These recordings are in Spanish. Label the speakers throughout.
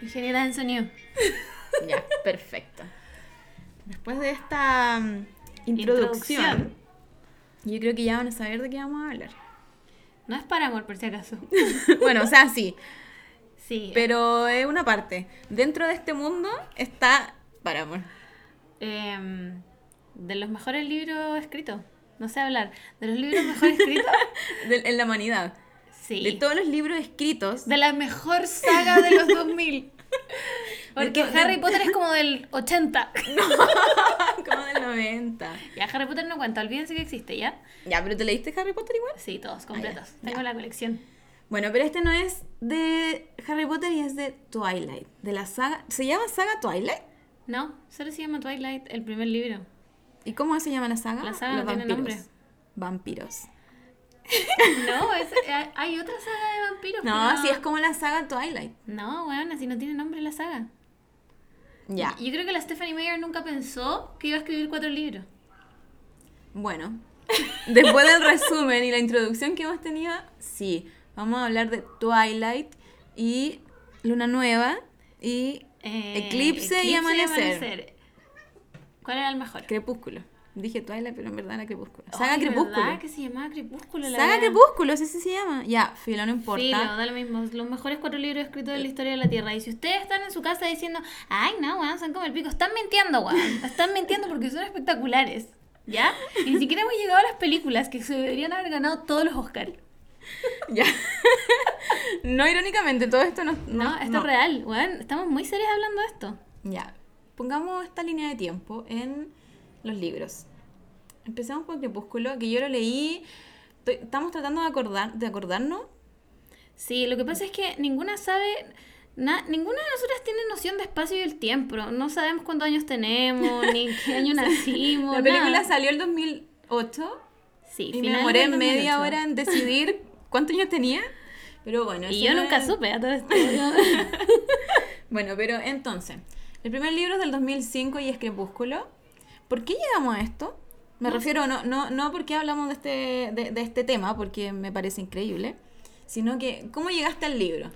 Speaker 1: Ingeniera en sonido.
Speaker 2: Ya, perfecto. Después de esta mm, introducción,
Speaker 1: Introducción.
Speaker 2: yo creo que ya van a saber de qué vamos a hablar.
Speaker 1: No es para amor, por si acaso.
Speaker 2: bueno, o sea, sí,
Speaker 1: Sí.
Speaker 2: pero es una parte. Dentro de este mundo está Paramore.
Speaker 1: em, de los mejores libros escritos. No sé hablar. De los libros mejor escritos.
Speaker 2: de- en la humanidad.
Speaker 1: Sí.
Speaker 2: De todos los libros escritos,
Speaker 1: De la mejor saga de los 2000.
Speaker 2: De
Speaker 1: Porque
Speaker 2: to- de-
Speaker 1: Harry Potter es como del 80.
Speaker 2: como del 90.
Speaker 1: Ya, Harry Potter no cuenta, olvídense que existe, ¿ya?
Speaker 2: Ya, pero ¿te leíste Harry Potter igual?
Speaker 1: Sí, todos completos.
Speaker 2: Ah, ya,
Speaker 1: Tengo
Speaker 2: ya.
Speaker 1: la colección.
Speaker 2: Bueno, pero este no es de Harry Potter y es de Twilight. De la saga. ¿Se llama saga Twilight?
Speaker 1: No, solo se llama Twilight, el primer libro.
Speaker 2: ¿Y cómo se llama la saga?
Speaker 1: La saga no tiene nombre.
Speaker 2: Vampiros.
Speaker 1: No, es- hay- hay otra saga de vampiros.
Speaker 2: No,
Speaker 1: pero
Speaker 2: sí, es como la saga Twilight.
Speaker 1: No, weón, así no tiene nombre la saga.
Speaker 2: Ya.
Speaker 1: Yo creo que la Stephanie Meyer nunca pensó que iba a escribir cuatro libros.
Speaker 2: Bueno. Después del resumen y la introducción que hemos tenido, sí. Vamos a hablar de Twilight y Luna Nueva y
Speaker 1: Eh,
Speaker 2: Eclipse y Amanecer.
Speaker 1: ¿Cuál era el mejor?
Speaker 2: Crepúsculo. Dije Twilight, pero en verdad era Crepúsculo.
Speaker 1: Ay,
Speaker 2: Saga Crepúsculo.
Speaker 1: ¿verdad que se llamaba Crepúsculo? la
Speaker 2: Saga
Speaker 1: weá?
Speaker 2: Crepúsculo, así se llama. Ya, filo, no importa.
Speaker 1: Filo, da lo mismo. Los mejores cuatro libros escritos de
Speaker 2: Eh.
Speaker 1: la historia de la Tierra. Y si ustedes están en su casa diciendo, ay, no, weón, son como el pico, están mintiendo, weón. Están mintiendo porque son espectaculares. ¿Ya? Y ni siquiera hemos llegado a las películas que se deberían haber ganado todos los Oscars.
Speaker 2: Ya. no irónicamente, todo esto no.
Speaker 1: No, esto es real, weón. Estamos muy serios hablando de esto.
Speaker 2: Ya. Pongamos esta línea de tiempo en los libros. Empezamos por Crepúsculo, que yo lo leí. Estoy- estamos tratando de acordar, de acordarnos.
Speaker 1: Sí, lo que pasa es que ninguna sabe, na- ninguna de nosotras tiene noción de espacio y el tiempo. No sabemos cuántos años tenemos, ni en qué año nacimos.
Speaker 2: la película
Speaker 1: nada.
Speaker 2: salió el 2008
Speaker 1: Sí,
Speaker 2: y, me
Speaker 1: finales
Speaker 2: demoré
Speaker 1: del
Speaker 2: media
Speaker 1: 2008.
Speaker 2: hora en decidir cuántos años tenía. Pero bueno,
Speaker 1: Y
Speaker 2: ese
Speaker 1: yo
Speaker 2: no
Speaker 1: nunca
Speaker 2: es-
Speaker 1: supe a todo esto. yo-
Speaker 2: Bueno, pero entonces, el primer libro es del 2005 y es Crepúsculo. ¿Por qué llegamos a esto? Me refiero, no, no, no porque hablamos de este, de, de este tema, porque me parece increíble, sino que, ¿cómo llegaste al libro?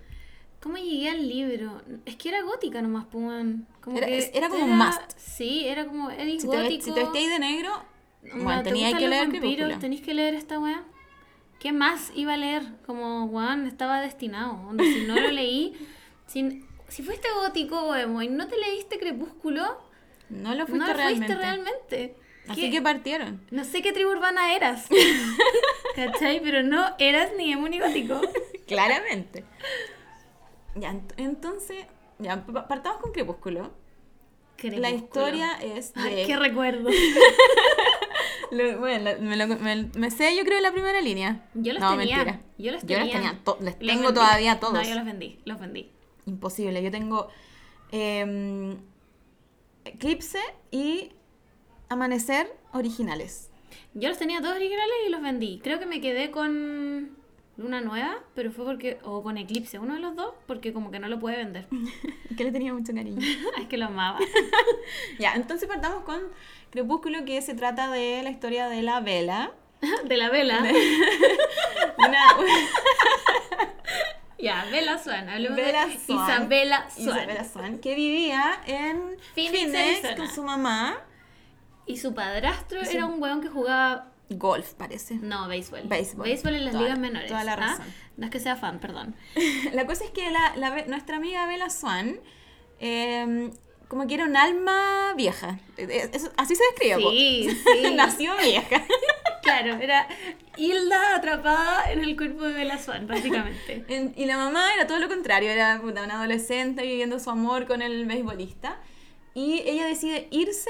Speaker 1: ¿Cómo llegué al libro? Es que era gótica nomás, Puman. Como
Speaker 2: Era-
Speaker 1: que
Speaker 2: era como un must.
Speaker 1: Sí, era como, eres
Speaker 2: Si te,
Speaker 1: gótico.
Speaker 2: ve- si te vestíais de negro,
Speaker 1: onda,
Speaker 2: bueno,
Speaker 1: ¿te
Speaker 2: tenías
Speaker 1: gustan
Speaker 2: que
Speaker 1: los
Speaker 2: leer
Speaker 1: vampiros?
Speaker 2: Crepúsculo.
Speaker 1: Tenías que leer esta weá. ¿Qué más iba a leer? Como, weón, estaba destinado. Onda, si no lo leí, si, si fuiste gótico o emo y no te leíste Crepúsculo,
Speaker 2: No lo fuiste
Speaker 1: no lo
Speaker 2: realmente.
Speaker 1: fuiste realmente.
Speaker 2: Así
Speaker 1: ¿Qué-
Speaker 2: que partieron.
Speaker 1: No sé qué tribu urbana eras. ¿Cachai? Pero no eras ni emo ni gótico.
Speaker 2: Claramente. Ya, ent- entonces, ya, pa- partamos con Crepúsculo. La
Speaker 1: Crepúsculo.
Speaker 2: historia es de...
Speaker 1: Ay, qué recuerdo.
Speaker 2: Lo- bueno, lo- me, lo- me- me sé yo creo la primera línea.
Speaker 1: Yo los
Speaker 2: no,
Speaker 1: tenía.
Speaker 2: mentira.
Speaker 1: Yo los
Speaker 2: Yo
Speaker 1: tenía.
Speaker 2: los tenía. to- les
Speaker 1: Los
Speaker 2: tengo
Speaker 1: vendí.
Speaker 2: todavía todos.
Speaker 1: No, yo los vendí, los vendí.
Speaker 2: Imposible. Yo tengo eh, Eclipse y Amanecer originales.
Speaker 1: Yo los tenía todos originales y los vendí. Creo que me quedé con Luna Nueva, pero fue porque. O con Eclipse, uno de los dos, porque como que no lo pude vender.
Speaker 2: Que le tenía mucho cariño.
Speaker 1: es que lo amaba.
Speaker 2: ya, entonces partamos con Crepúsculo, que se trata de la historia de la vela.
Speaker 1: De la vela.
Speaker 2: Una,
Speaker 1: Ya, Vela Swan. Hablemos
Speaker 2: Bella
Speaker 1: de
Speaker 2: Swan.
Speaker 1: Isabela Swan.
Speaker 2: Isabela Swan, que vivía en
Speaker 1: Phoenix,
Speaker 2: Phoenix
Speaker 1: Arizona.
Speaker 2: con su mamá.
Speaker 1: Y su padrastro
Speaker 2: Y su-
Speaker 1: era un weón que jugaba.
Speaker 2: Golf, parece.
Speaker 1: No, béisbol.
Speaker 2: Béisbol.
Speaker 1: en las
Speaker 2: Toda-
Speaker 1: ligas menores.
Speaker 2: toda la
Speaker 1: ¿ah?
Speaker 2: razón.
Speaker 1: No es que sea fan, perdón.
Speaker 2: La cosa es que la- la Be- nuestra amiga Bella Swan, eh, como que era un alma vieja. Eh, eh, eso- así se describe. po.
Speaker 1: Sí, sí.
Speaker 2: Nació vieja.
Speaker 1: Claro, era Hilda atrapada en el cuerpo de Bella Swan, básicamente.
Speaker 2: En- y la mamá era todo lo contrario, era puta, una adolescente viviendo su amor con el beisbolista. Y ella decide irse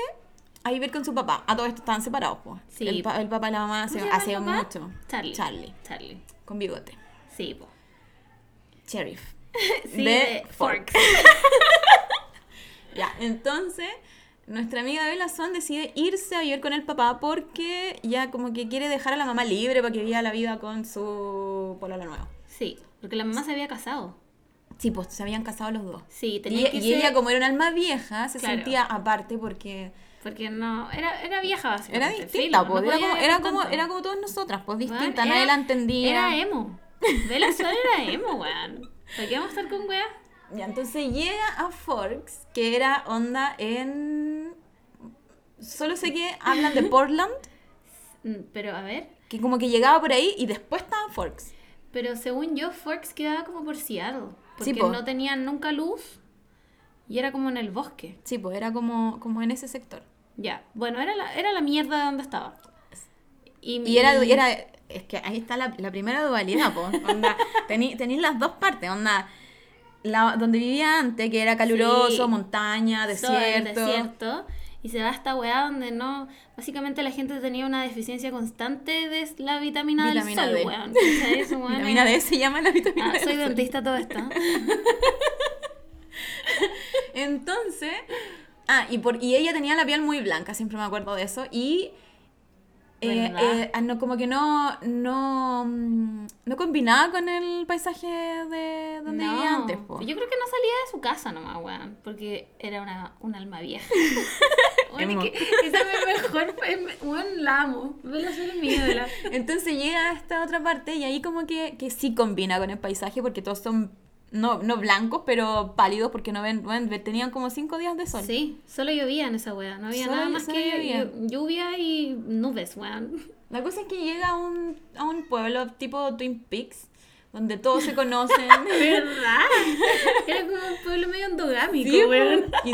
Speaker 2: a vivir con su papá. A todo esto estaban separados, pues.
Speaker 1: Sí.
Speaker 2: El, pa- el papá y la mamá hace,
Speaker 1: ¿Cómo se llama el
Speaker 2: hace
Speaker 1: papá?
Speaker 2: mucho.
Speaker 1: Charlie.
Speaker 2: Charlie,
Speaker 1: Charlie.
Speaker 2: con bigote.
Speaker 1: Sí, po.
Speaker 2: Sheriff.
Speaker 1: Sí,
Speaker 2: de
Speaker 1: de
Speaker 2: Forks.
Speaker 1: Forks.
Speaker 2: Ya, entonces nuestra amiga Bella Swan decide irse a vivir con el papá porque ya como que quiere dejar a la mamá libre para que viva la vida con su polola nuevo.
Speaker 1: Sí, porque la mamá se había casado.
Speaker 2: Sí, pues se habían casado los dos.
Speaker 1: Sí,
Speaker 2: Y,
Speaker 1: tenía que
Speaker 2: y
Speaker 1: ser-
Speaker 2: ella como era un alma vieja se
Speaker 1: Claro.
Speaker 2: sentía aparte porque
Speaker 1: Porque no, era, era vieja
Speaker 2: era
Speaker 1: básicamente.
Speaker 2: distinta,
Speaker 1: filo,
Speaker 2: pues,
Speaker 1: no
Speaker 2: era,
Speaker 1: podía
Speaker 2: como,
Speaker 1: viajar
Speaker 2: era, como,
Speaker 1: tanto.
Speaker 2: era como todas nosotras, pues
Speaker 1: Weón,
Speaker 2: distinta,
Speaker 1: era-
Speaker 2: nadie la entendía.
Speaker 1: Era emo. Bella Swan era emo, weón. ¿Para qué vamos a estar con weá?
Speaker 2: Ya, entonces llega a Forks, que era onda en... Solo sé que hablan de Portland,
Speaker 1: Mm, Pero a ver,
Speaker 2: que como que llegaba por ahí y después estaba Forks.
Speaker 1: pero según yo, Forks quedaba como por Seattle. Porque
Speaker 2: Sí, po.
Speaker 1: no tenían nunca luz y era como en el bosque.
Speaker 2: Sí, pues era como, como en ese sector.
Speaker 1: Ya, bueno, era la, era la mierda de donde estaba. Y,
Speaker 2: Y era, era es que ahí está la, la primera dualidad, po. Onda, tení- tenéis las dos partes, onda. La, donde vivía antes, que era caluroso,
Speaker 1: Sí.
Speaker 2: montaña,
Speaker 1: sol,
Speaker 2: desierto.
Speaker 1: desierto, Y se va a esta weá donde no. Básicamente la gente tenía una deficiencia constante de la vitamina,
Speaker 2: Vitamina
Speaker 1: del
Speaker 2: D.
Speaker 1: sol, weón. ¿cachai? Eso, weón,
Speaker 2: Vitamina
Speaker 1: es-
Speaker 2: D se llama la vitamina
Speaker 1: Ah,
Speaker 2: D.
Speaker 1: soy dentista todo esto.
Speaker 2: Entonces, ah, y, por, y ella tenía la piel muy blanca, siempre me acuerdo de eso. Y eh,
Speaker 1: ¿Verdad?
Speaker 2: eh, ah, no, como que no, no, mm, no combinaba con el paisaje de donde
Speaker 1: No,
Speaker 2: vivía antes. po.
Speaker 1: Yo creo que no salía de su casa nomás, weón. Porque era una, un alma vieja. Weón, es
Speaker 2: Emo.
Speaker 1: que esa es mi mejor. es mi- Weón, la amo. Vela ser mi ídola.
Speaker 2: Entonces llega a esta otra parte y ahí como que, que sí combina con el paisaje porque todos son, no, no blancos, pero pálidos porque no ven, bueno, tenían como cinco días de sol.
Speaker 1: Sí, solo llovía en esa weá. No había
Speaker 2: Solo-
Speaker 1: nada más
Speaker 2: solo
Speaker 1: que
Speaker 2: llovía.
Speaker 1: llu- lluvia y nubes, weón.
Speaker 2: La cosa es que llega a un, a un pueblo tipo Twin Peaks, donde todos se conocen.
Speaker 1: ¿Verdad? Era como un pueblo medio endogámico,
Speaker 2: Sí, pues.
Speaker 1: weón.
Speaker 2: po. Y,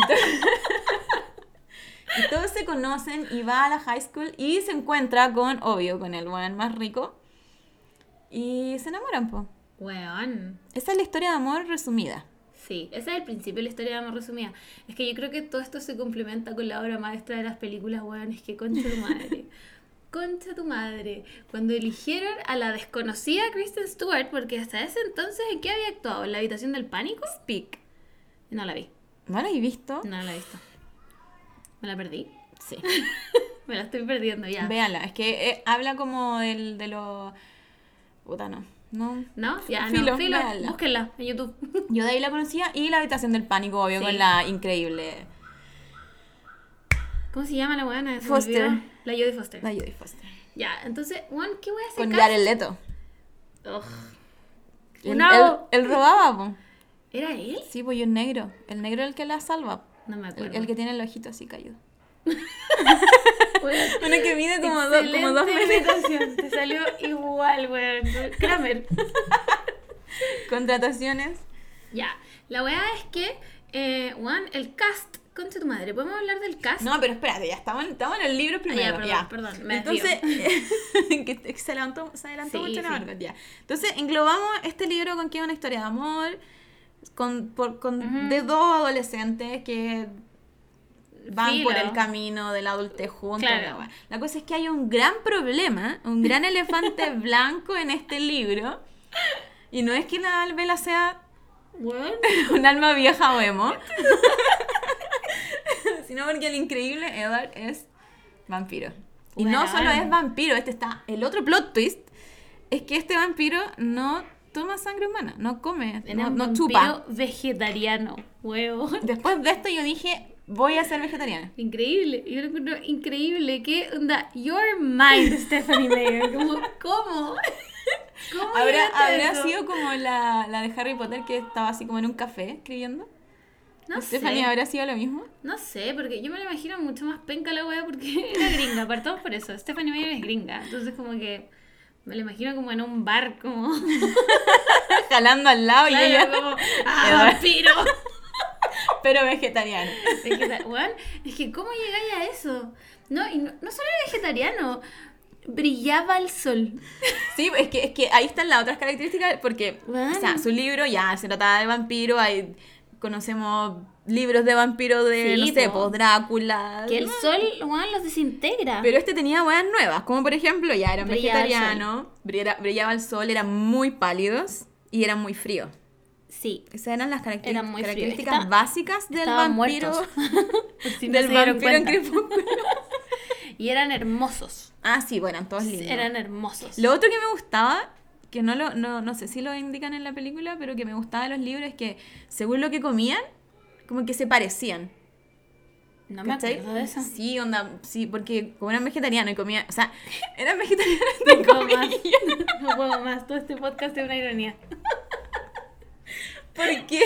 Speaker 2: to- y todos se conocen y va a la high school y se encuentra con, obvio, con el weón más rico. Y se enamoran, po.
Speaker 1: Weón.
Speaker 2: Esa es la historia de amor resumida.
Speaker 1: Sí, ese es el principio de la historia de amor resumida. Es que yo creo que todo esto se complementa con la obra maestra de las películas, weón. Es que concha tu madre. Concha tu madre. Cuando eligieron a la desconocida Kristen Stewart, porque hasta ese entonces, ¿en qué había actuado? ¿En la habitación del pánico?
Speaker 2: Speak.
Speaker 1: No la vi.
Speaker 2: ¿No la he visto?
Speaker 1: No la he visto. Me la perdí.
Speaker 2: Sí.
Speaker 1: Me la estoy perdiendo ya.
Speaker 2: Véanla, es que eh, habla como del, de los... Puta, no. no.
Speaker 1: ¿No? Ya, no.
Speaker 2: Filo,
Speaker 1: Filo,
Speaker 2: véanla.
Speaker 1: búsquenla en YouTube.
Speaker 2: Yo de ahí la conocía y la habitación del pánico, obvio,
Speaker 1: Sí.
Speaker 2: con la increíble...
Speaker 1: ¿Cómo se llama la buena? Se me
Speaker 2: Foster.
Speaker 1: olvidó. La Jodie Foster.
Speaker 2: La Jodie Foster.
Speaker 1: Ya, entonces, Juan, ¿qué voy a hacer?
Speaker 2: Con Jared Leto. Él,
Speaker 1: No.
Speaker 2: él- él robaba, po.
Speaker 1: ¿Era él?
Speaker 2: Sí, pues yo el negro. El negro es el que la salva.
Speaker 1: No me
Speaker 2: El,
Speaker 1: acuerdo.
Speaker 2: el que tiene el ojito así caído.
Speaker 1: Weón,
Speaker 2: Bueno, que mide
Speaker 1: excelente imitación. Te salió igual, weón. Kramer.
Speaker 2: Contrataciones.
Speaker 1: Ya, la weá es que, eh, Juan, el cast, concha tu madre, ¿podemos hablar del cast?
Speaker 2: No, pero espérate, ya estamos, en- estamos en el libro
Speaker 1: Ah,
Speaker 2: primero.
Speaker 1: perdón,
Speaker 2: ya.
Speaker 1: perdón, me
Speaker 2: Entonces, que se adelantó, se adelantó
Speaker 1: Sí,
Speaker 2: mucho la
Speaker 1: sí.
Speaker 2: Margot, ya. Entonces, englobamos este libro con que es una historia de amor, con, por- con-
Speaker 1: Ujú.
Speaker 2: de dos adolescentes que van
Speaker 1: Filo.
Speaker 2: por el camino del adultez juntos.
Speaker 1: Claro.
Speaker 2: la wea. La cosa es que hay un gran problema, un gran elefante blanco en este libro. Y no es que la albela sea
Speaker 1: Weón,
Speaker 2: un alma vieja o emo. Sino porque el increíble Edward es vampiro. Y no
Speaker 1: Weón.
Speaker 2: solo es vampiro, este está. El otro plot twist es que este vampiro no toma sangre humana, no come,
Speaker 1: era
Speaker 2: no,
Speaker 1: un
Speaker 2: no
Speaker 1: vampiro
Speaker 2: chupa.
Speaker 1: vegetariano, weón.
Speaker 2: Después de esto yo dije, voy a ser vegetariana.
Speaker 1: Increíble, yo lo encuentro increíble. ¿Qué onda? Your mind, Stephanie Meyer. Como, ¿Cómo? ¿Cómo
Speaker 2: ¿Habrá,
Speaker 1: llegaste a
Speaker 2: habrá
Speaker 1: eso?
Speaker 2: sido como la, la de Harry Potter que estaba así como en un café escribiendo?
Speaker 1: No
Speaker 2: Stephanie,
Speaker 1: sé.
Speaker 2: ¿habrá sido lo mismo?
Speaker 1: No sé, porque yo me la imagino mucho más penca la wea porque era gringa, partamos por eso. Stephanie Meyer es gringa, entonces como que me la imagino como en un bar, como...
Speaker 2: Jalando al lado y
Speaker 1: Claro,
Speaker 2: ella,
Speaker 1: como ¡Ah, vampiro!
Speaker 2: pero vegetariana.
Speaker 1: Es que, ta- weón, es que ¿cómo llegáis a eso? No, y no, no solo era vegetariano, brillaba el sol.
Speaker 2: Sí, es que, es que ahí están las otras características, porque
Speaker 1: Bueno.
Speaker 2: o sea, su libro ya se trataba de vampiro, ahí conocemos libros de vampiro de,
Speaker 1: Sí,
Speaker 2: no sé,
Speaker 1: po.
Speaker 2: pues, Drácula.
Speaker 1: Que el
Speaker 2: ¿no?
Speaker 1: sol, weón, los desintegra.
Speaker 2: Pero este tenía weas nuevas, como por ejemplo, ya eran
Speaker 1: Brillaba el
Speaker 2: vegetarianos, brillaba, brillaba el sol, eran muy pálidos y eran muy fríos.
Speaker 1: sí,
Speaker 2: Esas eran las caracteri-
Speaker 1: Eran muy fríos.
Speaker 2: características
Speaker 1: Estaban-
Speaker 2: básicas del
Speaker 1: estaban
Speaker 2: vampiro.
Speaker 1: muertos. por si no
Speaker 2: del
Speaker 1: se dieron
Speaker 2: vampiro en
Speaker 1: cuenta.
Speaker 2: crepúsculo.
Speaker 1: Y eran hermosos.
Speaker 2: Ah, sí, bueno, eran todos lindos.
Speaker 1: Eran hermosos.
Speaker 2: Lo otro que me gustaba, que no, lo, no, no sé si lo indican en la película, pero que me gustaba de los libros es que según lo que comían, como que se parecían.
Speaker 1: No me
Speaker 2: ¿cachai?
Speaker 1: acuerdo de eso.
Speaker 2: Sí, onda, sí, porque como eran vegetarianos y comían, o sea, eran vegetarianos de
Speaker 1: puedo más.
Speaker 2: comida.
Speaker 1: No puedo más. Todo este podcast es una ironía.
Speaker 2: Porque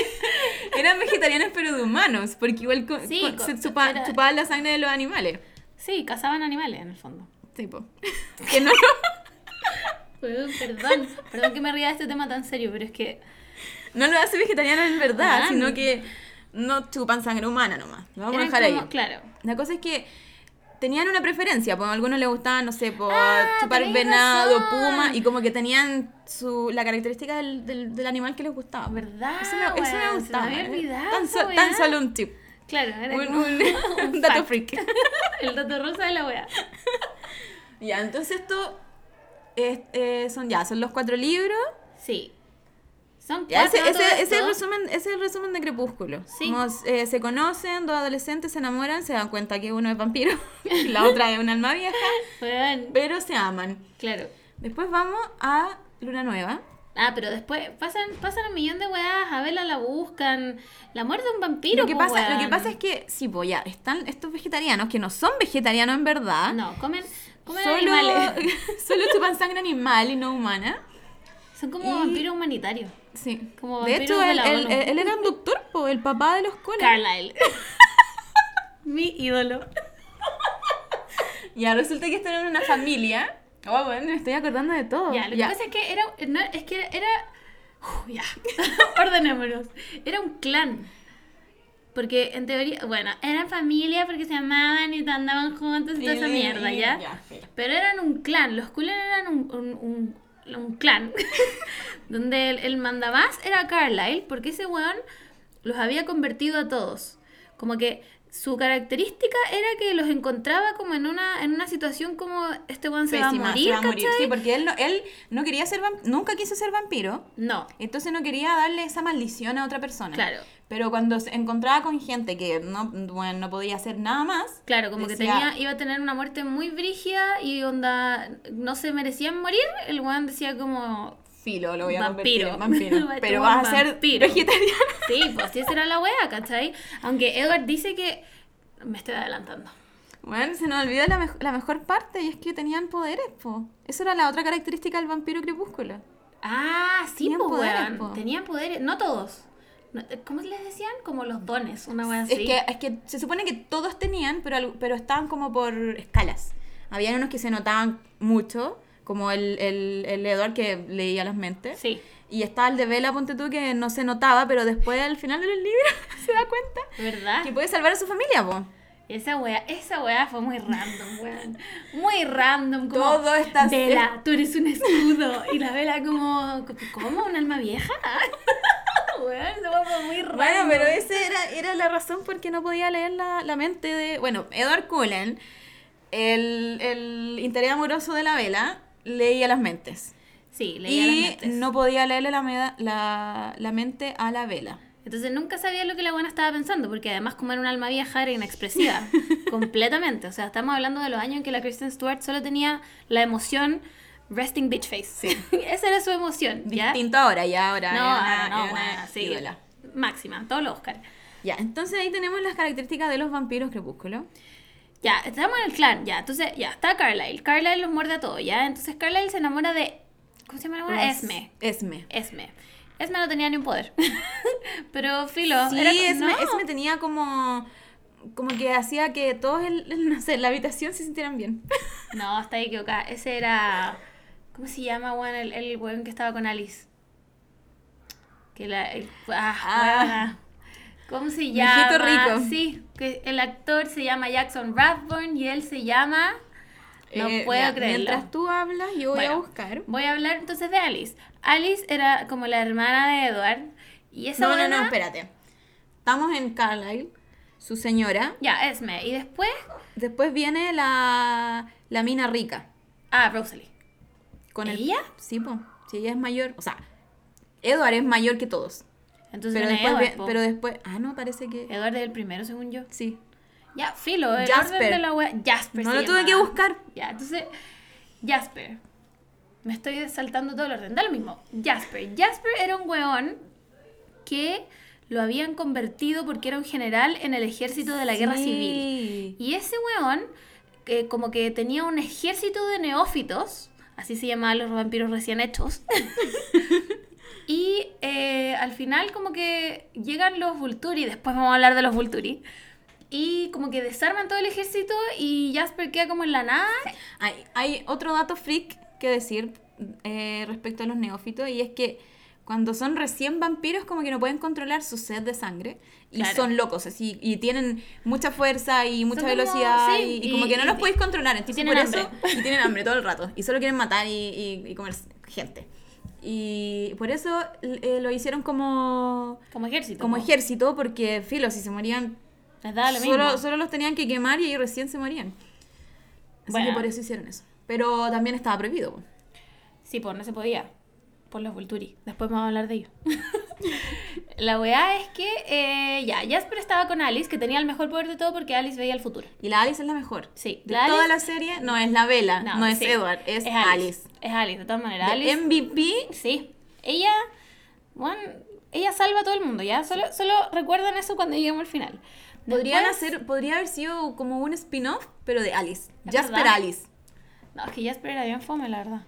Speaker 2: eran vegetarianos pero de humanos, porque igual co-
Speaker 1: Sí,
Speaker 2: co-
Speaker 1: co-
Speaker 2: se chupa-
Speaker 1: era-
Speaker 2: chupaban la sangre de los animales.
Speaker 1: Sí, cazaban animales en el fondo.
Speaker 2: Tipo. Que no,
Speaker 1: Weón, Perdón, perdón que me ría de este tema tan serio, pero es que
Speaker 2: no lo hace vegetariano en verdad,
Speaker 1: Hueón.
Speaker 2: sino que no chupan sangre humana nomás. Lo vamos
Speaker 1: Ah,
Speaker 2: a
Speaker 1: eran
Speaker 2: dejar
Speaker 1: como-
Speaker 2: ahí.
Speaker 1: claro.
Speaker 2: La cosa es que tenían una preferencia, pues a algunos les gustaba, no sé, por
Speaker 1: Ah,
Speaker 2: chupar
Speaker 1: tenés
Speaker 2: venado,
Speaker 1: razón.
Speaker 2: puma, y como que tenían su, la característica del, del- del animal que les gustaba.
Speaker 1: ¿Verdad?
Speaker 2: Eso me, eso me
Speaker 1: weón? Se
Speaker 2: gustaba. eh.
Speaker 1: me había olvidado.
Speaker 2: tan, so-
Speaker 1: weón.
Speaker 2: tan solo un tip.
Speaker 1: Claro, era
Speaker 2: Un,
Speaker 1: como
Speaker 2: un-
Speaker 1: fact.
Speaker 2: un dato freak.
Speaker 1: el dato rosa de la wea.
Speaker 2: ya, entonces esto es- eh, son ya, son los cuatro libros.
Speaker 1: Sí. Son
Speaker 2: Ya,
Speaker 1: cuatro
Speaker 2: ese, ese-
Speaker 1: todo
Speaker 2: ese es el
Speaker 1: esto.
Speaker 2: resumen, ese es el resumen de Crepúsculo.
Speaker 1: Sí.
Speaker 2: Como, eh, se conocen, dos adolescentes se enamoran, se dan cuenta que uno es vampiro, y la otra es un alma vieja,
Speaker 1: Weón,
Speaker 2: pero se aman.
Speaker 1: Claro.
Speaker 2: Después vamos a Luna Nueva.
Speaker 1: Ah, pero después pasan, pasan un millón de weas, a Bella la buscan, la muerte de un vampiro.
Speaker 2: lo, que
Speaker 1: po,
Speaker 2: pasa, lo
Speaker 1: pues, weón.
Speaker 2: que pasa es que, sí, pues ya, están estos vegetarianos que no son vegetarianos en verdad.
Speaker 1: No, comen, comen
Speaker 2: ¿ah? solo,
Speaker 1: animales.
Speaker 2: solo chupan sangre animal y no humana.
Speaker 1: Son como
Speaker 2: Y-
Speaker 1: vampiros humanitarios.
Speaker 2: Sí.
Speaker 1: Como
Speaker 2: de
Speaker 1: vampiros
Speaker 2: hecho,
Speaker 1: de
Speaker 2: él,
Speaker 1: la
Speaker 2: él-
Speaker 1: ONU.
Speaker 2: él era un doctor, po, el papá de los colas.
Speaker 1: Carlyle. Mi ídolo.
Speaker 2: Ya, resulta que están en una familia. Oh, bueno, me estoy acordando de todo.
Speaker 1: Ya, lo que pasa es que era. no, es que era. Uf, ya. Ordenémonos. Era un clan. Porque en teoría. Bueno, eran familia porque se amaban y andaban juntos y toda esa
Speaker 2: Y-
Speaker 1: mierda,
Speaker 2: y-
Speaker 1: ¿ya?
Speaker 2: ya, sí.
Speaker 1: Pero eran un clan. Los Cullen eran un. un, un- un clan donde el, el mandamás era Carlyle porque ese weón los había convertido a todos. Como que su característica era que los encontraba como en una, en una situación como este weón se va
Speaker 2: Pésima,
Speaker 1: a morir,
Speaker 2: se va a morir.
Speaker 1: ¿cachai?
Speaker 2: Sí, porque él no, él no quería ser vamp- nunca quiso ser vampiro.
Speaker 1: No,
Speaker 2: Entonces no quería darle esa maldición a otra persona.
Speaker 1: Claro.
Speaker 2: Pero cuando se encontraba con gente que no, bueno, no podía hacer nada más.
Speaker 1: Claro, como que
Speaker 2: decía,
Speaker 1: tenía, iba a tener una muerte muy brígida y onda, no se merecían morir, el weón decía como,
Speaker 2: Filo, lo voy a
Speaker 1: Vampiro.
Speaker 2: convertir en vampiro.
Speaker 1: Este
Speaker 2: pero
Speaker 1: buen
Speaker 2: vas a ser
Speaker 1: vampiro.
Speaker 2: vegetariano.
Speaker 1: sí, pues así será la wea, ¿cachai? Aunque Edward dice que, me estoy adelantando.
Speaker 2: Bueno, se nos olvidó la, mej- la mejor parte y es que tenían poderes, po. Esa era la otra característica del vampiro crepúsculo.
Speaker 1: Ah, sí,
Speaker 2: Tenían
Speaker 1: pues
Speaker 2: poderes,
Speaker 1: weón,
Speaker 2: po.
Speaker 1: tenían poderes, no todos. No, eh, ¿Cómo les decían? Como los dones, una wea así.
Speaker 2: Es que, es que se supone que todos tenían, pero, al- pero estaban como por escalas. Habían unos que se notaban mucho, como el, el, el Edward que leía las mentes.
Speaker 1: Sí.
Speaker 2: Y estaba el de Vela, ponte tú, que no se notaba, pero después al final del libro se da cuenta
Speaker 1: ¿Verdad?
Speaker 2: que puede salvar a su familia, po.
Speaker 1: Esa wea, esa wea fue muy random, weón. Muy random. Como,
Speaker 2: Todo está-
Speaker 1: Vela, tú eres un escudo. Y la vela como, ¿cómo? ¿Un alma vieja? weón, esa wea fue muy random.
Speaker 2: Bueno, pero esa era, era la razón por qué no podía leer la, la mente de... Bueno, Edward Cullen, el, el interés amoroso de la Vela, leía las mentes.
Speaker 1: Sí, leía
Speaker 2: Y
Speaker 1: las mentes.
Speaker 2: no podía leerle la, meda- la, la mente a la Vela.
Speaker 1: Entonces nunca sabía lo que la buena estaba pensando, porque además como era un alma vieja era inexpresiva, completamente. O sea, estamos hablando de los años en que la Kristen Stewart solo tenía la emoción resting bitch face. Esa era su emoción, ¿ya?
Speaker 2: Distinto ahora, ya ahora.
Speaker 1: No,
Speaker 2: era una-
Speaker 1: ahora no,
Speaker 2: era una
Speaker 1: bueno, sí.
Speaker 2: ídola.
Speaker 1: Máxima, todo lo Oscar.
Speaker 2: Ya, entonces ahí tenemos las características de los vampiros crepúsculo.
Speaker 1: Ya, estamos en el clan, ya. Entonces, ya, está Carlyle. Carlyle los muerde a todos, ya. Entonces, Carlyle se enamora de. ¿Cómo se llama la buena?
Speaker 2: Las-
Speaker 1: Esme.
Speaker 2: Esme.
Speaker 1: Esme. Esme no tenía ni un poder. Pero, filo.
Speaker 2: Sí,
Speaker 1: era-
Speaker 2: Esme,
Speaker 1: no.
Speaker 2: Esme tenía como... Como que hacía que todos, el, el- no sé, en la habitación se sintieran bien.
Speaker 1: No, está equivocada. Ese era. ¿Cómo se llama, weón? El, el weón que estaba con Alice. Que la. el- ah,
Speaker 2: Ah.
Speaker 1: weona. ¿Cómo se
Speaker 2: Mijito
Speaker 1: llama?
Speaker 2: rico.
Speaker 1: Sí, que el actor se llama Jackson Rathburn y él se llama. No
Speaker 2: Eh,
Speaker 1: puedo
Speaker 2: mira,
Speaker 1: creerlo.
Speaker 2: Mientras tú hablas, yo voy a
Speaker 1: Bueno,
Speaker 2: buscar.
Speaker 1: Voy a hablar entonces de Alice. Alice era como la hermana de Edward. Y esa
Speaker 2: No, no,
Speaker 1: buena-
Speaker 2: no, espérate. Estamos en Carlisle, su señora.
Speaker 1: Ya, Esme. Y después.
Speaker 2: Después viene la, la mina rica.
Speaker 1: Ah, Rosalie.
Speaker 2: Con el-
Speaker 1: ¿Ella?
Speaker 2: sí, po. Sí, ella es mayor. O sea, Edward es mayor que todos.
Speaker 1: Entonces
Speaker 2: pero,
Speaker 1: viene
Speaker 2: después,
Speaker 1: Edward.
Speaker 2: vi-
Speaker 1: po.
Speaker 2: pero después. Ah, no, parece que.
Speaker 1: Edward es el primero, según yo.
Speaker 2: Sí.
Speaker 1: Ya, filo. El
Speaker 2: Jasper.
Speaker 1: orden de la wea- Jasper.
Speaker 2: No
Speaker 1: se
Speaker 2: lo tuve que
Speaker 1: llamaba.
Speaker 2: buscar.
Speaker 1: Ya, entonces, Jasper. Me estoy saltando todo el orden. Da lo mismo. Jasper. Jasper era un weón que lo habían convertido porque era un general en el ejército de la guerra
Speaker 2: Sí.
Speaker 1: civil. Y ese weón, que como que tenía un ejército de neófitos, así se llamaban los vampiros recién hechos, Y eh, al final como que llegan los Vulturi, después vamos a hablar de los Vulturi. Y como que desarman todo el ejército y Jasper queda como en la nada.
Speaker 2: Hay, hay otro dato freak que decir eh, respecto a los neófitos y es que cuando son recién vampiros como que no pueden controlar su sed de sangre y
Speaker 1: Claro.
Speaker 2: son locos así y tienen mucha fuerza y mucha
Speaker 1: como-
Speaker 2: velocidad
Speaker 1: sí,
Speaker 2: y, y
Speaker 1: y-
Speaker 2: como que no
Speaker 1: y-
Speaker 2: los
Speaker 1: y-
Speaker 2: podéis controlar entonces
Speaker 1: tienen
Speaker 2: por eso y tienen hambre todo el rato y solo quieren matar y, y- y comer gente y por eso eh, lo hicieron como
Speaker 1: Como ejército.
Speaker 2: como
Speaker 1: ¿no?
Speaker 2: ejército porque filo si se morían
Speaker 1: Les daba lo mismo.
Speaker 2: solo, solo los tenían que quemar y ahí recién se morían. Así que
Speaker 1: Bueno.
Speaker 2: por eso hicieron eso. Pero también estaba prohibido. po.
Speaker 1: Sí, pues no se podía. Por los Vulturi. Después vamos a hablar de ellos. la weá es que eh, ya, Jasper estaba con Alice, que tenía el mejor poder de todo porque Alice veía el futuro.
Speaker 2: Y la Alice es la mejor.
Speaker 1: Sí,
Speaker 2: De
Speaker 1: la
Speaker 2: toda
Speaker 1: Alice-
Speaker 2: la serie no es la Vela, Ah, no, es
Speaker 1: sí.
Speaker 2: Edward, es, Alice.
Speaker 1: Es Alice, de todas maneras.
Speaker 2: De
Speaker 1: Alice.
Speaker 2: MVP.
Speaker 1: Sí. Ella. Juan, ella salva a todo el mundo, ¿ya? Solo, solo recuerdan eso cuando lleguemos al final.
Speaker 2: Podrían
Speaker 1: Después-
Speaker 2: hacer, podría haber sido como un spin-off, pero de Alice.
Speaker 1: Es
Speaker 2: Jasper
Speaker 1: verdad.
Speaker 2: Alice.
Speaker 1: No, es que Jasper era bien fome, la verdad.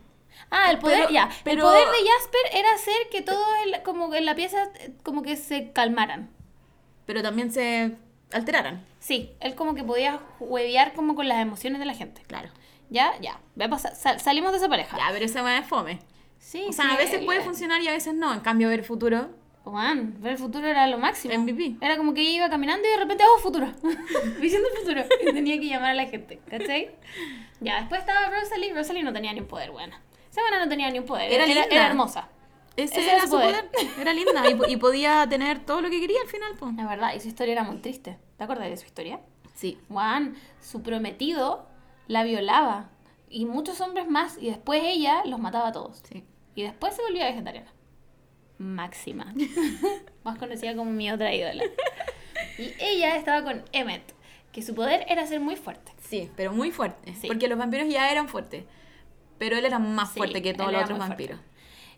Speaker 1: Ah, el poder,
Speaker 2: Pero-
Speaker 1: ya. El
Speaker 2: pero-
Speaker 1: poder de Jasper era hacer que todo el, como que en la pieza eh, como que se calmaran.
Speaker 2: Pero también se alteraran.
Speaker 1: Sí, él como que podía huevear como con las emociones de la gente.
Speaker 2: Claro.
Speaker 1: Ya, ya. Vamos a- sal- salimos de esa pareja.
Speaker 2: Ya, pero esa weá es fome.
Speaker 1: Sí.
Speaker 2: O sea,
Speaker 1: sí, eh,
Speaker 2: a veces
Speaker 1: él-
Speaker 2: puede funcionar y a veces no. En cambio, ver futuro,
Speaker 1: Juan, ver el futuro era lo máximo.
Speaker 2: MVP.
Speaker 1: Era como que ella iba caminando y de repente, oh, futuro. Visión del futuro. Y tenía que llamar a la gente, ¿cachai? Ya, después estaba Rosalie. Rosalie no tenía ni un poder, buena. Esa buena no tenía ni un poder. Era,
Speaker 2: Era
Speaker 1: era,
Speaker 2: linda.
Speaker 1: era hermosa.
Speaker 2: Ese,
Speaker 1: Ese
Speaker 2: era,
Speaker 1: era su
Speaker 2: su poder. Era linda y, po- y podía tener todo lo que quería al final, po.
Speaker 1: La verdad, y su historia era muy triste. ¿Te acuerdas de su historia?
Speaker 2: Sí.
Speaker 1: Juan, su prometido la violaba. Y muchos hombres más. Y después ella los mataba a todos.
Speaker 2: Sí.
Speaker 1: Y después se volvió vegetariana. Máxima. Más conocida como mi otra ídola. Y ella estaba con Emmet, que su poder era ser muy fuerte.
Speaker 2: Sí, pero muy fuerte.
Speaker 1: Sí.
Speaker 2: Porque los vampiros ya eran fuertes. Pero él era más
Speaker 1: Sí,
Speaker 2: fuerte que todos
Speaker 1: él
Speaker 2: los
Speaker 1: era
Speaker 2: otros
Speaker 1: muy
Speaker 2: vampiros.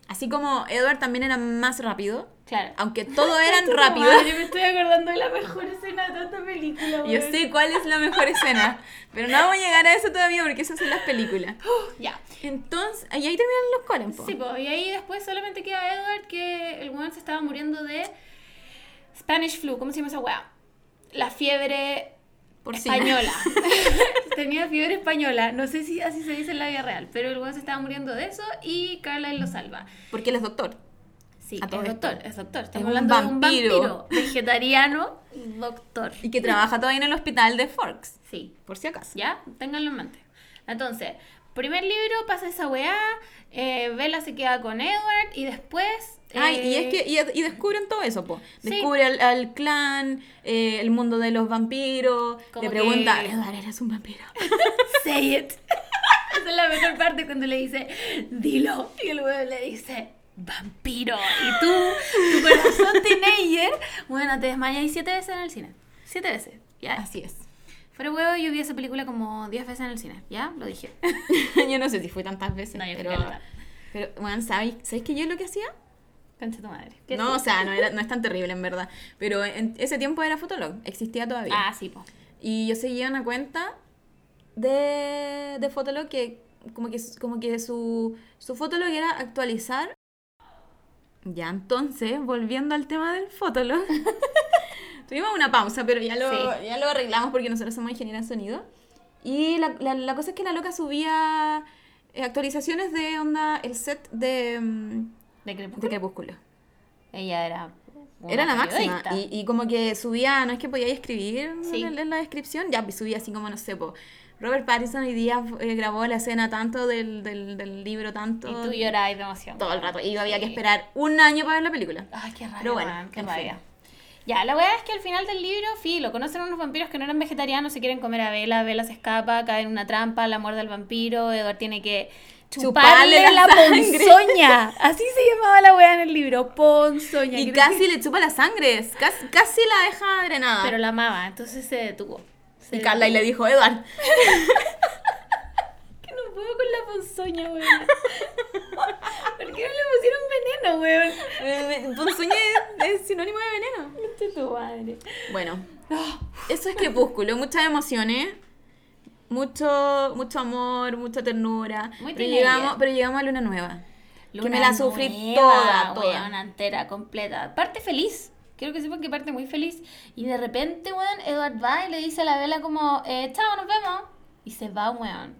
Speaker 2: Así como Edward también era más rápido.
Speaker 1: Claro.
Speaker 2: Aunque todos eran
Speaker 1: Puta
Speaker 2: rápidos.
Speaker 1: madre, me estoy acordando de la mejor escena de toda esta película.
Speaker 2: Yo
Speaker 1: weón.
Speaker 2: sé cuál es la mejor escena. Pero no vamos a llegar a eso todavía porque esas son las películas.
Speaker 1: Ya.
Speaker 2: Entonces, y ahí terminan los Conan, po.
Speaker 1: Sí, po, y ahí después solamente queda Edward que el weón se estaba muriendo de Spanish flu. ¿Cómo se llama esa weá? La fiebre
Speaker 2: Porcina.
Speaker 1: española. Tenía fiebre española. No sé si así se dice en la vida real, pero el weón se estaba muriendo de eso y Carla lo salva.
Speaker 2: Porque él es doctor.
Speaker 1: Sí,
Speaker 2: A
Speaker 1: es
Speaker 2: todo esto.
Speaker 1: doctor, es doctor. Estamos
Speaker 2: un
Speaker 1: hablando de un
Speaker 2: vampiro.
Speaker 1: vampiro vegetariano, doctor.
Speaker 2: Y que trabaja todavía en el hospital de Forks.
Speaker 1: Sí,
Speaker 2: Por si acaso.
Speaker 1: ¿ya? Ténganlo en mente. Entonces, primer libro pasa esa weá, eh, Bella se queda con Edward y después...
Speaker 2: Ay, y
Speaker 1: eh,
Speaker 2: es que y, y descubren todo eso, po.
Speaker 1: Sí.
Speaker 2: Descubre al, al clan, eh, el mundo de los vampiros.
Speaker 1: Como
Speaker 2: le pregunta,
Speaker 1: que-
Speaker 2: Edward, eres un vampiro.
Speaker 1: Say it. Esa es la mejor parte cuando le dice, dilo. Y el weón le dice, vampiro. Y tú, tu corazón teenager, bueno, te desmayas siete veces en el cine. Siete veces, ¿ya?
Speaker 2: Así es.
Speaker 1: Fuera huevo, yo vi esa película como 10 veces en el cine, ¿ya? Lo dije.
Speaker 2: yo no sé si fue tantas veces,
Speaker 1: No, yo fui
Speaker 2: pero.
Speaker 1: caleta.
Speaker 2: Pero, bueno, ¿sabéis, ¿sabéis que yo lo que hacía?
Speaker 1: Concha tu madre. ¿Qué
Speaker 2: No, o
Speaker 1: es?
Speaker 2: sea, no, era, no es tan terrible en verdad. Pero en ese tiempo era Fotolog, existía todavía.
Speaker 1: Ah, sí, po.
Speaker 2: Y yo seguía una cuenta de, de Fotolog que como que, como que su, su Fotolog era actualizar. Ya, entonces, volviendo al tema del Fotolog. Tuvimos una pausa, pero ya lo,
Speaker 1: Sí.
Speaker 2: ya lo arreglamos porque nosotros somos ingenieras de sonido. Y la, la- la cosa es que la loca subía eh, actualizaciones de onda, el set de, mm,
Speaker 1: De
Speaker 2: de
Speaker 1: Crepúsculo.
Speaker 2: Crepúsculo.
Speaker 1: Ella era. una
Speaker 2: Era la máxima.
Speaker 1: periodista.
Speaker 2: Y, y como que subía, no es que podía escribir
Speaker 1: Sí.
Speaker 2: en, en la descripción, ya pues, subía así como, no sé, po, Robert Pattinson hoy día eh, grabó la escena tanto del, del, del libro, tanto.
Speaker 1: Y tú llorabas de emoción.
Speaker 2: Todo el rato. Y yo había que
Speaker 1: Sí. Ah,
Speaker 2: esperar un año para ver la película.
Speaker 1: Ay, qué rabia,
Speaker 2: Pero bueno,
Speaker 1: weón, qué
Speaker 2: en fin.
Speaker 1: rabia. Ya, la weá es que al final del libro, filo, conocen a unos vampiros que no eran vegetarianos, se quieren comer a Vela, Vela se escapa, cae en una trampa, la muerde al vampiro, Edward tiene que
Speaker 2: Chuparle
Speaker 1: chuparle la,
Speaker 2: la sangre.
Speaker 1: ponzoña. Así se llamaba la weá en el libro, ponzoña.
Speaker 2: Y
Speaker 1: creo
Speaker 2: casi le chupa la sangre, casi, casi la deja drenada.
Speaker 1: que- Pero la amaba, entonces se detuvo. Se
Speaker 2: y Carla y le dijo, Edward,
Speaker 1: que no puedo con la ponzoña, weón. ¿Por qué no le pusieron veneno, weón?
Speaker 2: eh, eh, ponzoña es, es sinónimo de veneno.
Speaker 1: Concha tu madre.
Speaker 2: Bueno,
Speaker 1: Ah.
Speaker 2: eso es crepúsculo, muchas emociones, mucho, mucho amor, mucha ternura.
Speaker 1: Muy
Speaker 2: pero
Speaker 1: teenager.
Speaker 2: llegamos, pero llegamos a Luna Nueva. Que me la sufrí toda, toda.
Speaker 1: Una entera, completa. Parte feliz. Quiero que sepan que parte muy feliz. Y de repente, weón, Edward va y le dice a la vela como, eh, chao, nos vemos. Y se va, weón.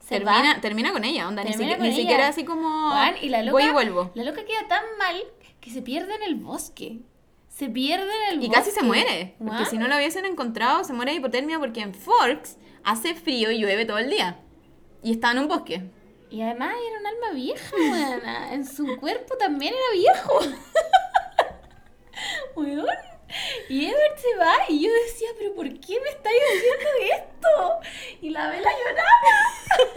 Speaker 1: Se va.
Speaker 2: Termina, termina con ella, onda, ni,
Speaker 1: Termina
Speaker 2: siquiera-
Speaker 1: con
Speaker 2: ni
Speaker 1: ella.
Speaker 2: siquiera así como
Speaker 1: Juan, y la loca,
Speaker 2: voy y vuelvo.
Speaker 1: La loca queda tan mal que se pierde en el bosque. Se pierde en el
Speaker 2: Y
Speaker 1: bosque.
Speaker 2: casi se muere, porque
Speaker 1: Juan,
Speaker 2: si no lo hubiesen encontrado se muere de hipotermia porque en Forks hace frío y llueve todo el día. Y está en un bosque.
Speaker 1: Y además era un alma vieja, weona. En su cuerpo también era viejo. Weón. Y Edward se va y yo decía, pero ¿por qué me estáis diciendo esto? Y la vela lloraba.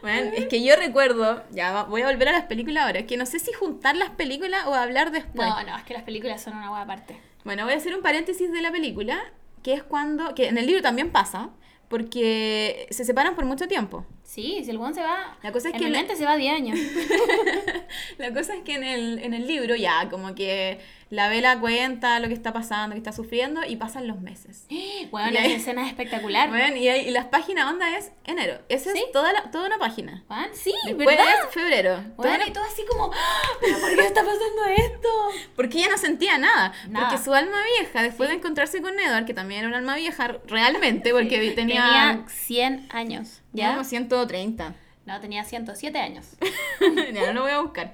Speaker 2: Bueno, es que yo recuerdo, ya va- voy a volver a las películas ahora, es que no sé si juntar las películas o hablar después.
Speaker 1: No, no, es que las películas son una hueá aparte.
Speaker 2: Bueno, voy a hacer un paréntesis de la película, que es cuando, que en el libro también pasa, porque se separan por mucho tiempo.
Speaker 1: Sí, si el weón se va.
Speaker 2: La cosa es
Speaker 1: en
Speaker 2: que
Speaker 1: mi
Speaker 2: la-
Speaker 1: mente se va 10 años.
Speaker 2: La cosa es que en el, en el libro ya, como que la vela cuenta lo que está pasando, que está sufriendo, y pasan los meses.
Speaker 1: Weón,
Speaker 2: Y ahí-
Speaker 1: esa escena es espectacular.
Speaker 2: Bueno, y, ahí- y las páginas onda es enero. Esa
Speaker 1: ¿Sí?
Speaker 2: es toda, la- toda una página.
Speaker 1: Juan, sí,
Speaker 2: Después
Speaker 1: ¿verdad?
Speaker 2: es febrero. Toda
Speaker 1: Bueno,
Speaker 2: una-
Speaker 1: y todo así como, ¡Ah! ¿pero por qué está pasando esto?
Speaker 2: Porque ella no sentía nada.
Speaker 1: Nada.
Speaker 2: Porque su alma vieja, después de encontrarse con Edward, que también era un alma vieja realmente, porque
Speaker 1: Tenía
Speaker 2: tenía,
Speaker 1: 100 años,
Speaker 2: ya
Speaker 1: ¿ya?
Speaker 2: como 130.
Speaker 1: No, tenía 107 años.
Speaker 2: ya, no lo voy a buscar.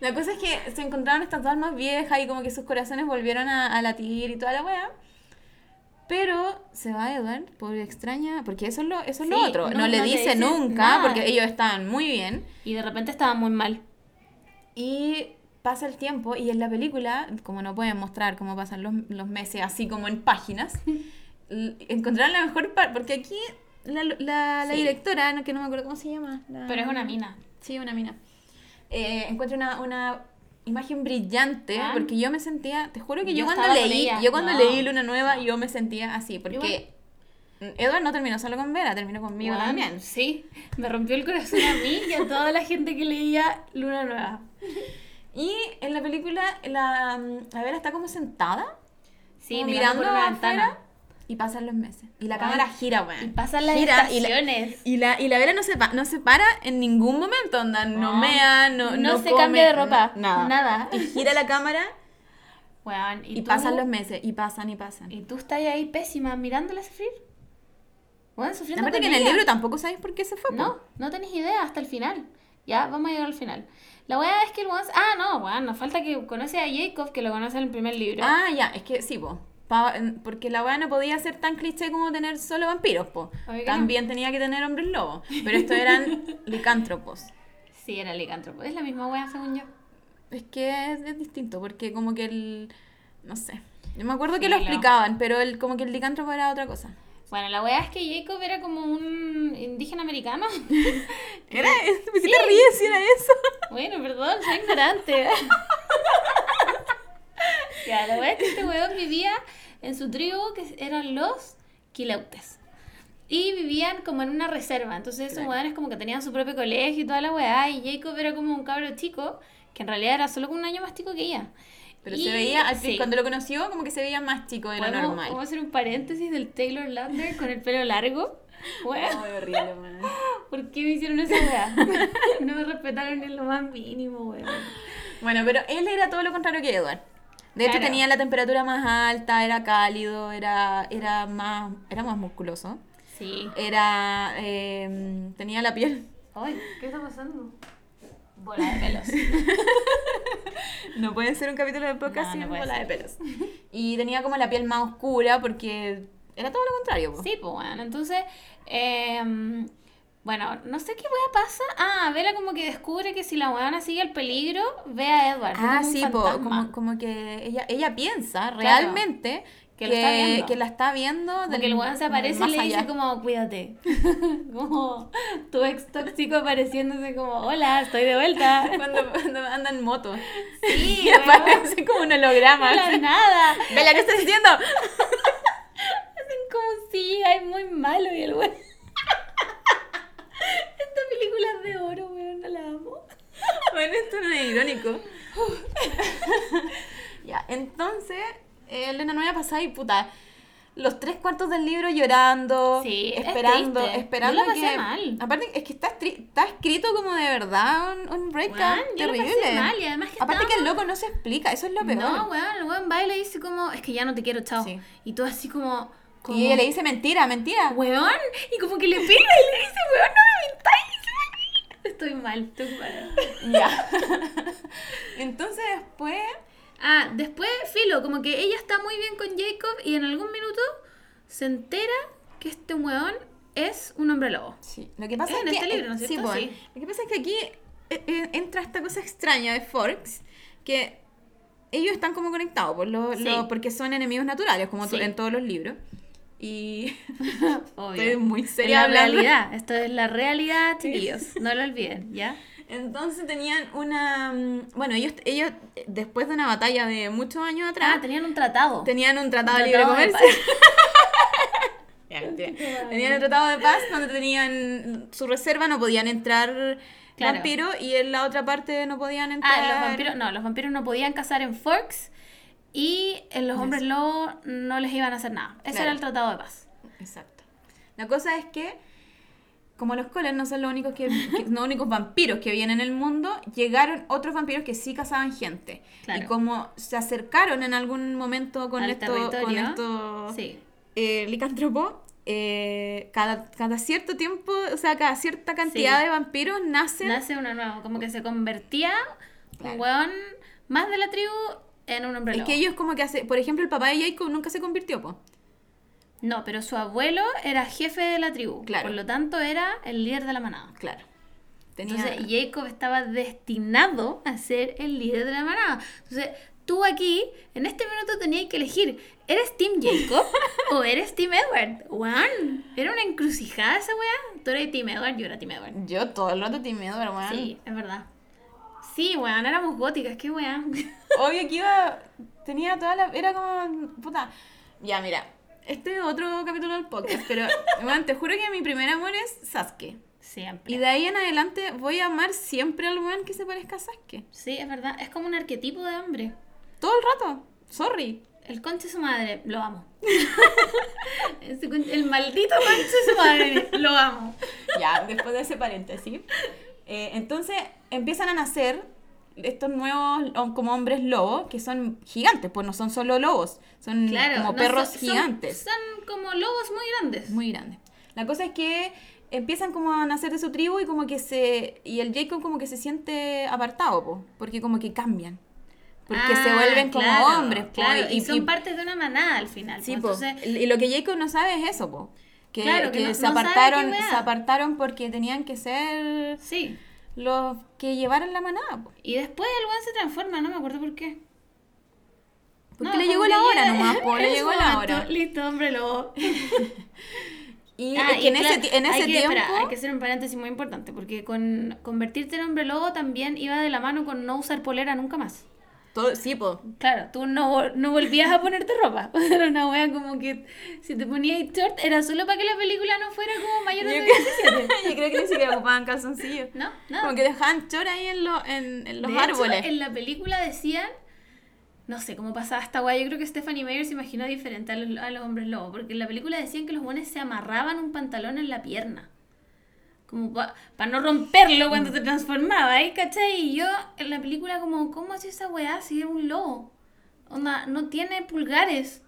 Speaker 2: La cosa es que se encontraron estas dos almas viejas y como que sus corazones volvieron a, a latir y toda la wea. Pero se va Edward por extraña, porque eso es lo, eso es lo
Speaker 1: Sí,
Speaker 2: otro. No,
Speaker 1: no-
Speaker 2: le
Speaker 1: no le
Speaker 2: dice
Speaker 1: dice
Speaker 2: nunca,
Speaker 1: nada.
Speaker 2: porque ellos estaban muy bien.
Speaker 1: Y de repente estaba muy mal.
Speaker 2: Y pasa el tiempo y en la película, como no pueden mostrar cómo pasan los, los meses así como en páginas, l- encontraron la mejor parte, porque aquí la, la- la
Speaker 1: Sí.
Speaker 2: directora, no- que no me acuerdo cómo se llama. la-
Speaker 1: Pero es una mina.
Speaker 2: Sí, una mina. Eh, encuentro una, una imagen brillante,
Speaker 1: Ah.
Speaker 2: porque yo me sentía, te juro que yo,
Speaker 1: Yo
Speaker 2: cuando
Speaker 1: estaba con
Speaker 2: leí,
Speaker 1: ella.
Speaker 2: yo cuando
Speaker 1: No.
Speaker 2: leí Luna Nueva, yo me sentía así, porque Edward no terminó solo con Vera, terminó conmigo
Speaker 1: Juan,
Speaker 2: también.
Speaker 1: Sí, me rompió el corazón a mí y a toda la gente que leía Luna Nueva.
Speaker 2: Y en la película, la, la Vera está como sentada,
Speaker 1: Sí,
Speaker 2: como
Speaker 1: mirando,
Speaker 2: mirando,
Speaker 1: por una
Speaker 2: afuera,
Speaker 1: ventana.
Speaker 2: y pasan los meses. Y la
Speaker 1: Juan.
Speaker 2: cámara gira, weón.
Speaker 1: Y pasan las
Speaker 2: Gira, y la-
Speaker 1: estaciones.
Speaker 2: Y la, y la Vera no se, pa- no se para en ningún momento, onda, no,
Speaker 1: No.
Speaker 2: mea, no,
Speaker 1: Ah. No se
Speaker 2: come,
Speaker 1: cambia de ropa,
Speaker 2: n- nada.
Speaker 1: nada.
Speaker 2: Y gira la cámara
Speaker 1: Juan, y,
Speaker 2: y
Speaker 1: tú-
Speaker 2: pasan los meses, y pasan y pasan.
Speaker 1: Y tú estás ahí pésima mirándola sufrir. Juan, sufriendo
Speaker 2: Aparte
Speaker 1: con
Speaker 2: que en el
Speaker 1: ella.
Speaker 2: libro tampoco sabéis por qué se fue. po.
Speaker 1: No, no tenés idea hasta el final. Ya, vamos a llegar al final. La weá es que el weón. Ah, no, weón, nos falta que conoce a Jacob, que lo conoce en el primer libro.
Speaker 2: Ah, ya, es que sí, po. Pa- porque la weá no podía ser tan cliché como tener solo vampiros, po.
Speaker 1: Obvio que
Speaker 2: También tenía que tener hombres lobos. Pero estos eran licántropos.
Speaker 1: Sí, era licántropo. Es la misma weá, según yo.
Speaker 2: Es que es, es distinto, porque como que el. No sé. Yo me acuerdo que
Speaker 1: Sí,
Speaker 2: lo
Speaker 1: lo-
Speaker 2: explicaban, pero el, como que el licántropo era otra cosa.
Speaker 1: Bueno, la weá es que Jacob era como un indígena americano.
Speaker 2: Era, es- ¿Por qué te ríes si era eso?
Speaker 1: bueno, perdón, soy ignorante. ya, la weá es que este weón vivía en su tribu, que eran los quileutes. Y vivían como en una reserva. Entonces esos
Speaker 2: Claro.
Speaker 1: weones como que tenían su propio colegio y toda la weá. Y Jacob era como un cabro chico, que en realidad era solo como un año más chico que ella.
Speaker 2: Pero
Speaker 1: Y-
Speaker 2: se veía, al fin,
Speaker 1: sí.
Speaker 2: cuando lo conoció, como que se veía más chico de lo
Speaker 1: ¿Podemos-
Speaker 2: normal.
Speaker 1: Vamos a hacer un paréntesis del Taylor Lander con el pelo largo. Weón.
Speaker 2: Ay, horrible, man.
Speaker 1: ¿Por qué me hicieron esa weá? no me respetaron en lo más mínimo, weón.
Speaker 2: Bueno, pero él era todo lo contrario que Edward. De hecho,
Speaker 1: Claro.
Speaker 2: tenía la temperatura más alta, era cálido, era, era, más, era más musculoso.
Speaker 1: Sí.
Speaker 2: Era. eh, tenía la piel.
Speaker 1: Ay, ¿qué está pasando? Bola de pelos.
Speaker 2: No puede ser un capítulo de podcast
Speaker 1: No,
Speaker 2: sin
Speaker 1: no puede
Speaker 2: bola de
Speaker 1: ser.
Speaker 2: pelos. Y tenía como la piel más oscura porque era todo lo contrario. po.
Speaker 1: sí, pues weón. Entonces, em, bueno, no sé qué weá pasa. Ah, Vela como que descubre que si la weona sigue el peligro, ve a Edward. es
Speaker 2: Ah,
Speaker 1: como un
Speaker 2: sí, po,
Speaker 1: fantasma.
Speaker 2: como, como que ella, ella piensa realmente
Speaker 1: Que lo está viendo.
Speaker 2: que la está viendo.
Speaker 1: Como
Speaker 2: del-
Speaker 1: que el weón se
Speaker 2: del
Speaker 1: aparece y
Speaker 2: más
Speaker 1: le dice
Speaker 2: allá.
Speaker 1: como, cuídate. como tu ex tóxico apareciéndose como, hola, estoy de vuelta.
Speaker 2: Cuando, cuando anda en moto.
Speaker 1: Sí,
Speaker 2: Y
Speaker 1: weón.
Speaker 2: aparece como un holograma.
Speaker 1: De la
Speaker 2: así.
Speaker 1: nada.
Speaker 2: Vela, ¿qué estás diciendo?
Speaker 1: Hacen como si hay muy malo y el weón. Esta película es de oro, weón, no la amo.
Speaker 2: Bueno, esto no es irónico. ya, entonces, eh, Elena no había pasado y puta. los tres cuartos del libro llorando,
Speaker 1: Sí, es
Speaker 2: esperando,
Speaker 1: triste.
Speaker 2: esperando
Speaker 1: Yo la pasé
Speaker 2: que...
Speaker 1: mal.
Speaker 2: Aparte, es que está, estri- está escrito como de verdad un, un breakup
Speaker 1: Weón, yo la pasé
Speaker 2: terrible.
Speaker 1: mal, y además que
Speaker 2: Aparte que el
Speaker 1: estábamos-
Speaker 2: loco no se explica, eso es lo peor.
Speaker 1: No, weón, el weón va y le dice como, es que ya no te quiero, chao.
Speaker 2: Sí.
Speaker 1: Y tú así como, como
Speaker 2: y ella le dice mentira, mentira.
Speaker 1: weón, y como que le pega y le dice, weón, no me mentáis. Estoy mal, estoy mal.
Speaker 2: Ya. Entonces después,
Speaker 1: Ah, después, Filo, como que ella está muy bien con Jacob y en algún minuto se entera que este weón es un hombre lobo.
Speaker 2: sí, lo que pasa
Speaker 1: Es
Speaker 2: es,
Speaker 1: en
Speaker 2: que
Speaker 1: este libro, ¿no es
Speaker 2: sí,
Speaker 1: cierto?
Speaker 2: po,
Speaker 1: Sí.
Speaker 2: Lo que pasa es que aquí eh, eh, entra esta cosa extraña de Forks que ellos están como conectados por lo-
Speaker 1: Sí.
Speaker 2: lo- porque son enemigos naturales como to-
Speaker 1: Sí.
Speaker 2: en todos los libros. Y
Speaker 1: Obvio.
Speaker 2: estoy muy
Speaker 1: Es
Speaker 2: seria
Speaker 1: la
Speaker 2: hablando.
Speaker 1: realidad, esto es la realidad, chiquillos. No lo olviden, ¿ya?
Speaker 2: Entonces tenían una mm, bueno, ellos ellos eh, después de una batalla de muchos años atrás
Speaker 1: Ah, tenían un tratado.
Speaker 2: tenían un tratado,
Speaker 1: Un
Speaker 2: de libre
Speaker 1: tratado de
Speaker 2: comercio. Ya, mentira. Tenían el tratado de paz donde tenían su reserva, no podían entrar
Speaker 1: Claro.
Speaker 2: vampiros y en la otra parte no podían entrar.
Speaker 1: Ah, los vampiros, no, los vampiros no podían cazar en Forks y eh, los hombres lobo no les iban a hacer nada. Ese
Speaker 2: Claro.
Speaker 1: era el tratado de paz.
Speaker 2: Exacto. La cosa es que, como los Colen no son los únicos, que, que- no únicos vampiros que vienen en el mundo, llegaron otros vampiros que sí cazaban gente.
Speaker 1: Claro.
Speaker 2: Y como se acercaron en algún momento con
Speaker 1: Al
Speaker 2: esto, con
Speaker 1: territorio.
Speaker 2: estos
Speaker 1: Sí.
Speaker 2: eh, licántropos, eh, cada, cada cierto tiempo, o sea, cada cierta cantidad
Speaker 1: Sí.
Speaker 2: de vampiros nacen
Speaker 1: Nace uno nuevo, como que se convertía
Speaker 2: Claro.
Speaker 1: un weón más de la tribu en un hombre
Speaker 2: Es
Speaker 1: lobo.
Speaker 2: que ellos como que hace, por ejemplo, el papá de Jacob nunca se convirtió, po.
Speaker 1: No, pero su abuelo era jefe de la tribu.
Speaker 2: Claro.
Speaker 1: Por lo tanto, era el líder de la manada.
Speaker 2: Claro. Tenía
Speaker 1: Entonces, Jacob estaba destinado a ser el líder de la manada. Entonces, tú aquí, en este minuto, tenías que elegir: ¿eres Team Jacob o eres Team Edward? ¡Weón! Era una encrucijada esa weá. Tú eras Team Edward, yo era Team Edward.
Speaker 2: yo todo el rato tímido, pero weón.
Speaker 1: Sí, es verdad. Sí, weón, éramos góticas, qué weá.
Speaker 2: Obvio que iba tenía toda la era como puta. Ya, mira. Este es otro capítulo del podcast, pero weón, te juro que mi primer amor es Sasuke.
Speaker 1: Siempre.
Speaker 2: Y de ahí en adelante voy a amar siempre al weón que se parezca a Sasuke.
Speaker 1: Sí, es verdad. Es como un arquetipo de hombre.
Speaker 2: Todo el rato. Sorry.
Speaker 1: El conche su madre, lo amo. Ese con- el maldito conche su madre, lo amo.
Speaker 2: Ya, después de ese paréntesis. Eh, entonces empiezan a nacer estos nuevos hom- como hombres lobos que son gigantes, pues no son solo lobos, son
Speaker 1: Claro.
Speaker 2: como
Speaker 1: no,
Speaker 2: perros
Speaker 1: son- son-
Speaker 2: gigantes,
Speaker 1: Son, como lobos muy grandes.
Speaker 2: muy grandes. La cosa es que empiezan como a nacer de su tribu y como que se y el Jacob como que se siente apartado, po, porque como que cambian. Porque se
Speaker 1: Ah,
Speaker 2: vuelven como
Speaker 1: claro,
Speaker 2: hombres, po,
Speaker 1: claro, y, son
Speaker 2: y-
Speaker 1: partes de una manada al final.
Speaker 2: Sí,
Speaker 1: pues,
Speaker 2: po.
Speaker 1: entonces,
Speaker 2: y lo que Jacob no sabe es eso, po. Que,
Speaker 1: Claro, que
Speaker 2: que
Speaker 1: no-
Speaker 2: se
Speaker 1: no sabe qué
Speaker 2: apartaron,
Speaker 1: weá.
Speaker 2: se apartaron porque tenían que ser
Speaker 1: sí.
Speaker 2: los que llevaron la manada. po.
Speaker 1: Y después el weón se transforma, no me acuerdo por qué.
Speaker 2: Porque
Speaker 1: No, como
Speaker 2: le llegó
Speaker 1: que
Speaker 2: la hora
Speaker 1: llega-
Speaker 2: nomás, po, le
Speaker 1: en su
Speaker 2: llegó la
Speaker 1: momento,
Speaker 2: hora.
Speaker 1: Listo, hombre lobo.
Speaker 2: Y
Speaker 1: Ah,
Speaker 2: es que
Speaker 1: y
Speaker 2: en ese,
Speaker 1: claro,
Speaker 2: ti- en
Speaker 1: hay
Speaker 2: ese
Speaker 1: que-
Speaker 2: tiempo,
Speaker 1: espera, hay que hacer un paréntesis muy importante, porque con convertirte en hombre lobo también iba de la mano con no usar polera nunca más.
Speaker 2: todo, sí, po.
Speaker 1: Claro, tú no, vol- no volvías a ponerte ropa. Era una wea como que si te ponías short era solo para que la película no fuera como
Speaker 2: Yo
Speaker 1: mayor de
Speaker 2: creo,
Speaker 1: 17.
Speaker 2: que, yo creo que ni siquiera ocupaban calzoncillos.
Speaker 1: No, nada.
Speaker 2: Como que dejaban chor ahí en, lo- en, en los
Speaker 1: De hecho,
Speaker 2: árboles.
Speaker 1: en la película decían, no sé cómo pasaba esta wea, yo creo que Stephanie Meyer se imaginó diferente a los, a los hombres lobo, porque en la película decían que los buenos se amarraban un pantalón en la pierna. Como para no romperlo cuando te transformaba, ¿eh? ¿Cachai? Y yo en la película como, ¿cómo hace esa weá si es un lobo? Onda, no tiene pulgares.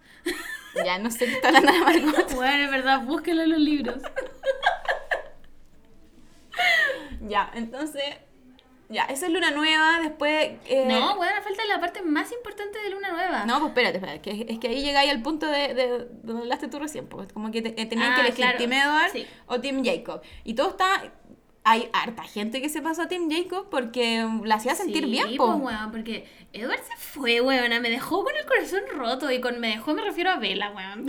Speaker 2: Ya no sé qué está hablando la Margot.
Speaker 1: Bueno, es verdad, búsquenlo en los libros.
Speaker 2: Ya, entonces. Ya, esa es luna nueva. Después. eh,
Speaker 1: No, weón, falta la parte más importante de Luna Nueva.
Speaker 2: No, pues espérate, espérate, que es que ahí llegáis al punto de, de- de donde hablaste tú recién, pues como que te- eh, tenían
Speaker 1: Ah,
Speaker 2: que elegir
Speaker 1: claro,
Speaker 2: Team Edward
Speaker 1: sí.
Speaker 2: o Team Jacob. Y todo está, hay harta gente que se pasó a Team Jacob porque la hacía sentir
Speaker 1: sí,
Speaker 2: bien,
Speaker 1: pues,
Speaker 2: po.
Speaker 1: weón, porque Edward se fue, weón, me dejó con el corazón roto y con me dejó me refiero a Vela, weón.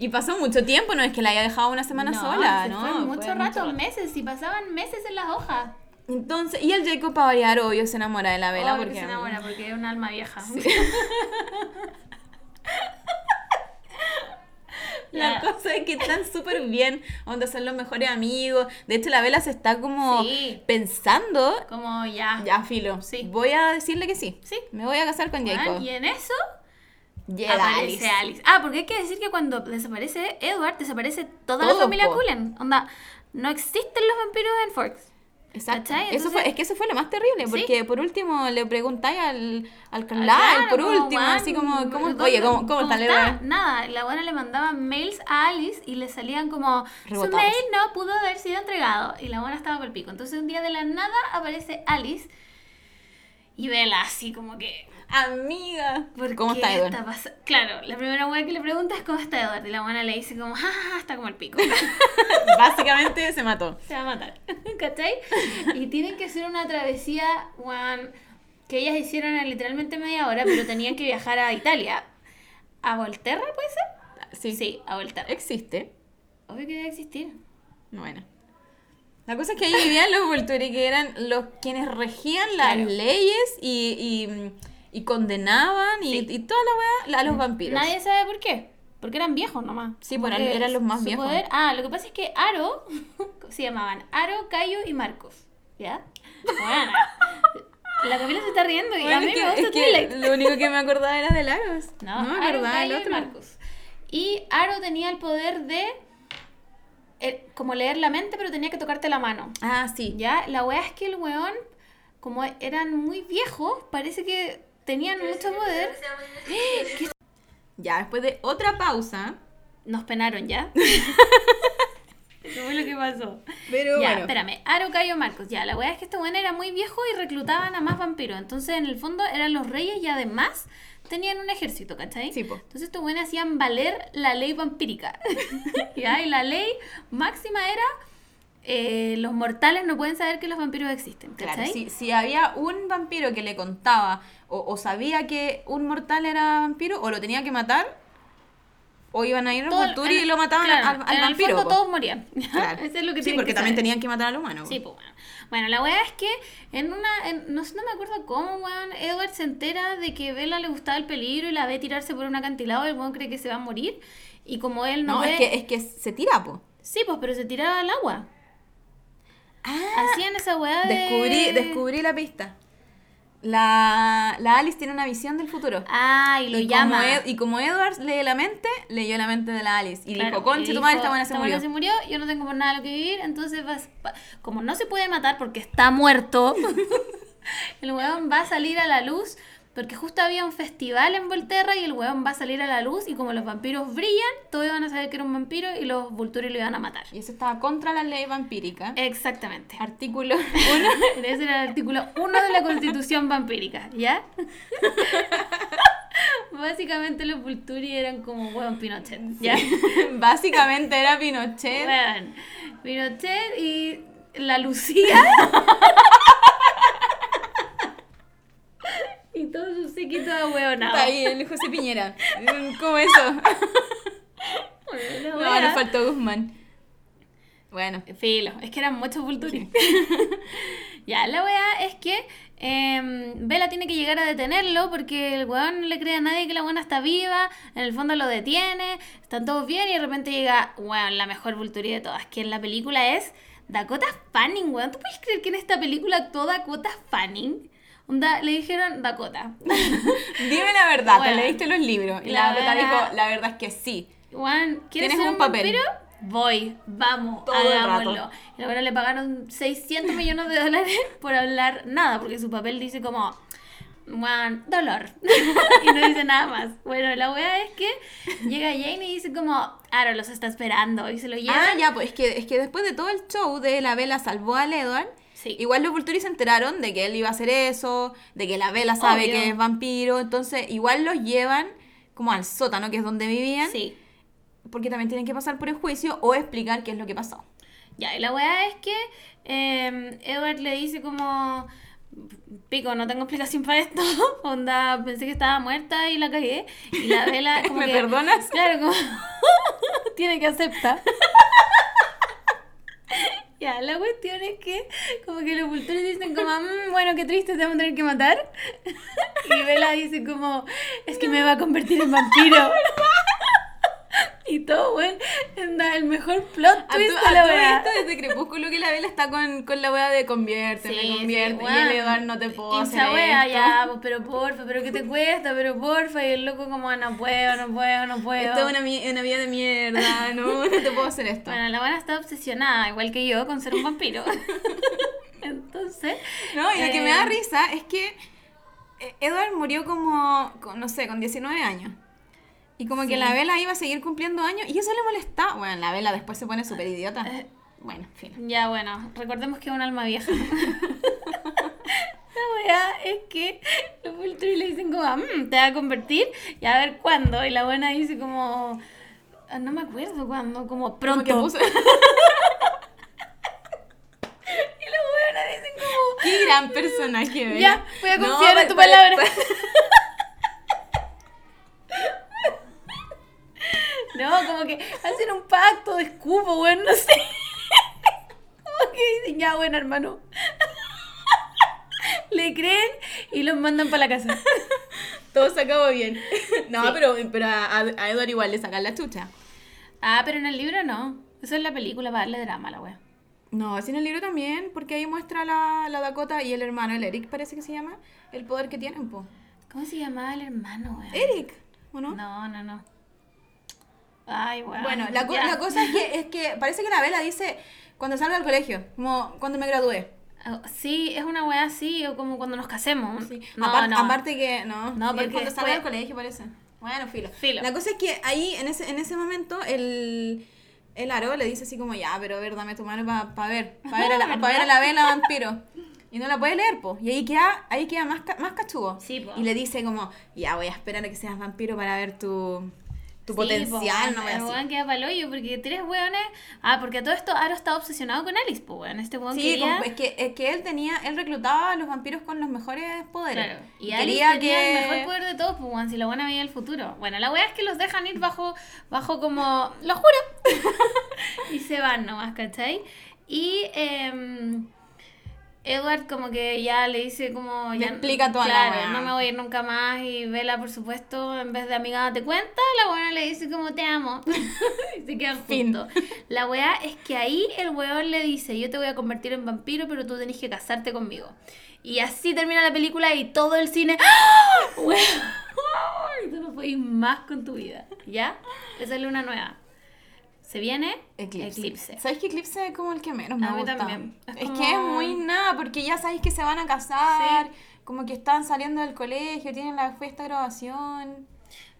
Speaker 2: Y pasó mucho tiempo, no es que la haya dejado una semana
Speaker 1: No,
Speaker 2: sola,
Speaker 1: se
Speaker 2: ¿no?
Speaker 1: fue
Speaker 2: Fue
Speaker 1: mucho rato, meses, y pasaban meses en las hojas.
Speaker 2: Entonces, y el Jacob para variar, obvio, se enamora de la vela
Speaker 1: Ay, que
Speaker 2: porque...
Speaker 1: se enamora, porque es un alma vieja. Ya.
Speaker 2: La cosa es que están súper bien, donde son los mejores amigos. De hecho, la vela se está como
Speaker 1: Sí.
Speaker 2: pensando,
Speaker 1: Como ya.
Speaker 2: ya filo,
Speaker 1: Sí.
Speaker 2: voy a decirle que sí.
Speaker 1: Sí.
Speaker 2: Me voy a casar con
Speaker 1: Weón,
Speaker 2: Jacob.
Speaker 1: y en eso,
Speaker 2: Llega
Speaker 1: aparece
Speaker 2: Alice.
Speaker 1: Alice. Ah, porque hay que decir que cuando desaparece Edward, desaparece toda la
Speaker 2: Todo,
Speaker 1: familia
Speaker 2: po.
Speaker 1: Cullen. Onda, no existen los vampiros en Forks.
Speaker 2: Exacto.
Speaker 1: ¿Cachai?
Speaker 2: eso
Speaker 1: Entonces-
Speaker 2: fue, es que eso fue lo más terrible,
Speaker 1: Sí. Ah,
Speaker 2: porque por último le preguntáis al, al Carlyle,
Speaker 1: Claro,
Speaker 2: por
Speaker 1: como,
Speaker 2: último,
Speaker 1: weón,
Speaker 2: así como, ¿cómo,
Speaker 1: ¿dónde-
Speaker 2: oye, ¿cómo, cómo está eh? el weón?
Speaker 1: Nada, la buena le mandaba mails a Alice y le salían como, su
Speaker 2: Rebotados.
Speaker 1: mail no pudo haber sido entregado y la buena estaba por pico. Entonces un día de la nada aparece Alice y vela así como que...
Speaker 2: Amiga.
Speaker 1: ¿por
Speaker 2: ¿Cómo
Speaker 1: qué
Speaker 2: está Edward?
Speaker 1: pas- Claro, la primera wea que le pregunta es cómo está Edward y la buena le dice como, ja, ja, ja, está como el pico.
Speaker 2: Básicamente se mató.
Speaker 1: se va a matar. ¿Cachai? Y tienen que hacer una travesía, weón, que ellas hicieron en literalmente media hora, pero tenían que viajar a Italia. ¿A Volterra puede ser?
Speaker 2: Sí.
Speaker 1: Sí, a Volterra.
Speaker 2: Existe.
Speaker 1: Obvio que debe existir.
Speaker 2: Bueno. La cosa es que ahí vivían los Volturi, que eran los quienes regían las
Speaker 1: Claro.
Speaker 2: leyes y, y- y condenaban y,
Speaker 1: Sí.
Speaker 2: y toda la weá a los vampiros.
Speaker 1: Nadie sabe por qué. Porque eran viejos nomás.
Speaker 2: Sí,
Speaker 1: Como
Speaker 2: pues,
Speaker 1: que
Speaker 2: eran los más
Speaker 1: su
Speaker 2: viejos.
Speaker 1: Ah, lo que pasa es que Aro se llamaban Aro, Cayo y Marcos. ¿Ya? Bueno. La Camila se está riendo y
Speaker 2: Bueno,
Speaker 1: a mí
Speaker 2: es que-
Speaker 1: me gusta
Speaker 2: es que
Speaker 1: Twilight.
Speaker 2: Lo único que me acordaba era de Lagos.
Speaker 1: No,
Speaker 2: me
Speaker 1: Aro,
Speaker 2: acordaba del
Speaker 1: Cayo y
Speaker 2: otro.
Speaker 1: Marcus. Y Aro tenía el poder de eh, como leer la mente, pero tenía que tocarte la mano.
Speaker 2: Ah, sí.
Speaker 1: Ya, la weá es que el weón, como eran muy viejos, parece que tenían mucho poder.
Speaker 2: Ya, después de otra pausa.
Speaker 1: Nos penaron ya. Eso fue lo que pasó.
Speaker 2: Pero
Speaker 1: ya,
Speaker 2: bueno.
Speaker 1: espérame. Aro, Cayo, Marcos. Ya, la weá es que este weón era muy viejo y reclutaban a más vampiros. Entonces, en el fondo, eran los reyes y además tenían un ejército, ¿cachai?
Speaker 2: Sí, po.
Speaker 1: Entonces, estos weones hacían valer la ley vampírica. ya, y la ley máxima era... eh, los mortales no pueden saber que los vampiros existen, ¿cachai?
Speaker 2: Claro, si, si había un vampiro que le contaba o, o sabía que un mortal era vampiro o lo tenía que matar o iban a ir los
Speaker 1: Todo-
Speaker 2: Volturi
Speaker 1: en-
Speaker 2: y lo mataban
Speaker 1: claro,
Speaker 2: al, al
Speaker 1: en
Speaker 2: vampiro.
Speaker 1: el fondo
Speaker 2: po.
Speaker 1: todos morían.
Speaker 2: Claro.
Speaker 1: Eso es lo que
Speaker 2: sí,
Speaker 1: tienen
Speaker 2: porque
Speaker 1: que
Speaker 2: también
Speaker 1: saber.
Speaker 2: tenían que matar al humano. po.
Speaker 1: Sí, pues bueno. Bueno, la weá es que en una. en- no, sé- no me acuerdo cómo, weón. Edward se entera de que Bella le gustaba el peligro y la ve tirarse por un acantilado. El weón cree que se va a morir. Y como él pues, no,
Speaker 2: no,
Speaker 1: ve.
Speaker 2: es que, es que se tira, po.
Speaker 1: Sí, pues, pero se tiraba al agua.
Speaker 2: Ah,
Speaker 1: Hacían esa weá de.
Speaker 2: descubrí, descubrí la pista. La, la Alice tiene una visión del futuro.
Speaker 1: Ah, y lo llama.
Speaker 2: Como Ed- y como Edward lee la mente, leyó la mente de la Alice. Y
Speaker 1: Claro,
Speaker 2: dijo, conche,
Speaker 1: y
Speaker 2: tu madre,
Speaker 1: dijo,
Speaker 2: esta buena se
Speaker 1: "Esta
Speaker 2: murió.
Speaker 1: buena yo no tengo por nada lo que vivir, entonces vas, va- como no se puede matar porque está muerto, el huevón va a salir a la luz, porque justo había un festival en Volterra y el huevón va a salir a la luz y como los vampiros brillan, todos van a saber que era un vampiro y los vulturi lo iban a matar.
Speaker 2: Y eso estaba contra la ley
Speaker 1: Este.
Speaker 2: vampírica.
Speaker 1: Exactamente.
Speaker 2: Artículo 1.
Speaker 1: Ese era el artículo 1 de la constitución vampírica, ¿ya? Básicamente los vulturi eran como huevón Pinochet, ¿ya?
Speaker 2: Básicamente era Pinochet.
Speaker 1: Weón, Pinochet y la Lucía. y todo su séquito de hueonado.
Speaker 2: Está ahí el José Piñera. Mm, ¿Cómo eso?
Speaker 1: Bueno,
Speaker 2: No,
Speaker 1: wea.
Speaker 2: nos faltó Guzmán. Bueno,
Speaker 1: Filo, es que eran muchos vulturi. ya, la weá es que em, Vela tiene que llegar a detenerlo porque el weón no le cree a nadie que la buena está viva. En el fondo lo detiene, están todos bien y de repente llega, weón, la mejor vulturi de todas, que en la película es Dakota Fanning, weón. ¿Tú puedes creer que en esta película actuó Dakota Fanning? Onda, le dijeron Dakota.
Speaker 2: dime la verdad,
Speaker 1: Bueno.
Speaker 2: te leíste los libros. Y
Speaker 1: La
Speaker 2: la verdad
Speaker 1: verdad-
Speaker 2: dijo, la verdad es que sí.
Speaker 1: Juan, ¿quieres
Speaker 2: Tienes
Speaker 1: ser
Speaker 2: un
Speaker 1: un
Speaker 2: papel.
Speaker 1: vampiro? Voy, vamos,
Speaker 2: Todo el
Speaker 1: hagámoslo.
Speaker 2: rato.
Speaker 1: Y luego le pagaron 600 millones de dólares por hablar nada, porque su papel dice como, Juan, dolor. y no dice nada más. Bueno, la wea es que llega Jane y dice como, Aro los está esperando. Y se lo lleva.
Speaker 2: Ah, ya, pues es que, es que después de todo el show de la vela salvó al Edward,
Speaker 1: Sí.
Speaker 2: igual los Vulturi se enteraron de que él iba a hacer eso, de que la vela sabe
Speaker 1: Obvio.
Speaker 2: que es vampiro, entonces igual los llevan como al sótano, que es donde vivían,
Speaker 1: Sí.
Speaker 2: porque también tienen que pasar por el juicio o explicar qué es lo que pasó.
Speaker 1: Ya, y la weá es que eh, Edward le dice como, pico, no tengo explicación para esto, onda, pensé que estaba muerta y la cagué, y la vela como
Speaker 2: ¿Me
Speaker 1: que-
Speaker 2: perdonas?
Speaker 1: Claro, como, tiene que aceptar. Ya, la cuestión es que como que los cultores dicen como, "Mm, bueno, qué triste, te vamos a tener que matar. Y Vela dice como, es que me va a convertir en vampiro. Y todo, weón, Anda, el mejor plot
Speaker 2: A tu,
Speaker 1: twist
Speaker 2: a
Speaker 1: de la
Speaker 2: todo
Speaker 1: weá.
Speaker 2: esto desde Crepúsculo que la vela está con, con la wea de convierte,
Speaker 1: Sí,
Speaker 2: me
Speaker 1: sí,
Speaker 2: convierte, y
Speaker 1: weón.
Speaker 2: el Eduardo no te puedo hacer
Speaker 1: Hincha wea,
Speaker 2: esto.
Speaker 1: ya, pues, pero porfa, pero ¿qué te cuesta? Pero porfa, y el loco como, "Ah, no puedo, no puedo, no puedo.
Speaker 2: Esto es una, mie- una vida de mierda, no, no te puedo hacer esto.
Speaker 1: Bueno, la buena está obsesionada, igual que yo, con ser un vampiro. Entonces,
Speaker 2: No, y lo que me
Speaker 1: eh,
Speaker 2: da risa es que eh, Edward murió como, con- no sé, con 19 años. Y como que
Speaker 1: Sí.
Speaker 2: la vela iba a seguir cumpliendo años y eso le molesta. Bueno, la vela después se pone súper idiota.
Speaker 1: Eh.
Speaker 2: Bueno, en fin.
Speaker 1: Ya, bueno, recordemos que es un alma vieja. La weá es que los vultures le dicen como, "Mm, te va a convertir y a ver cuándo. Y la buena dice como, "Ah, no me acuerdo cuándo, como
Speaker 2: Como
Speaker 1: pronto.
Speaker 2: que puso-
Speaker 1: Y la buena dicen como,
Speaker 2: Qué gran personaje, Bella.
Speaker 1: ya, voy a
Speaker 2: No,
Speaker 1: confiar en
Speaker 2: pa-
Speaker 1: tu
Speaker 2: pa-
Speaker 1: palabra.
Speaker 2: pa-
Speaker 1: No, como que hacen un pacto de escupo, weón, no sé. Como que dicen, ya, bueno, hermano. Le creen y los mandan para la casa.
Speaker 2: Todo se acabó bien. No, pero, pero a, a a Edward igual le sacan la chucha.
Speaker 1: Ah, pero en el libro no. Eso es la película para darle drama a la wea.
Speaker 2: No, así en el libro también, porque ahí muestra la, la Dakota y el hermano, el Eric parece que se llama, el poder que tienen, po.
Speaker 1: ¿Cómo se llamaba el hermano, weón?
Speaker 2: Eric, ¿o no?
Speaker 1: No, no, no. Ay, weón.
Speaker 2: Bueno, la, co-
Speaker 1: ya.
Speaker 2: la cosa es que, es que parece que la vela dice cuando salga del colegio, como cuando me gradué.
Speaker 1: Ah, Sí, es una weá así, o como cuando nos casemos.
Speaker 2: Sí.
Speaker 1: Mm, No,
Speaker 2: Apar-
Speaker 1: no.
Speaker 2: Aparte que, no,
Speaker 1: No,
Speaker 2: sí,
Speaker 1: porque
Speaker 2: cuando salga del
Speaker 1: después-
Speaker 2: colegio parece. Bueno, filo.
Speaker 1: Filo.
Speaker 2: La cosa es que ahí, en ese, en ese momento, el, el aro le dice así como, ya, pero a ver, dame tu mano para ver, para ver, a la- pa ver a la vela vampiro. Y no la puede leer, po. Y ahí queda, ahí queda más, ca- más cachudo.
Speaker 1: Sí, po.
Speaker 2: Y le dice como, ya, voy a esperar a que seas vampiro para ver tu, tu
Speaker 1: Sí, po,
Speaker 2: potencial,
Speaker 1: weón,
Speaker 2: no voy
Speaker 1: El weón queda pa'l hoyo porque tres weones. Ah, porque a todo esto Aro está obsesionado con Alice, pues weón. Este weón
Speaker 2: Sí,
Speaker 1: quería.
Speaker 2: como- es, que, es que él tenía, él reclutaba a los vampiros con los mejores poderes.
Speaker 1: Claro. Y Alice tenía el mejor poder de todos, pues weón, si la buena veía el futuro. Bueno, la weá es que los dejan ir bajo, bajo como. Lo juro. y se van nomás, ¿cachai? Y em, Edward como que ya le dice como
Speaker 2: Le
Speaker 1: ya
Speaker 2: explica toda la
Speaker 1: claro,
Speaker 2: weá.
Speaker 1: no me voy a ir nunca más y Vela por supuesto en vez de amiga te cuenta la buena le dice como te amo y se quedan
Speaker 2: Fin.
Speaker 1: juntos la weá es que ahí el weón le dice yo te voy a convertir en vampiro pero tú tenés que casarte conmigo y así termina la película y todo el cine ¡Ah! weón tú no puedes ir más con tu vida ya esa es luna nueva se viene
Speaker 2: Eclipse.
Speaker 1: Eclipse.
Speaker 2: ¿Sabes que Eclipse es como el que menos me
Speaker 1: A mí
Speaker 2: gusta?
Speaker 1: también. Es
Speaker 2: Es,
Speaker 1: como-
Speaker 2: que es muy nada, porque ya sabéis que se van a casar, como que están saliendo del colegio, tienen la fiesta de graduación.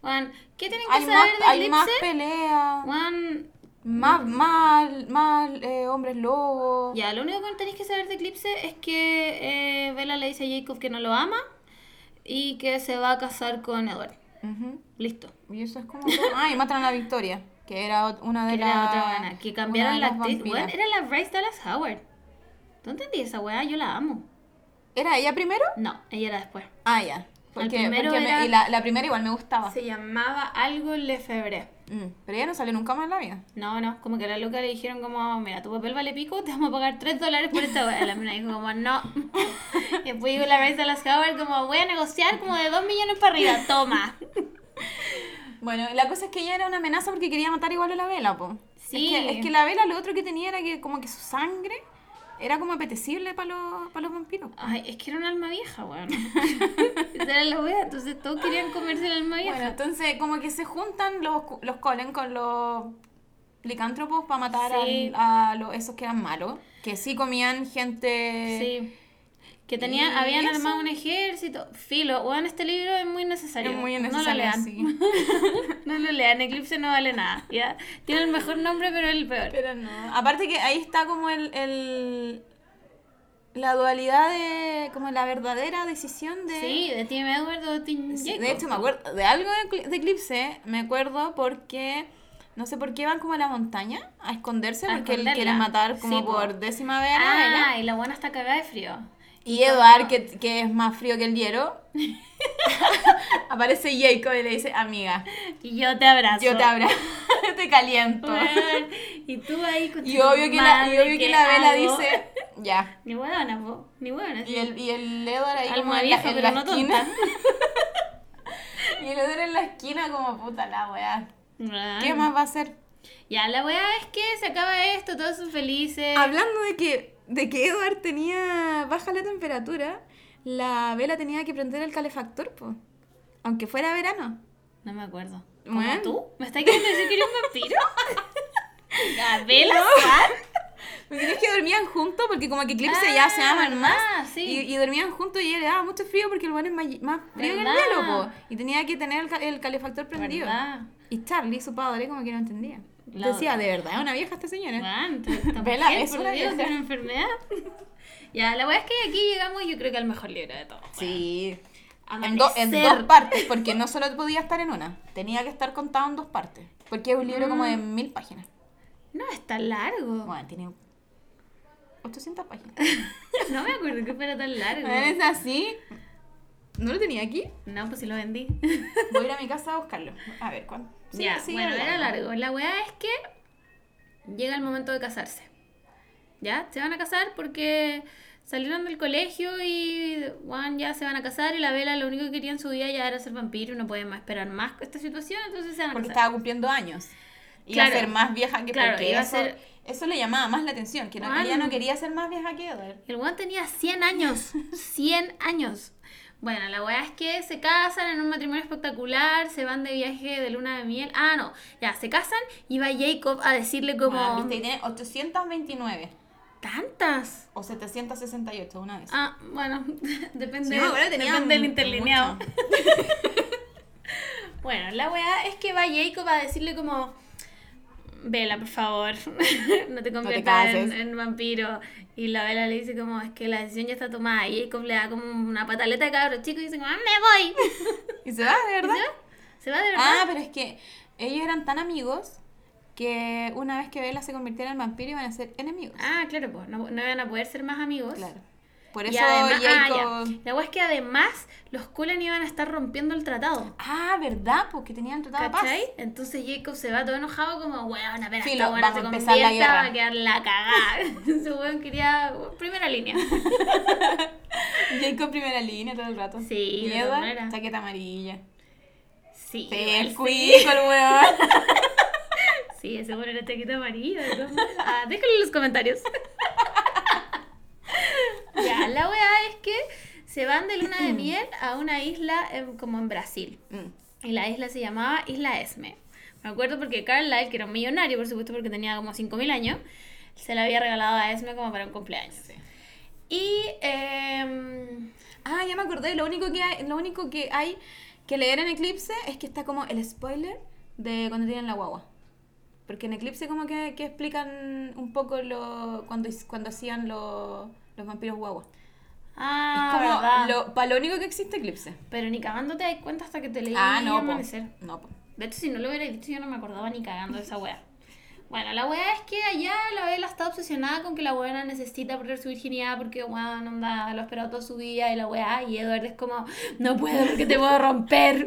Speaker 1: Juan, ¿qué tienen que
Speaker 2: Hay
Speaker 1: saber
Speaker 2: más,
Speaker 1: de
Speaker 2: hay más
Speaker 1: Eclipse?
Speaker 2: peleas,
Speaker 1: Juan,
Speaker 2: más, más, más eh, hombres lobos.
Speaker 1: ya, lo único que tenéis que saber de Eclipse es que eh, Bella le dice a Jacob que no lo ama y que se va a casar con Edward.
Speaker 2: Ujú.
Speaker 1: Listo.
Speaker 2: Y eso es como. todo. Ah, y matan a la Victoria, que era ot- una
Speaker 1: Que
Speaker 2: de las.
Speaker 1: era otra buena, que cambiaron la actriz. Juan,
Speaker 2: Bueno,
Speaker 1: era la Bryce Dallas Howard. ¿No entendí esa weá? Yo la amo.
Speaker 2: ¿Era ella primero?
Speaker 1: No, ella era después.
Speaker 2: Ah, ya. Porque,
Speaker 1: primero
Speaker 2: porque me-
Speaker 1: era-
Speaker 2: y la, la primera igual me gustaba.
Speaker 1: Se llamaba algo Lefebvre.
Speaker 2: Mm, pero ella no salió nunca más en la vida.
Speaker 1: No, no, como que a la loca le dijeron como, mira, tu papel vale pico, te vamos a pagar 3 dólares por esta weá. La mina dijo como, no. Y después dijo la Bryce Dallas Howard como, voy a negociar como de 2 millones para arriba, toma.
Speaker 2: Bueno, la cosa es que ella era una amenaza porque quería matar igual a la vela, po.
Speaker 1: Sí.
Speaker 2: Es que, es que la vela lo otro que tenía era que como que su sangre era como apetecible para los, pa' los vampiros.
Speaker 1: Ay, es que era un alma vieja, weón. Esa era la wea, entonces todos querían comerse el alma vieja.
Speaker 2: Bueno, entonces como que se juntan los, cu- los Colen con los licántropos para matar al-
Speaker 1: Sí.
Speaker 2: a los, esos que eran malos, que sí comían gente...
Speaker 1: sí. Que
Speaker 2: ¿y
Speaker 1: tenían, habían
Speaker 2: eso?
Speaker 1: armado un ejército. Filo, weón, este libro es muy necesario.
Speaker 2: Es muy
Speaker 1: No lo
Speaker 2: innecesario,
Speaker 1: lean.
Speaker 2: sí.
Speaker 1: No lo lean, Eclipse no vale nada, ¿ya? Tiene el mejor nombre, pero el peor.
Speaker 2: Pero no. Aparte que ahí está como el, el- la dualidad de como la verdadera decisión de
Speaker 1: Sí, de Tim Edward o Tim
Speaker 2: Sí,
Speaker 1: Jacob.
Speaker 2: de hecho me acuerdo de algo de, Ecl- de Eclipse, me acuerdo porque no sé por qué van como a la montaña a esconderse
Speaker 1: A
Speaker 2: porque él
Speaker 1: esconderla.
Speaker 2: quiere matar como
Speaker 1: Sí, po.
Speaker 2: por décima vez a la vela.
Speaker 1: Ah, y la buena está cagada de frío.
Speaker 2: Y Eduard, que, que es más frío que el hielo, aparece Jacob y le dice, amiga,
Speaker 1: Y yo te abrazo.
Speaker 2: yo te abrazo, te caliento.
Speaker 1: Weón, Y tú ahí con
Speaker 2: Y
Speaker 1: tu
Speaker 2: obvio que la, y
Speaker 1: madre,
Speaker 2: obvio que
Speaker 1: ¿qué
Speaker 2: la vela
Speaker 1: hago?
Speaker 2: dice, ya.
Speaker 1: Ni huevona, po. Ni huevona.
Speaker 2: Y
Speaker 1: sí.
Speaker 2: el, y el Edward ahí como
Speaker 1: Alma
Speaker 2: en la,
Speaker 1: vieja,
Speaker 2: en
Speaker 1: pero
Speaker 2: la
Speaker 1: no
Speaker 2: esquina.
Speaker 1: tonta.
Speaker 2: Y el Edward en la esquina como, puta la weá.
Speaker 1: Weón. Ah.
Speaker 2: ¿Qué más va a hacer?
Speaker 1: Ya, la weá es que se acaba esto, todos son felices.
Speaker 2: Hablando de que, de que Edward tenía baja la temperatura, la vela tenía que prender el calefactor, pues. Aunque fuera verano.
Speaker 1: No me acuerdo. ¿Cómo
Speaker 2: Bueno.
Speaker 1: tú? ¿Me estás queriendo decir que eres un vampiro? ¿Gabela
Speaker 2: No.
Speaker 1: Swan?
Speaker 2: Me crees que dormían juntos porque como que Eclipse
Speaker 1: Ah,
Speaker 2: ya se aman más.
Speaker 1: verdad, sí.
Speaker 2: y, y dormían juntos y le daba mucho frío porque el bueno es más, más frío que
Speaker 1: ¿Verdad?
Speaker 2: el hielo, po. Y tenía que tener el, ca- el calefactor prendido.
Speaker 1: ¿Verdad?
Speaker 2: Y Charlie, su padre, como que no entendía.
Speaker 1: La-
Speaker 2: Decía, de verdad, es una vieja esta señora.
Speaker 1: Juan, esta- esta
Speaker 2: Vela,
Speaker 1: mujer,
Speaker 2: es
Speaker 1: por
Speaker 2: una
Speaker 1: Dios,
Speaker 2: vieja.
Speaker 1: es una enfermedad. ya, la verdad es que aquí llegamos yo creo que al mejor libro de todos.
Speaker 2: Sí.
Speaker 1: Bueno,
Speaker 2: En, do- en
Speaker 1: Amanecer.
Speaker 2: dos partes, porque no solo podía estar en una. Tenía que estar contado en dos partes. Porque es un libro como de
Speaker 1: Mm.
Speaker 2: mil páginas.
Speaker 1: No, es tan largo.
Speaker 2: Bueno, tiene 800 páginas.
Speaker 1: No me acuerdo que fuera tan largo.
Speaker 2: Es así. ¿No lo tenía aquí?
Speaker 1: No, pues si lo vendí.
Speaker 2: Voy a ir a mi casa a buscarlo. A ver, ¿cuándo? Sí,
Speaker 1: ya,
Speaker 2: sí,
Speaker 1: bueno, era
Speaker 2: hablando.
Speaker 1: largo. La weá es que llega el momento de casarse. ¿Ya? Se van a casar porque salieron del colegio y Juan ya se van a casar y la Vela lo único que quería en su vida ya era ser vampiro y no pueden más esperar más con esta situación, entonces se van a
Speaker 2: Porque
Speaker 1: casar.
Speaker 2: estaba cumpliendo años. Iba
Speaker 1: Claro.
Speaker 2: a ser más vieja que
Speaker 1: Claro,
Speaker 2: porque
Speaker 1: iba a
Speaker 2: eso,
Speaker 1: ser-
Speaker 2: eso le llamaba más la atención, que no,
Speaker 1: Juan.
Speaker 2: ella no quería ser más vieja que Edward.
Speaker 1: El weón tenía 100 años. 100 años. Bueno, la weá es que se casan en un matrimonio espectacular, se van de viaje de luna de miel. Ah, no, ya, se casan y va Jacob a decirle como...
Speaker 2: Bueno, viste, y tiene 829
Speaker 1: ¿Tantas?
Speaker 2: o 768, una vez.
Speaker 1: Ah, bueno, depende,
Speaker 2: Sí, me acuerdo, tenía
Speaker 1: depende del
Speaker 2: mu-
Speaker 1: interlineado.
Speaker 2: mucho.
Speaker 1: bueno, la weá es que va Jacob a decirle como... Vela, por favor, no te conviertas en,
Speaker 2: cases.
Speaker 1: en vampiro. Y la Vela le dice como, es que la decisión ya está tomada. Y Jacob le da como una pataleta de cabros chicos y dice como, "Ah, me voy.
Speaker 2: ¿Y se va, de verdad?
Speaker 1: ¿Se va de verdad?
Speaker 2: Ah, pero es que ellos eran tan amigos que una vez que Bella se convirtiera en vampiro iban a ser enemigos.
Speaker 1: Ah, claro, pues no, no iban a poder ser más amigos.
Speaker 2: Claro. Por
Speaker 1: Y
Speaker 2: eso
Speaker 1: además, ah,
Speaker 2: Jacob...
Speaker 1: ya. La hueá es que además los Cullen iban a estar rompiendo el tratado.
Speaker 2: Ah, ¿verdad? Porque tenían tratado de paz.
Speaker 1: ¿Cachai? Entonces Jacob se va todo enojado como, weón, apenas
Speaker 2: Filo,
Speaker 1: esta weona
Speaker 2: vamos
Speaker 1: se
Speaker 2: a empezar la
Speaker 1: convierta, va a
Speaker 2: guerra".
Speaker 1: quedar la cagada. Su weón quería primera línea.
Speaker 2: Jacob primera línea todo el rato.
Speaker 1: Sí,
Speaker 2: Y
Speaker 1: de todas
Speaker 2: Edward,
Speaker 1: maneras.
Speaker 2: chaqueta amarilla.
Speaker 1: Sí,
Speaker 2: Sí,
Speaker 1: igual
Speaker 2: el
Speaker 1: sí.
Speaker 2: cuico, el weón.
Speaker 1: Sí, ese bueno era chaqueta amarilla. de todas maneras. Ah, déjenlo en los comentarios. ya, la weá es que se van de luna de miel a una isla en- como en Brasil. Y la isla se llamaba Isla Esme. Me acuerdo porque Carlyle, que era un millonario, por supuesto, porque tenía como 5.000 años, se la había regalado a Esme como para un cumpleaños. Y em,
Speaker 2: Ah, ya me acordé. Lo único que hay, lo único que hay que leer en Eclipse es que está como el spoiler de cuando tienen la guagua. Porque en Eclipse como que, que explican un poco lo cuando, hic- cuando hacían lo- los vampiros guagua.
Speaker 1: ah,
Speaker 2: es
Speaker 1: verdad.
Speaker 2: como lo, para lo único que existe Eclipse.
Speaker 1: Pero ni cagando te das cuenta hasta que te leí
Speaker 2: ah, no, po.
Speaker 1: amanecer.
Speaker 2: No, po.
Speaker 1: De hecho, si no lo hubiera dicho, yo no me acordaba ni cagando de esa wea. Bueno, la wea es que allá la Bella está obsesionada con que la buena necesita perder su virginidad porque, weón, onda, lo ha esperado toda su vida y la wea. Y Edward es como, no puedo porque te puedo romper.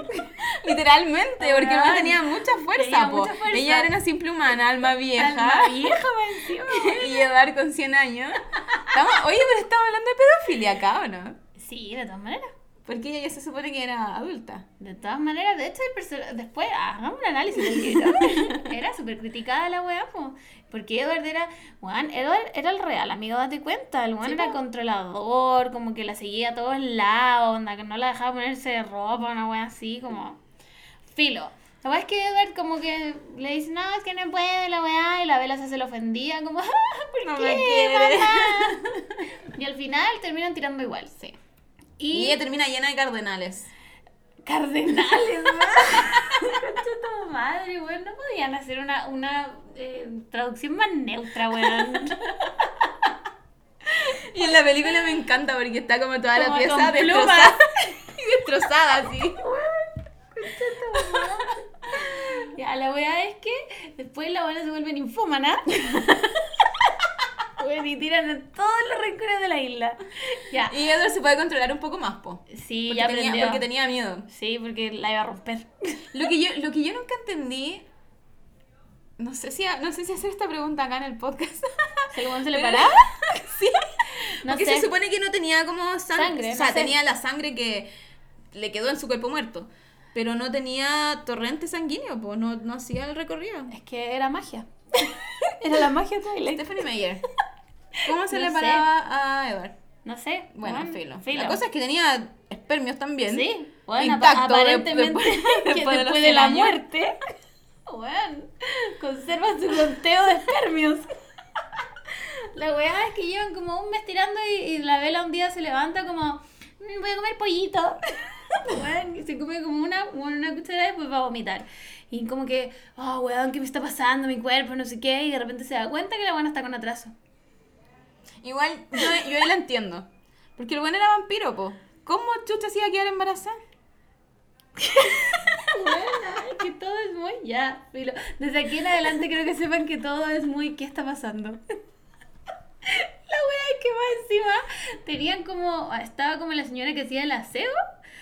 Speaker 2: Literalmente, porque
Speaker 1: Weón.
Speaker 2: no tenía mucha fuerza,
Speaker 1: Tenía
Speaker 2: po.
Speaker 1: mucha fuerza.
Speaker 2: Ella era una simple humana, alma vieja.
Speaker 1: Alma vieja, más encima.
Speaker 2: y Edward con 100 años. Estamos- oye, pero estamos hablando de pedofilia acá, ¿o no?
Speaker 1: Sí, de todas maneras.
Speaker 2: Porque ella ya se supone que era adulta.
Speaker 1: De todas maneras, de hecho, el perso- después hagamos un análisis del libro. era súper criticada la wea, po. porque Edward era, weón, Edward era el real, amigo, date cuenta. El weón
Speaker 2: Sí,
Speaker 1: era
Speaker 2: po.
Speaker 1: controlador, como que la seguía a todos lados, onda, que no la dejaba ponerse ropa, una wea así, como. Filo. La wea es que Edward, como que le dice, no, es que no puede la wea, y la vela se hace la ofendida, como, "Ah, ¿por
Speaker 2: No
Speaker 1: qué,
Speaker 2: me quiere.
Speaker 1: mamá?". Y al final terminan tirando igual, sí.
Speaker 2: Y ella termina llena de cardenales.
Speaker 1: Cardenales, tu madre, weón. No podían hacer una, una eh, traducción más neutra, weón.
Speaker 2: Y en la película me encanta porque está como toda
Speaker 1: Como
Speaker 2: la pieza
Speaker 1: con plumas.
Speaker 2: destrozada. Y destrozada así.
Speaker 1: ya, la weá es que después la buena se vuelven infómana. Weón, y tiran en todos los rincones de la isla. Ya.
Speaker 2: Y Edward se puede controlar un poco más, po.
Speaker 1: Sí,
Speaker 2: Porque,
Speaker 1: ya aprendió.
Speaker 2: tenía, porque tenía miedo.
Speaker 1: Sí, porque la iba a romper.
Speaker 2: Lo que yo, lo que yo nunca entendí. No sé, si, no sé si hacer esta pregunta acá en el podcast.
Speaker 1: ¿Se lo se le
Speaker 2: Pero-
Speaker 1: paraba?
Speaker 2: sí.
Speaker 1: No
Speaker 2: Porque
Speaker 1: sé.
Speaker 2: se supone que no tenía como sang-
Speaker 1: Sangre,
Speaker 2: O sea,
Speaker 1: no sé.
Speaker 2: tenía la sangre que le quedó en su cuerpo muerto. pero no tenía torrente sanguíneo, pues no, no hacía el recorrido.
Speaker 1: Es que era magia. era la magia Twilight.
Speaker 2: Stephanie Meyer. ¿Cómo se
Speaker 1: No
Speaker 2: le
Speaker 1: sé.
Speaker 2: paraba a Edward?
Speaker 1: No sé.
Speaker 2: Este- Bueno,
Speaker 1: weón,
Speaker 2: filo. La cosa es que tenía espermios también.
Speaker 1: Sí, bueno,
Speaker 2: Intacto, de-
Speaker 1: aparentemente
Speaker 2: después-
Speaker 1: que después,
Speaker 2: después de los
Speaker 1: de,
Speaker 2: 100
Speaker 1: la
Speaker 2: años.
Speaker 1: muerte, bueno, conservan su conteo de espermios. La weá es que llevan como un mes tirando y, y la vela un día se levanta como, "Mm, voy a comer pollito. Weón, y se come como una, una cuchara y después va a vomitar. Y como que, oh weón, ¿qué me está pasando? Mi cuerpo, no sé qué. Y de repente se da cuenta que la buena está con atraso.
Speaker 2: Igual, yo, yo ahí la entiendo. Porque el buen era vampiro, po. ¿Cómo chucha se iba a quedar embarazada?
Speaker 1: Ay, que todo es muy ya. filo. Desde aquí en adelante creo que sepan que todo es muy ¿qué está pasando? La wea es que más encima tenían como, estaba como la señora que hacía el aseo.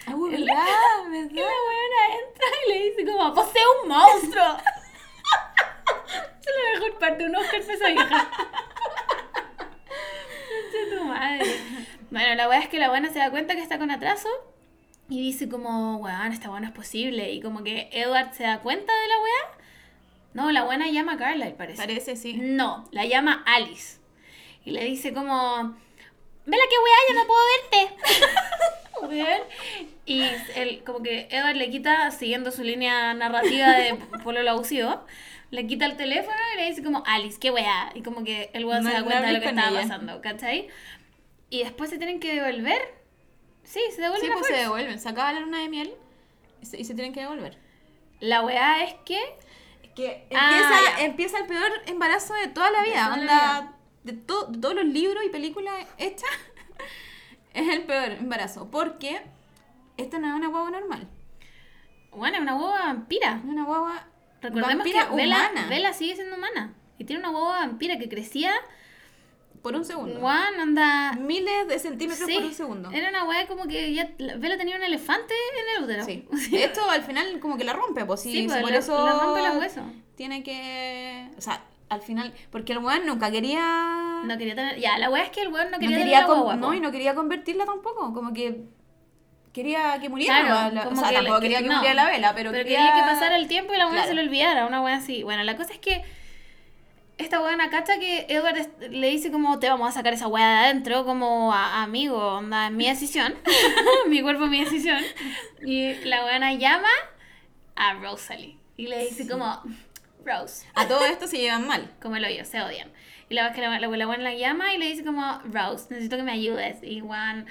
Speaker 2: Ah, ¿verdad?
Speaker 1: Y la weona entra y le dice como, posee un monstruo. Esa es la mejor parte, un Oscar para esa vieja. Concha tu madre. Bueno, la weá es que la buena se da cuenta que está con atraso y dice como, weón, esta weá no es posible. Y como que Edward se da cuenta de la weá. No, la buena llama a Carla, parece.
Speaker 2: Parece, sí.
Speaker 1: No, la llama Alice. Y le dice como, vela que weá, ya no puedo verte. Weón. Y él, como que Edward le quita, siguiendo su línea narrativa de pololo abusivo, le quita el teléfono y le dice como, Alice, qué weá. Y como que el weón
Speaker 2: No-
Speaker 1: se da
Speaker 2: no
Speaker 1: cuenta de lo
Speaker 2: hables
Speaker 1: que
Speaker 2: con
Speaker 1: estaba
Speaker 2: ella.
Speaker 1: pasando, ¿cachai? Y después se tienen que devolver. Sí, se devuelven
Speaker 2: Sí,
Speaker 1: a
Speaker 2: pues se
Speaker 1: fuerza.
Speaker 2: devuelven. Se acaba la luna de miel y se, y se tienen que devolver.
Speaker 1: La weá es que...
Speaker 2: Que
Speaker 1: Ah,
Speaker 2: empieza,
Speaker 1: ya.
Speaker 2: empieza el peor embarazo de toda la vida.
Speaker 1: toda la
Speaker 2: onda, De, to- de todos los libros y películas hechas, es el peor embarazo. Porque esta no es una guagua normal.
Speaker 1: Bueno, es una hueva vampira.
Speaker 2: Es una guagua
Speaker 1: Recordemos
Speaker 2: vampira
Speaker 1: que Vela,
Speaker 2: humana.
Speaker 1: Vela sigue siendo humana. Y tiene una hueva vampira que crecía.
Speaker 2: por un segundo.
Speaker 1: Juan, anda.
Speaker 2: Miles de centímetros
Speaker 1: Sí,
Speaker 2: por un segundo.
Speaker 1: Era una hueá como que ya. la- Vela tenía un elefante en el útero.
Speaker 2: Sí. De hecho, al final como que la rompe, pues sí,
Speaker 1: Sí, pues,
Speaker 2: por
Speaker 1: la-
Speaker 2: eso
Speaker 1: la rompe los huesos.
Speaker 2: tiene que... O sea, al final, porque el weón nunca quería...
Speaker 1: No quería tener. Ya, la hueá es que el weón no
Speaker 2: no
Speaker 1: quería, tener
Speaker 2: quería
Speaker 1: la
Speaker 2: con-
Speaker 1: guagua,
Speaker 2: no,
Speaker 1: po.
Speaker 2: y no quería convertirla tampoco, como que quería que muriera.
Speaker 1: Claro,
Speaker 2: la- o
Speaker 1: como
Speaker 2: sea,
Speaker 1: que
Speaker 2: tampoco
Speaker 1: le-
Speaker 2: quería que
Speaker 1: no.
Speaker 2: muriera la vela, pero,
Speaker 1: Pero quería que pasara el tiempo y la buena
Speaker 2: Claro.
Speaker 1: se lo olvidara, una buena así. Bueno, la cosa es que esta buena cacha que Edward es- le dice como te vamos a sacar esa weá de adentro, como a, amigo, onda, es mi decisión, mi cuerpo, mi decisión. Y la buena llama a Rosalie y le dice como, Rose,
Speaker 2: A todo esto se llevan mal.
Speaker 1: como el hoyo, se odian. Y la verdad es que la, la, la buena la llama y le dice como, Rose, necesito que me ayudes. Y Juan,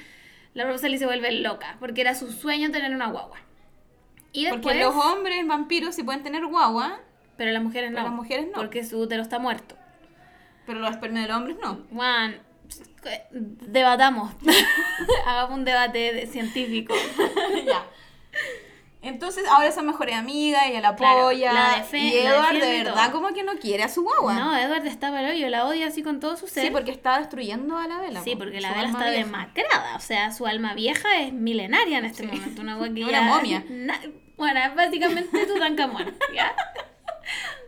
Speaker 1: la Rosalie se vuelve loca porque era su sueño tener una guagua. Y después,
Speaker 2: Porque los hombres vampiros sí pueden tener guagua,
Speaker 1: Pero las mujeres no.
Speaker 2: Pero las mujeres no.
Speaker 1: Porque su útero está muerto.
Speaker 2: pero los espermios de los hombres no.
Speaker 1: Juan, debatamos. Hagamos un debate de- científico.
Speaker 2: ya. Entonces ahora son mejores amigas, ella la
Speaker 1: Claro,
Speaker 2: apoya.
Speaker 1: la defe-
Speaker 2: y
Speaker 1: la
Speaker 2: Edward
Speaker 1: defiende
Speaker 2: de
Speaker 1: y
Speaker 2: verdad
Speaker 1: todo.
Speaker 2: como que no quiere a su guagua.
Speaker 1: No, Edward está para hoyo, la odia así con todo su ser.
Speaker 2: sí, porque está destruyendo a la vela.
Speaker 1: Sí,
Speaker 2: po,
Speaker 1: porque
Speaker 2: su
Speaker 1: la vela
Speaker 2: alma
Speaker 1: está
Speaker 2: vieja.
Speaker 1: demacrada. O sea, su alma vieja es milenaria en este momento. Una wea que
Speaker 2: Una
Speaker 1: ya-
Speaker 2: momia.
Speaker 1: na- bueno, es básicamente Tutankamón, ¿ya?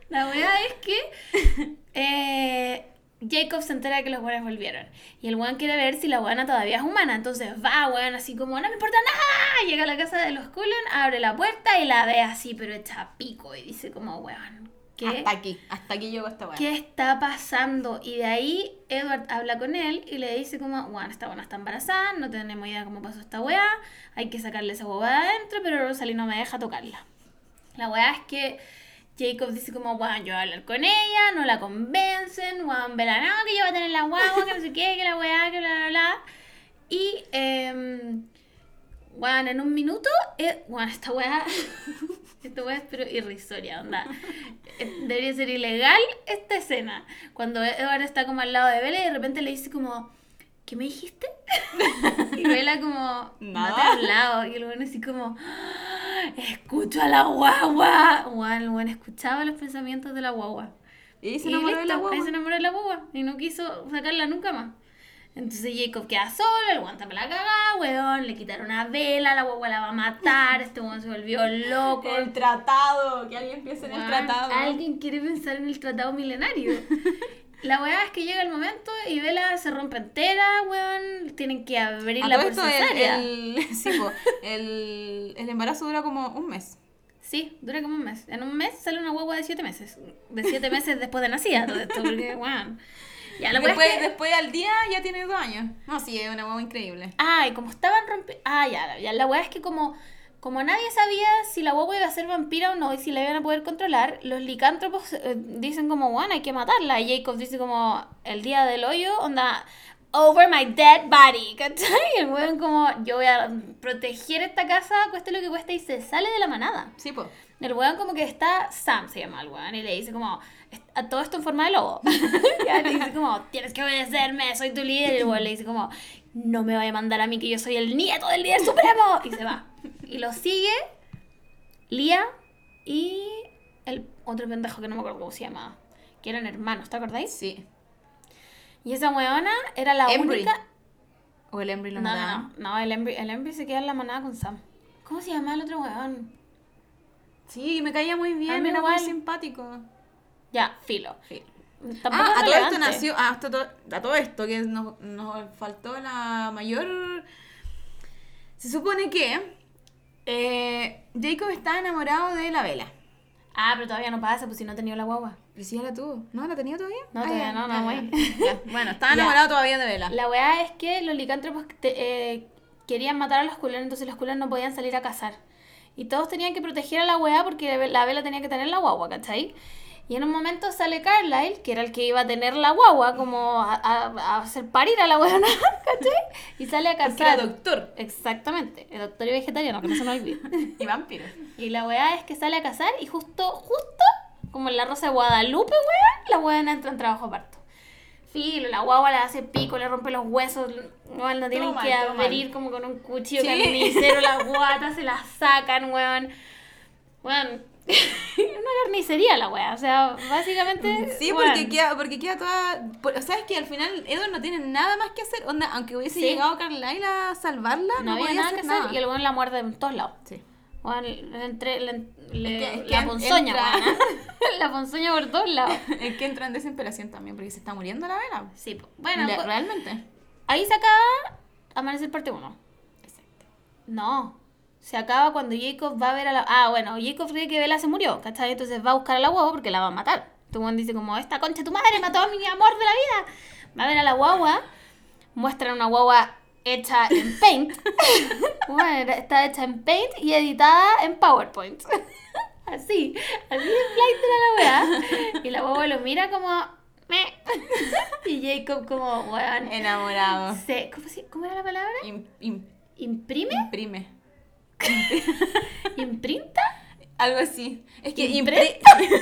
Speaker 1: La verdad es que eh, Jacob se entera de que los buenos volvieron. Y el weón quiere ver si la buena todavía es humana. Entonces va, weón, así como, no me importa nada. Llega a la casa de los Cullen, abre la puerta y la ve así, pero hecha pico. Y dice como, weón, ¿qué?
Speaker 2: Hasta aquí, hasta aquí llegó esta weá.
Speaker 1: ¿Qué está pasando? Y de ahí Edward habla con él y le dice como, bueno, esta buena está embarazada, no tenemos idea cómo pasó esta weá, hay que sacarle esa huevada de adentro, pero Rosalie no me deja tocarla. La weá es que Jacob dice como, bueno, yo voy a hablar con ella, no la convencen, weón, verá, no, que yo voy a tener la guagua, que no sé qué, que la weá, que bla, bla, bla. Y, eh, bueno, en un minuto, eh, bueno, esta weá, esta weá es pero irrisoria, onda. Eh, Debería ser ilegal esta escena. Cuando Edward está como al lado de Bella y de repente le dice como, ¿qué me dijiste? Y Bella como, no, te he
Speaker 2: Nada.
Speaker 1: hablado. Y el bueno así como, "Ah, escucho a la guagua. Bueno, el bueno escuchaba los pensamientos de la guagua.
Speaker 2: Y ahí se
Speaker 1: Y
Speaker 2: enamoró de
Speaker 1: listo,
Speaker 2: la
Speaker 1: ahí
Speaker 2: guagua.
Speaker 1: se enamoró de la guagua y no quiso sacarla nunca más. Entonces Jacob queda solo, el guanta me la cagá, weón, le quitaron una vela, la guagua la va a matar, este weón se volvió loco.
Speaker 2: El tratado, que alguien piense en el
Speaker 1: Weón,
Speaker 2: tratado.
Speaker 1: Alguien quiere pensar en el tratado milenario. La weá es que llega el momento y Vela se rompe entera, weón. Tienen que
Speaker 2: A
Speaker 1: abrirla
Speaker 2: Ah, todo
Speaker 1: por
Speaker 2: esto, el,
Speaker 1: cesárea.
Speaker 2: el- sí, po, el- el embarazo dura como un mes.
Speaker 1: Sí, dura como un mes. En un mes sale una guagua de siete meses. De siete meses después de nacida, todo esto, porque, weón. Ya, la weá
Speaker 2: después,
Speaker 1: es que-
Speaker 2: después al día ya tiene dos años. No, sí, es una huevo increíble.
Speaker 1: Ay, como estaban rompiendo. Ah, ya, ya, la weá es que como, como nadie sabía si la guagua iba a ser vampira o no y si la iban a poder controlar, los licántropos eh, dicen como, bueno, hay que matarla. Y Jacob dice como, el día del hoyo, onda, over my dead body, ¿cachai? Y el weón como, yo voy a proteger esta casa, cueste lo que cueste, y se sale de la manada.
Speaker 2: Sí, po.
Speaker 1: El weón como que está, Sam se llama el weón, y le dice como, "Est- a todo esto en forma de lobo. ya, le dice como, tienes que obedecerme, soy tu líder. Y el weón le dice como, no me vaya a mandar a mí que yo soy el nieto del líder supremo. Y se va. Y lo sigue Lía y el otro pendejo que no me acuerdo cómo se llamaba. Que eran hermanos, ¿te acordáis?
Speaker 2: Sí.
Speaker 1: Y esa weona era la
Speaker 2: Embry.
Speaker 1: única...
Speaker 2: O el Embry lo
Speaker 1: No, no,
Speaker 2: mataban.
Speaker 1: no, no, el Embry, el Embry se queda en la manada con Sam. ¿Cómo se llama el otro weón?
Speaker 2: Sí, me caía muy
Speaker 1: A
Speaker 2: bien,
Speaker 1: mí
Speaker 2: era
Speaker 1: igual.
Speaker 2: muy simpático.
Speaker 1: Ya, filo.
Speaker 2: Sí.
Speaker 1: Tampoco
Speaker 2: Ah,
Speaker 1: es
Speaker 2: a todo esto
Speaker 1: relevante.
Speaker 2: nació, ah, hasta to- a todo esto que nos, nos faltó la mayor... Se supone que eh, Jacob está enamorado de la vela.
Speaker 1: Ah, pero todavía no pasa, pues si no he tenido la guagua.
Speaker 2: ¿Y si ya la tuvo? ¿No la tenía todavía?
Speaker 1: No,
Speaker 2: Ah,
Speaker 1: todavía
Speaker 2: ya,
Speaker 1: no, no,
Speaker 2: ya,
Speaker 1: güey.
Speaker 2: ya. Ya, Bueno, estaba
Speaker 1: Ya.
Speaker 2: enamorado todavía de vela.
Speaker 1: La weá es que los licántropos te- eh, querían matar a los culeros, entonces los culeros no podían salir a cazar. Y todos tenían que proteger a la weá porque la vela tenía que tener la guagua, ¿cachai? Y en un momento sale Carlyle, que era el que iba a tener la guagua, como a, a- a hacer parir a la weá, ¿cachai? Y sale a
Speaker 2: Porque era
Speaker 1: cazar.
Speaker 2: doctor
Speaker 1: Exactamente, el doctor y vegetariano, que no se me olvide.
Speaker 2: y vampiro.
Speaker 1: Y la weá es que sale a cazar y justo, justo, como en la Rosa de Guadalupe, weá, la weá entra en trabajo parto. Filo, la guagua le hace pico, le rompe los huesos, no, no tienen
Speaker 2: Todo
Speaker 1: que
Speaker 2: mal, todo mal.
Speaker 1: abrir como con un cuchillo
Speaker 2: Sí.
Speaker 1: carnicero, las guatas se las sacan, weón. Weón, una carnicería la weá, o sea, básicamente...
Speaker 2: Sí,
Speaker 1: weón.
Speaker 2: porque queda, porque queda toda... por- ¿Sabes que Al final Edward no tiene nada más que hacer. Onda, aunque hubiese
Speaker 1: Sí.
Speaker 2: llegado Carlyle a salvarla,
Speaker 1: No,
Speaker 2: no,
Speaker 1: había
Speaker 2: podía
Speaker 1: nada que
Speaker 2: hacer
Speaker 1: hacer
Speaker 2: nada.
Speaker 1: y el weón la muerde en todos lados.
Speaker 2: Sí.
Speaker 1: Weón, le entre, le- le-
Speaker 2: que- es que
Speaker 1: la
Speaker 2: en-
Speaker 1: ponzoña,
Speaker 2: entra-
Speaker 1: weón. la ponzoña por todos lados.
Speaker 2: Es que entra en desesperación también porque se está muriendo la vela.
Speaker 1: Sí, po. bueno,
Speaker 2: Le-
Speaker 1: pues-
Speaker 2: realmente.
Speaker 1: Ahí se acaba Amanecer parte 1.
Speaker 2: Exacto.
Speaker 1: No. Se acaba cuando Jacob va a ver a la... Ah, bueno, Jacob cree que Vela se murió, ¿cachai? Entonces va a buscar a la guagua porque la va a matar. Tu buen dice como, esta concha de tu madre mató a mi amor de la vida. Va a ver a la guagua. Muestran una guagua hecha en Paint. bueno, era- está hecha en Paint y editada en PowerPoint. así, así de flight era la weá. Y la guagua lo mira como... "Meh". y Jacob como, weón,
Speaker 2: Enamorado.
Speaker 1: se- ¿cómo, se- cómo era la palabra?
Speaker 2: Im- im-
Speaker 1: ¿Imprime?
Speaker 2: imprime.
Speaker 1: ¿Imprinta?
Speaker 2: Algo así. Es que
Speaker 1: Impre-
Speaker 2: impre-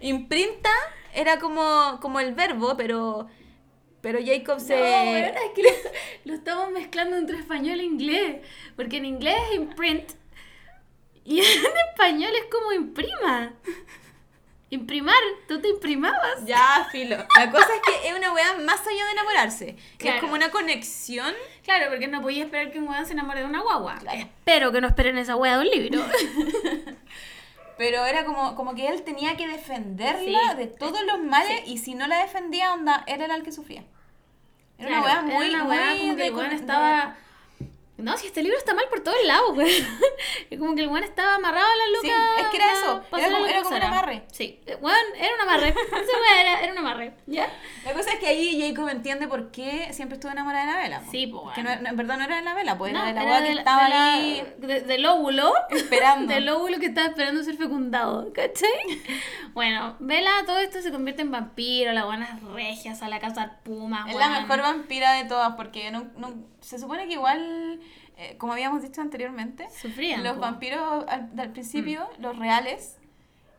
Speaker 2: imprinta era como, como el verbo, pero, pero Jacob se...
Speaker 1: es que lo, lo estamos mezclando entre español e inglés. Porque en inglés es imprint. Y en español es como imprima. Imprimar, tú te imprimabas.
Speaker 2: Ya, filo. La cosa es que es una weá más allá de enamorarse. que
Speaker 1: Claro.
Speaker 2: Es como una conexión.
Speaker 1: Claro, porque no podía esperar que un weón se enamore de una guagua. Espero que no esperen esa weá de un libro.
Speaker 2: Pero era como, como que él tenía que defenderla
Speaker 1: Sí.
Speaker 2: de todos los males y si no la defendía, onda, él era el que sufría. Era una weá
Speaker 1: Claro,
Speaker 2: muy,
Speaker 1: era una weá
Speaker 2: muy
Speaker 1: como que
Speaker 2: de
Speaker 1: el weón
Speaker 2: con-
Speaker 1: estaba... No, si este libro está mal por todos lados, güey. Es como que el weón estaba amarrado a la loca.
Speaker 2: Sí, es que era
Speaker 1: a
Speaker 2: eso, era
Speaker 1: pasar
Speaker 2: como-
Speaker 1: a la
Speaker 2: era como un
Speaker 1: cruzada.
Speaker 2: amarre.
Speaker 1: Sí, eh, weón, era un amarre. Esa weá era, era un amarre, ¿ya?
Speaker 2: La cosa es que ahí Jacob entiende por qué siempre estuvo enamorada de la vela. po.
Speaker 1: Sí, po,
Speaker 2: Que
Speaker 1: bueno.
Speaker 2: no- no, en verdad no era de la vela, pues
Speaker 1: No,
Speaker 2: era de la
Speaker 1: era
Speaker 2: weá
Speaker 1: de
Speaker 2: que
Speaker 1: la-
Speaker 2: estaba
Speaker 1: de la-
Speaker 2: ahí
Speaker 1: de- del óvulo.
Speaker 2: esperando.
Speaker 1: Del óvulo que estaba esperando ser fecundado, ¿cachai? Bueno, Vela, todo esto se convierte en vampiro, la buena es regia, sale a cazar pumas,
Speaker 2: Es la
Speaker 1: weón.
Speaker 2: mejor vampira de todas porque no, no- se supone que igual, eh, como habíamos dicho anteriormente,
Speaker 1: Sufrían,
Speaker 2: los
Speaker 1: po. Mm.
Speaker 2: vampiros al, al principio, los reales,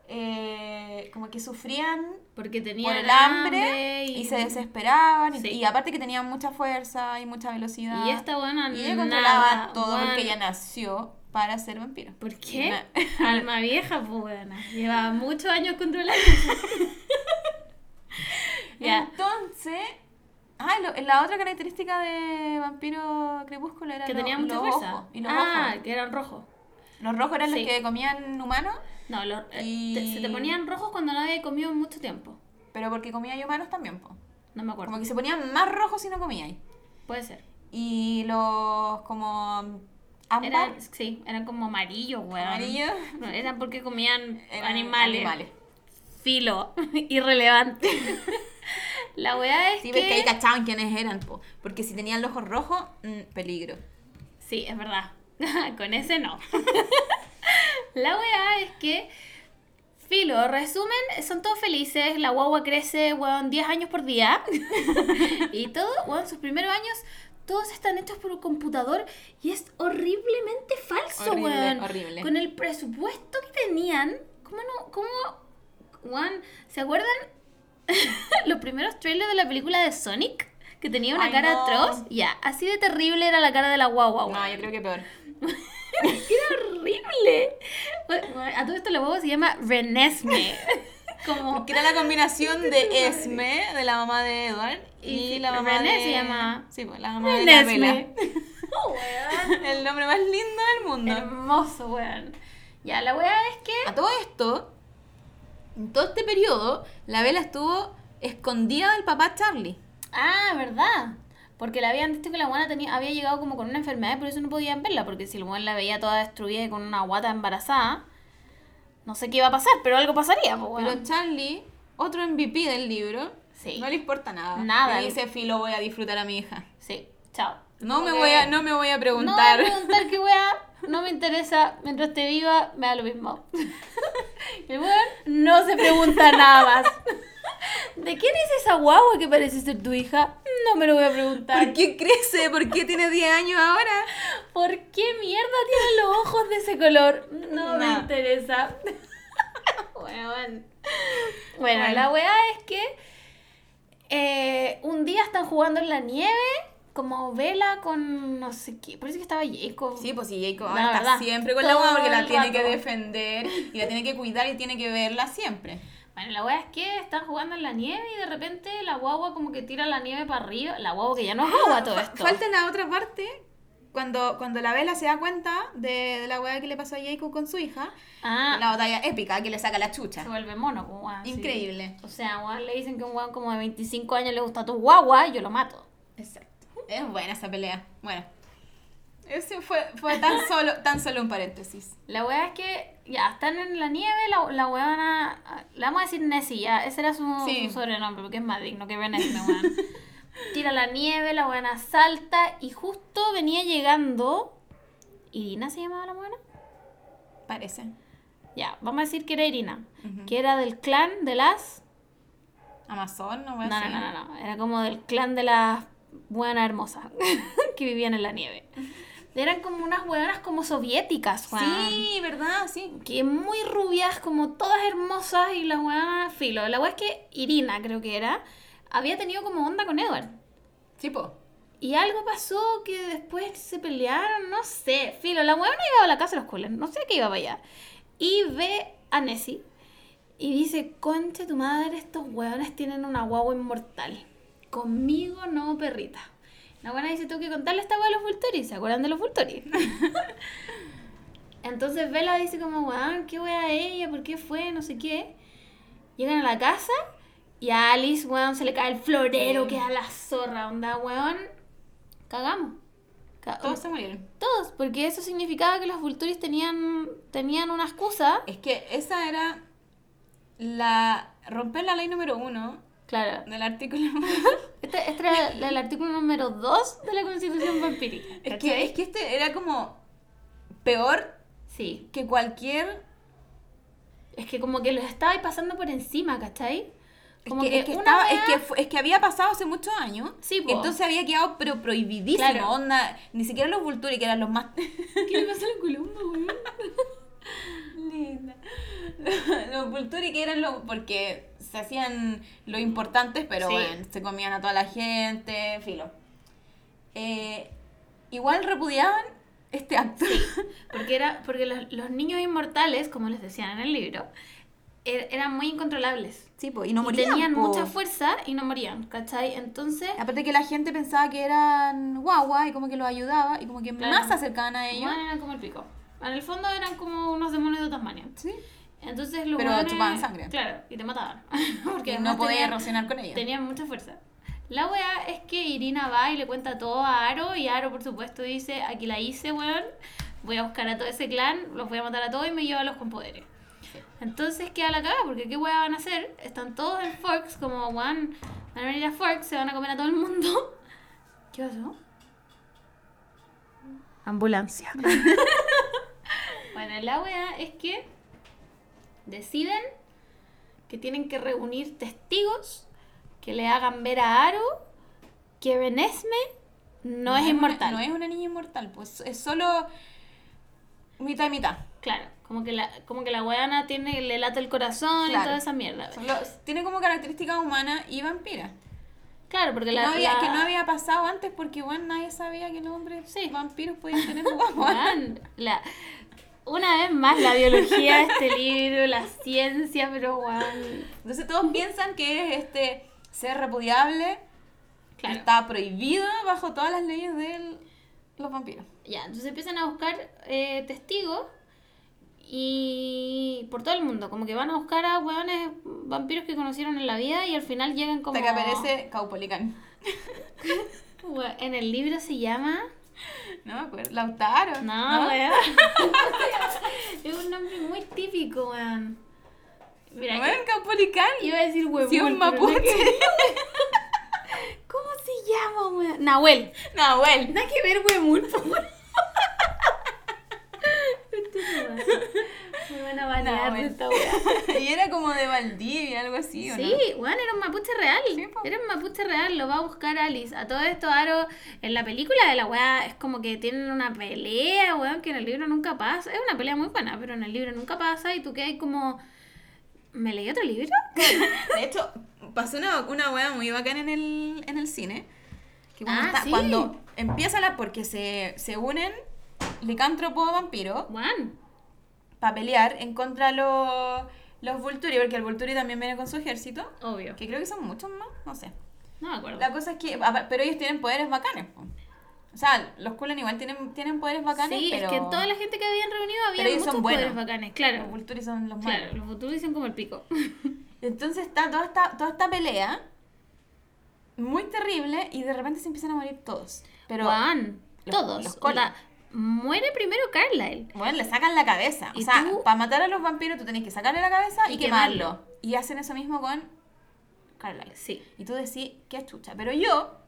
Speaker 2: eh, como que sufrían
Speaker 1: Porque tenían
Speaker 2: por el hambre y, se desesperaban y-
Speaker 1: Sí.
Speaker 2: y, aparte que tenían mucha fuerza y mucha velocidad.
Speaker 1: Y esta buena
Speaker 2: Y ella controlaba
Speaker 1: nada,
Speaker 2: todo
Speaker 1: weón.
Speaker 2: porque ella nació para ser vampiro.
Speaker 1: ¿Por qué?
Speaker 2: Na-
Speaker 1: Alma vieja, pues buena. Llevaba muchos años controlando. ya.
Speaker 2: Entonces, ah, lo- la otra característica de vampiro crepúsculo era
Speaker 1: Que
Speaker 2: lo-
Speaker 1: tenía mucha
Speaker 2: los
Speaker 1: fuerza.
Speaker 2: ojos. Y los
Speaker 1: ah,
Speaker 2: ojos.
Speaker 1: que eran rojos.
Speaker 2: Los rojos eran
Speaker 1: Sí.
Speaker 2: los que comían humanos.
Speaker 1: No, los, eh,
Speaker 2: Y-
Speaker 1: te- se te ponían rojos cuando no había comido en mucho tiempo.
Speaker 2: Pero porque comía yo humanos también, po.
Speaker 1: No me acuerdo.
Speaker 2: Como que se ponían más rojos si no comíais.
Speaker 1: Puede ser.
Speaker 2: Y los como ámbar,
Speaker 1: Eran, sí, eran como amarillos, weón.
Speaker 2: amarillo,
Speaker 1: No, Eran porque comían
Speaker 2: eran
Speaker 1: animales. Filo. Irrelevante. La weá es
Speaker 2: Sí, porque ahí
Speaker 1: que...
Speaker 2: cachaban quiénes eran, po. porque si tenían los ojos rojos, mm, peligro.
Speaker 1: Sí, es verdad. Con ese no. La weá es que... Filo, resumen, son todos felices, la guagua crece, weón, 10 años por día. y todo, weón, sus primeros años, todos están hechos por un computador y es horriblemente falso,
Speaker 2: Horrible,
Speaker 1: weón.
Speaker 2: horrible.
Speaker 1: Con el presupuesto que tenían, ¿cómo no? ¿Cómo? Weón, ¿se acuerdan los primeros trailers de la película de Sonic? Que tenía una
Speaker 2: Ay,
Speaker 1: cara
Speaker 2: no.
Speaker 1: atroz. Ya, así de terrible era la cara de la guagua, Oh, weón.
Speaker 2: No, yo creo que peor.
Speaker 1: Era horrible. Bueno, A todo esto la guagua se llama Renesme. Como...
Speaker 2: Que era la combinación de Esme, de la mamá de Edward, y,
Speaker 1: Y
Speaker 2: la mamá
Speaker 1: René
Speaker 2: de...
Speaker 1: se llama-
Speaker 2: Sí, pues, la mamá de la Bella.
Speaker 1: Renesme. Oh, weón.
Speaker 2: El nombre más lindo del mundo.
Speaker 1: Hermoso, weón. Ya, la weá es que.
Speaker 2: A todo esto, en todo este periodo, la Vela estuvo escondida del papá Charlie.
Speaker 1: Ah, ¿verdad? Porque la habían dicho que la guana tenía, había llegado como con una enfermedad y por eso no podían verla. Porque si el weón la veía toda destruida y con una guata embarazada, no sé qué iba a pasar, pero algo pasaría, pues, weón.
Speaker 2: Pero Charlie, otro MVP del libro,
Speaker 1: Sí.
Speaker 2: no le importa nada.
Speaker 1: Nada.
Speaker 2: Y dice, filo, voy a disfrutar a mi hija.
Speaker 1: Sí, chao.
Speaker 2: No me
Speaker 1: Como
Speaker 2: voy a,
Speaker 1: que-
Speaker 2: no me voy a
Speaker 1: No voy a
Speaker 2: preguntar.
Speaker 1: preguntar qué weá, no me interesa. Mientras esté viva, me da lo mismo. El weón no se pregunta nada más. ¿De quién es esa guagua que parece ser tu hija? No me lo voy a preguntar.
Speaker 2: ¿Por qué crece? ¿Por qué tiene 10 años ahora?
Speaker 1: ¿Por qué mierda tienen los ojos de ese color? No me
Speaker 2: No.
Speaker 1: interesa. Weón. Bueno,
Speaker 2: Bueno.
Speaker 1: la weá es que eh, un día están jugando en la nieve, como vela con no sé qué. Parece que estaba Jacob.
Speaker 2: Sí, pues sí, Jacob
Speaker 1: La
Speaker 2: ahora está
Speaker 1: verdad,
Speaker 2: siempre con la
Speaker 1: todo
Speaker 2: mamá porque la
Speaker 1: el
Speaker 2: tiene que
Speaker 1: rato.
Speaker 2: defender y la tiene que cuidar y tiene que verla siempre.
Speaker 1: Bueno, la weá es que están jugando en la nieve y de repente la guagua como que tira la nieve para arriba. La guagua que ya no es guagua todo
Speaker 2: Ah, Fa-
Speaker 1: esto.
Speaker 2: Falta la otra parte, cuando, cuando la Vela se da cuenta de, de la weá que le pasó a Jacob con su hija,
Speaker 1: Ah,
Speaker 2: la batalla épica que le saca la
Speaker 1: se
Speaker 2: chucha.
Speaker 1: vuelve mono, como weá, sí.
Speaker 2: Increíble.
Speaker 1: O sea, weón, le dicen que un weón como de 25 años le gusta tu guagua y yo lo mato.
Speaker 2: Exacto. Es buena esa pelea. Bueno. Ese fue, fue tan, solo, tan solo un paréntesis.
Speaker 1: La weá es que ya están en la nieve, la, la weona. Le vamos a decir Nessie, ya. Ese era su,
Speaker 2: Sí.
Speaker 1: su sobrenombre, porque es más digno que Renesme, weón. Tira la nieve, la weona salta y justo venía llegando. ¿Irina se llamaba la weona?
Speaker 2: Parece.
Speaker 1: Ya, vamos a decir que era Irina.
Speaker 2: Ujú.
Speaker 1: Que era del clan de las.
Speaker 2: Amazon, no voy
Speaker 1: No,
Speaker 2: a
Speaker 1: no, no, no, no. Era como del clan de las buenas hermosas que vivían en la nieve. Eran como unas weonas como soviéticas, weón.
Speaker 2: Sí, ¿verdad? Sí.
Speaker 1: que muy rubias, como todas hermosas y las weas filo. La wea es que Irina, creo que era, había tenido como onda con Edward.
Speaker 2: Tipo.
Speaker 1: Y algo pasó que después se pelearon, no sé. Filo, la weona iba a la casa de los Cullen, no sé a qué iba para allá. Y ve a Nessie y dice, concha tu madre, estos weones tienen una guagua inmortal. Conmigo no, perrita. La buena dice, tengo que contarle esta weá de los Vulturi. ¿Se acuerdan de los Vulturi? Entonces Vela dice como, weón, qué wea ella, por qué fue, no sé qué. Llegan a la casa y a Alice, weón, se le cae el florero, queda la zorra, onda, weón. Cagamos. Ca- um,
Speaker 2: Todos se murieron.
Speaker 1: todos, porque eso significaba que los Vulturis tenían, tenían una excusa.
Speaker 2: Es que esa era la. romper la ley número uno
Speaker 1: Claro.
Speaker 2: del artículo.
Speaker 1: Este, este era el, el artículo número 2 de la Constitución Vampírica.
Speaker 2: es,
Speaker 1: ¿cachai?
Speaker 2: que, es que este era como. peor
Speaker 1: Sí.
Speaker 2: que cualquier.
Speaker 1: Es que como que los estaba pasando por encima, ¿cachai?
Speaker 2: Es
Speaker 1: Como
Speaker 2: que,
Speaker 1: que,
Speaker 2: es, que
Speaker 1: una
Speaker 2: estaba- es
Speaker 1: wea-
Speaker 2: que fu- es que había pasado hace muchos años.
Speaker 1: Sí, po.
Speaker 2: entonces había quedado pero prohibidísimo.
Speaker 1: Claro.
Speaker 2: Onda, ni siquiera los Vulturi, que eran los más.
Speaker 1: ¿Qué le pasa al Colombo, weón?
Speaker 2: Linda. Los Vulturi que eran los. porque se hacían los importantes, pero
Speaker 1: Sí.
Speaker 2: bueno, se comían a toda la gente, filo. Eh, igual repudiaban este acto.
Speaker 1: Porque, era, porque los, los niños inmortales, como les decían en el libro, er- eran muy incontrolables.
Speaker 2: Sí, po, y no
Speaker 1: Y
Speaker 2: morían.
Speaker 1: tenían
Speaker 2: po.
Speaker 1: mucha fuerza y no morían, ¿cachai? Entonces,
Speaker 2: Aparte que la gente pensaba que eran guagua y como que los ayudaba y como que
Speaker 1: Claro.
Speaker 2: más se acercaban a ellos.
Speaker 1: bueno, eran como el pico. En el fondo eran como unos demonios de Tasmania.
Speaker 2: Sí.
Speaker 1: Entonces los
Speaker 2: Pero
Speaker 1: hueones-
Speaker 2: chupaban sangre.
Speaker 1: Claro, y te mataban.
Speaker 2: Porque
Speaker 1: Porque
Speaker 2: no
Speaker 1: además
Speaker 2: podía
Speaker 1: tenían-
Speaker 2: relacionar con ella.
Speaker 1: Tenían mucha fuerza. La weá es que Irina va y le cuenta todo a Aro y Aro por supuesto dice, aquí la hice, weón, voy a buscar a todo ese clan, los voy a matar a todos y me llevo a los con poderes. Entonces queda la cagada, porque qué weá van a hacer, están todos en Forks, como weón, van a venir a Forks, se van a comer a todo el mundo. ¿Qué pasó? Ambulancia. bueno, la weá es que deciden que tienen que reunir testigos que le hagan ver a Aru que Benesme no, es,
Speaker 2: una-
Speaker 1: inmortal.
Speaker 2: no es una niña inmortal, pues es solo mitad y mitad.
Speaker 1: Claro, como que la, como que la weana tiene, le late el corazón y
Speaker 2: Claro.
Speaker 1: toda esa mierda.
Speaker 2: Solo- tiene como característica humana y vampira.
Speaker 1: Claro, porque la,
Speaker 2: no había-
Speaker 1: la-
Speaker 2: Que no había pasado antes porque bueno, nadie sabía que los hombres
Speaker 1: Sí.
Speaker 2: vampiros podían tener guapo.
Speaker 1: Weón, la- una vez más la biología de este libro, la ciencia, pero weón.
Speaker 2: Entonces todos piensan que es este ser repudiable,
Speaker 1: Claro.
Speaker 2: está prohibido bajo todas las leyes de los vampiros.
Speaker 1: Ya, entonces empiezan a buscar eh, testigos y por todo el mundo, como que van a buscar a weones vampiros que conocieron en la vida y al final llegan como...
Speaker 2: Hasta que aparece Caupolicán.
Speaker 1: Wea- En el libro se llama...
Speaker 2: No me acuerdo. Lautaro.
Speaker 1: No, weón. es un nombre muy típico, weón. Mira,
Speaker 2: Bueno, Caupolicán.
Speaker 1: iba a decir huevón.
Speaker 2: Si es un
Speaker 1: pero no-
Speaker 2: mapuche.
Speaker 1: ¿Cómo se llama, weón? Nahuel.
Speaker 2: Nahuel.
Speaker 1: Nada que ver, huevón. Me van a banear de
Speaker 2: Nahuel.
Speaker 1: esta weá.
Speaker 2: y era como de Valdivia, algo así, ¿o no?
Speaker 1: Sí, bueno, era un mapuche real. era un mapuche real, lo va a buscar Alice. A todo esto, Aro, en la película de la weá, es como que tienen una pelea, weón, que en el libro nunca pasa. Es una pelea muy buena, pero en el libro nunca pasa. Y tú que hay como. ¿Me leí otro libro?
Speaker 2: De hecho, pasó una, una hueá muy bacana en el, en el cine. Que cuando,
Speaker 1: Ah,
Speaker 2: está-
Speaker 1: sí.
Speaker 2: cuando empieza la. Porque se, se unen licántropo vampiro
Speaker 1: Juan.
Speaker 2: para pelear en contra los, los Vulturi, porque el Vulturi también viene con su ejército.
Speaker 1: Obvio.
Speaker 2: Que creo que son muchos más, no sé.
Speaker 1: No me acuerdo.
Speaker 2: La cosa es que. apa- Pero ellos tienen poderes bacanes. po. O sea, los Kulan igual tienen, tienen poderes bacanes,
Speaker 1: sí,
Speaker 2: pero.
Speaker 1: es que toda la gente que habían reunido había
Speaker 2: pero ellos
Speaker 1: muchos
Speaker 2: son
Speaker 1: poderes
Speaker 2: buenos.
Speaker 1: bacanes.
Speaker 2: Los
Speaker 1: Claro,
Speaker 2: Vulturi son los malos.
Speaker 1: claro, los futuros dicen como el pico.
Speaker 2: Entonces está toda esta, toda esta pelea muy terrible y de repente se empiezan a morir todos. Pero
Speaker 1: Juan,
Speaker 2: los-
Speaker 1: todos.
Speaker 2: los colas.
Speaker 1: onda, muere primero Carlyle.
Speaker 2: bueno, le sacan la cabeza. O
Speaker 1: ¿Y
Speaker 2: sea,
Speaker 1: tú?
Speaker 2: para matar a los vampiros tú tenés que sacarle la cabeza y,
Speaker 1: Y
Speaker 2: quemarlo.
Speaker 1: quemarlo.
Speaker 2: Y hacen eso mismo con Carlisle.
Speaker 1: Sí.
Speaker 2: Y tú decís, qué chucha. Pero yo,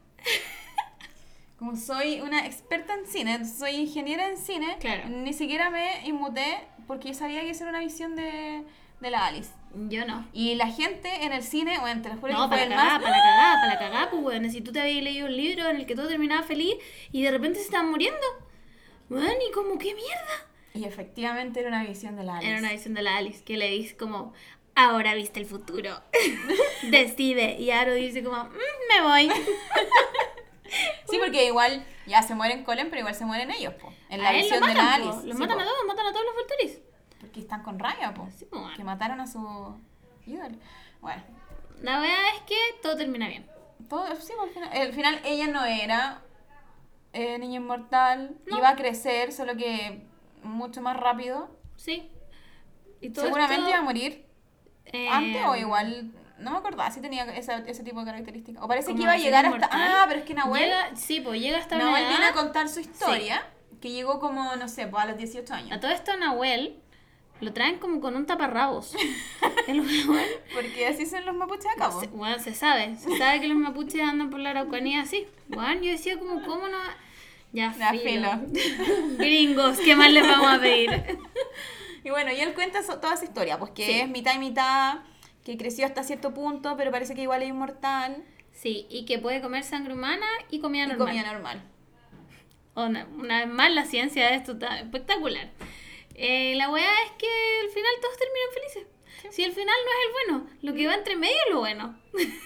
Speaker 2: como soy una experta en cine, soy ingeniera en cine,
Speaker 1: Claro.
Speaker 2: ni siquiera me inmuté porque yo sabía que eso era una visión de, de la Alice.
Speaker 1: Yo no.
Speaker 2: Y la gente en el cine, bueno, te lo juro
Speaker 1: No,
Speaker 2: que fue
Speaker 1: para
Speaker 2: el
Speaker 1: la cagada,
Speaker 2: más...
Speaker 1: para la cagada, para la cagada, pues, weón. Si tú te habías leído un libro en el que todo terminaba feliz y de repente se estaban muriendo. Weón, y como, ¿qué mierda?
Speaker 2: Y efectivamente era una visión de la Alice.
Speaker 1: Era una visión de la Alice que le dice como, ahora viste el futuro. Decide. Y Aro dice como, "Mm, me voy.
Speaker 2: Sí, porque igual ya se mueren Colin, pero igual se mueren ellos, po. En la
Speaker 1: A él
Speaker 2: visión
Speaker 1: lo
Speaker 2: de la
Speaker 1: matan, po.
Speaker 2: Alice.
Speaker 1: Los
Speaker 2: sí,
Speaker 1: matan
Speaker 2: po.
Speaker 1: a todos, matan a todos los Volturis.
Speaker 2: Porque están con rabia, po.
Speaker 1: Sí, po,
Speaker 2: Que
Speaker 1: weón.
Speaker 2: mataron a su ídolo. Bueno,
Speaker 1: La verdad es que todo termina bien.
Speaker 2: todo, sí, po, al final, al final ella no era eh, niña inmortal,
Speaker 1: No.
Speaker 2: iba a crecer, solo que mucho más rápido.
Speaker 1: Sí. Y todo
Speaker 2: Seguramente
Speaker 1: esto,
Speaker 2: iba a morir
Speaker 1: eh,
Speaker 2: antes o igual. No me acordaba si tenía esa- ese tipo de características. O parece que
Speaker 1: como
Speaker 2: iba a
Speaker 1: ser
Speaker 2: llegar hasta.
Speaker 1: inmortal.
Speaker 2: Ah, pero es que Nahuel.
Speaker 1: Llega- sí, pues llega hasta una
Speaker 2: Nahuel
Speaker 1: edad-
Speaker 2: viene a contar su historia, que llegó como, no sé, pues, a los 18
Speaker 1: A
Speaker 2: años.
Speaker 1: todo esto a Nahuel lo traen como con un taparrabos. El weón
Speaker 2: Porque así son los mapuches acá, pues. po.
Speaker 1: se, weón, se sabe, se sabe que los mapuches andan por la Araucanía así. Weón, yo decía como, ¿cómo no? Ya,
Speaker 2: Ya,
Speaker 1: filo. Gringos, ¿qué más les vamos a pedir?
Speaker 2: Y bueno, y él cuenta so- toda esa historia, pues que
Speaker 1: Sí.
Speaker 2: es mitad y mitad, que creció hasta cierto punto, pero parece que igual es inmortal
Speaker 1: Sí, y que puede comer sangre humana y comida
Speaker 2: y
Speaker 1: normal.
Speaker 2: comía normal.
Speaker 1: Onda, una vez más la ciencia de esto está espectacular. Eh, la weá es que al final todos terminan felices. Si el final no es el bueno, lo que va entre medio es lo bueno.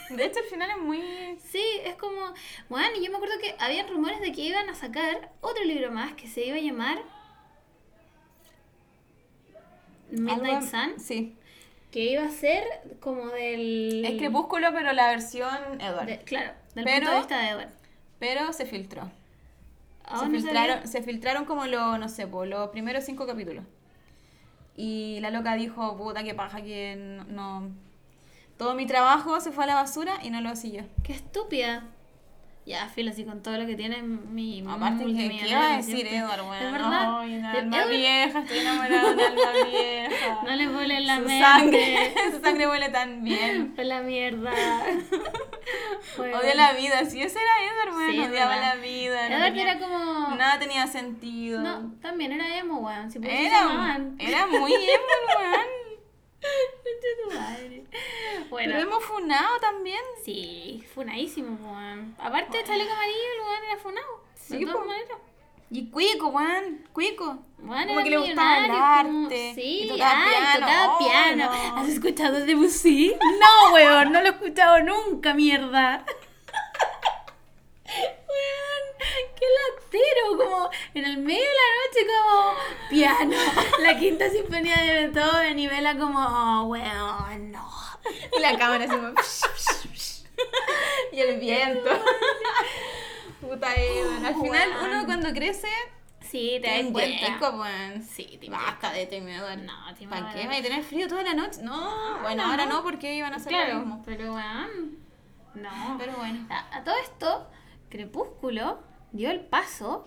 Speaker 2: De hecho, al final es muy...
Speaker 1: Sí, es como, bueno, y yo me acuerdo que habían rumores de que iban a sacar otro libro más que se iba a llamar Midnight
Speaker 2: algo-
Speaker 1: Sun,
Speaker 2: Sí.
Speaker 1: que iba a ser como del...
Speaker 2: Es crepúsculo, pero la versión Edward.
Speaker 1: de- claro, del punto
Speaker 2: Pero-
Speaker 1: de vista de Edward.
Speaker 2: Pero se filtró.
Speaker 1: Aún no
Speaker 2: se,
Speaker 1: sabía-
Speaker 2: filtraron, se filtraron como los, no sé, po, los primeros cinco capítulos. Y la loca dijo, puta, qué paja, que no- no... Todo mi trabajo se fue a la basura y no lo siguió.
Speaker 1: Qué estúpida. Ya, filo, así con todo lo que tiene mi
Speaker 2: Aparte, ¿qué,
Speaker 1: multimillonaria
Speaker 2: qué va a
Speaker 1: de
Speaker 2: decir
Speaker 1: siempre.
Speaker 2: Edward? Bueno,
Speaker 1: Es verdad.
Speaker 2: Ay, una
Speaker 1: De-
Speaker 2: alma
Speaker 1: Edward-
Speaker 2: vieja, estoy enamorada de una alma vieja.
Speaker 1: No le huele la
Speaker 2: su
Speaker 1: mente.
Speaker 2: sangre, su sangre huele tan bien.
Speaker 1: Fue la mierda. Fue-
Speaker 2: Odio la vida, si ese era Edward, bueno,
Speaker 1: Sí, es
Speaker 2: odiaba
Speaker 1: verdad.
Speaker 2: la vida. no
Speaker 1: Edward
Speaker 2: tenía-
Speaker 1: era como.
Speaker 2: Nada tenía sentido.
Speaker 1: No, también era emo, weón. Si por eso se
Speaker 2: era,
Speaker 1: llamaban.
Speaker 2: era muy emo el weón.
Speaker 1: Concha tu madre. Bueno,
Speaker 2: Pero hemos funado también.
Speaker 1: sí, funadísimo, weón. Aparte, el chaleco amarillo, el weón era funado.
Speaker 2: Sí,
Speaker 1: de todas
Speaker 2: po.
Speaker 1: maneras.
Speaker 2: Y cuico, weón, cuico.
Speaker 1: Bueno,
Speaker 2: Como
Speaker 1: era
Speaker 2: que le gustaba el
Speaker 1: millonario, como-
Speaker 2: arte,
Speaker 1: Sí,
Speaker 2: y
Speaker 1: tocaba
Speaker 2: tocaba
Speaker 1: piano.
Speaker 2: piano.
Speaker 1: tocaba
Speaker 2: Oh,
Speaker 1: piano.
Speaker 2: no.
Speaker 1: ¿Has escuchado de Debussy? No, weón, no lo he escuchado nunca, mierda. Weón, qué latero, como en el medio de la noche, como piano. La quinta sinfonía de Beethoven y vela como, oh, weón, no.
Speaker 2: Y la cámara se como... psh, psh, psh. y el viento. Puta Edward. Al final,
Speaker 1: weón.
Speaker 2: uno cuando crece,
Speaker 1: Sí, te
Speaker 2: te
Speaker 1: das
Speaker 2: un
Speaker 1: cuenta.
Speaker 2: cuico, weón.
Speaker 1: Sí, te
Speaker 2: Basta de Tim Edward.
Speaker 1: No, Tim
Speaker 2: ¿Para qué?
Speaker 1: Edward.
Speaker 2: ¿Va a tener frío toda la noche? No, bueno,
Speaker 1: no.
Speaker 2: ahora no, porque iban a hacer lo
Speaker 1: Claro,
Speaker 2: mismo.
Speaker 1: pero weón, no.
Speaker 2: Pero bueno.
Speaker 1: A, a todo esto, Crepúsculo dio el paso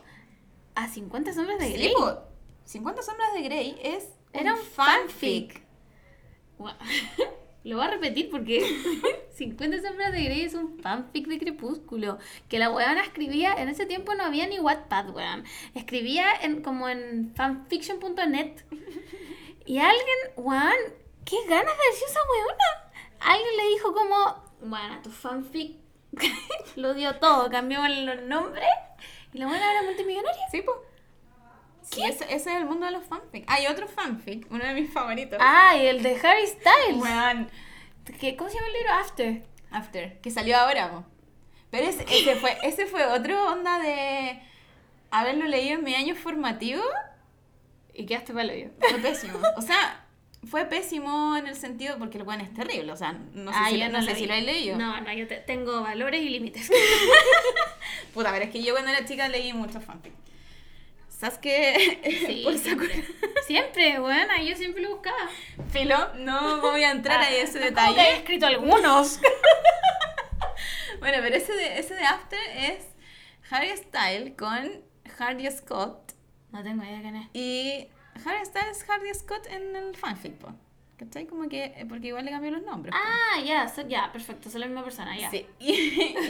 Speaker 1: a 50 sombras de Grey.
Speaker 2: Sí, po. 50 sombras de Grey es
Speaker 1: Era un fanfic. Gua- Lo voy a repetir porque 50 sombras de Grey es un fanfic de Crepúsculo. Que la weona escribía, en ese tiempo no había ni Wattpad, weón. Escribía en, como en fanfiction.net. Y alguien, weón, qué ganas de decir esa weona. Alguien le dijo como, bueno, tu fanfic lo dio todo, cambió los nombres. Y la weona era multimillonaria.
Speaker 2: Sí, po. Sí, ese, ese es el mundo de los fanfic. Hay otro fanfic, uno de mis favoritos.
Speaker 1: Ah, y el de Harry Styles.
Speaker 2: Weón.
Speaker 1: ¿Qué- ¿Cómo se llama el libro? After.
Speaker 2: After, que salió ahora, po. Pero ese, ese fue, ese fue otro onda de haberlo leído en mi año formativo.
Speaker 1: Y quedaste para el hoyo.
Speaker 2: Fue pésimo. O sea, fue pésimo en el sentido porque el weón es terrible. O sea, no sé
Speaker 1: Ah,
Speaker 2: si,
Speaker 1: yo
Speaker 2: lo- no
Speaker 1: lo
Speaker 2: sé
Speaker 1: vi.
Speaker 2: si lo he leído.
Speaker 1: No, no, yo te- tengo valores y límites.
Speaker 2: Puta, pero es que yo cuando era chica leí muchos fanfic. ¿Sabes qué?
Speaker 1: Sí,
Speaker 2: Por Sakura.
Speaker 1: siempre. siempre, bueno, yo siempre lo buscaba. Ah,
Speaker 2: Filo, no voy a entrar ahí a ese detalle.
Speaker 1: he escrito algunos.
Speaker 2: Bueno, pero ese de, ese de After es Harry Styles con Hardy Scott.
Speaker 1: No tengo idea quién es.
Speaker 2: Y Harry Styles es Hardy Scott en el fanfic, po. ¿Cachai? Como que, eh, porque igual le cambió los nombres. po.
Speaker 1: Ah, ya, so- ya, perfecto, soy la misma persona, ya.
Speaker 2: Sí. Y,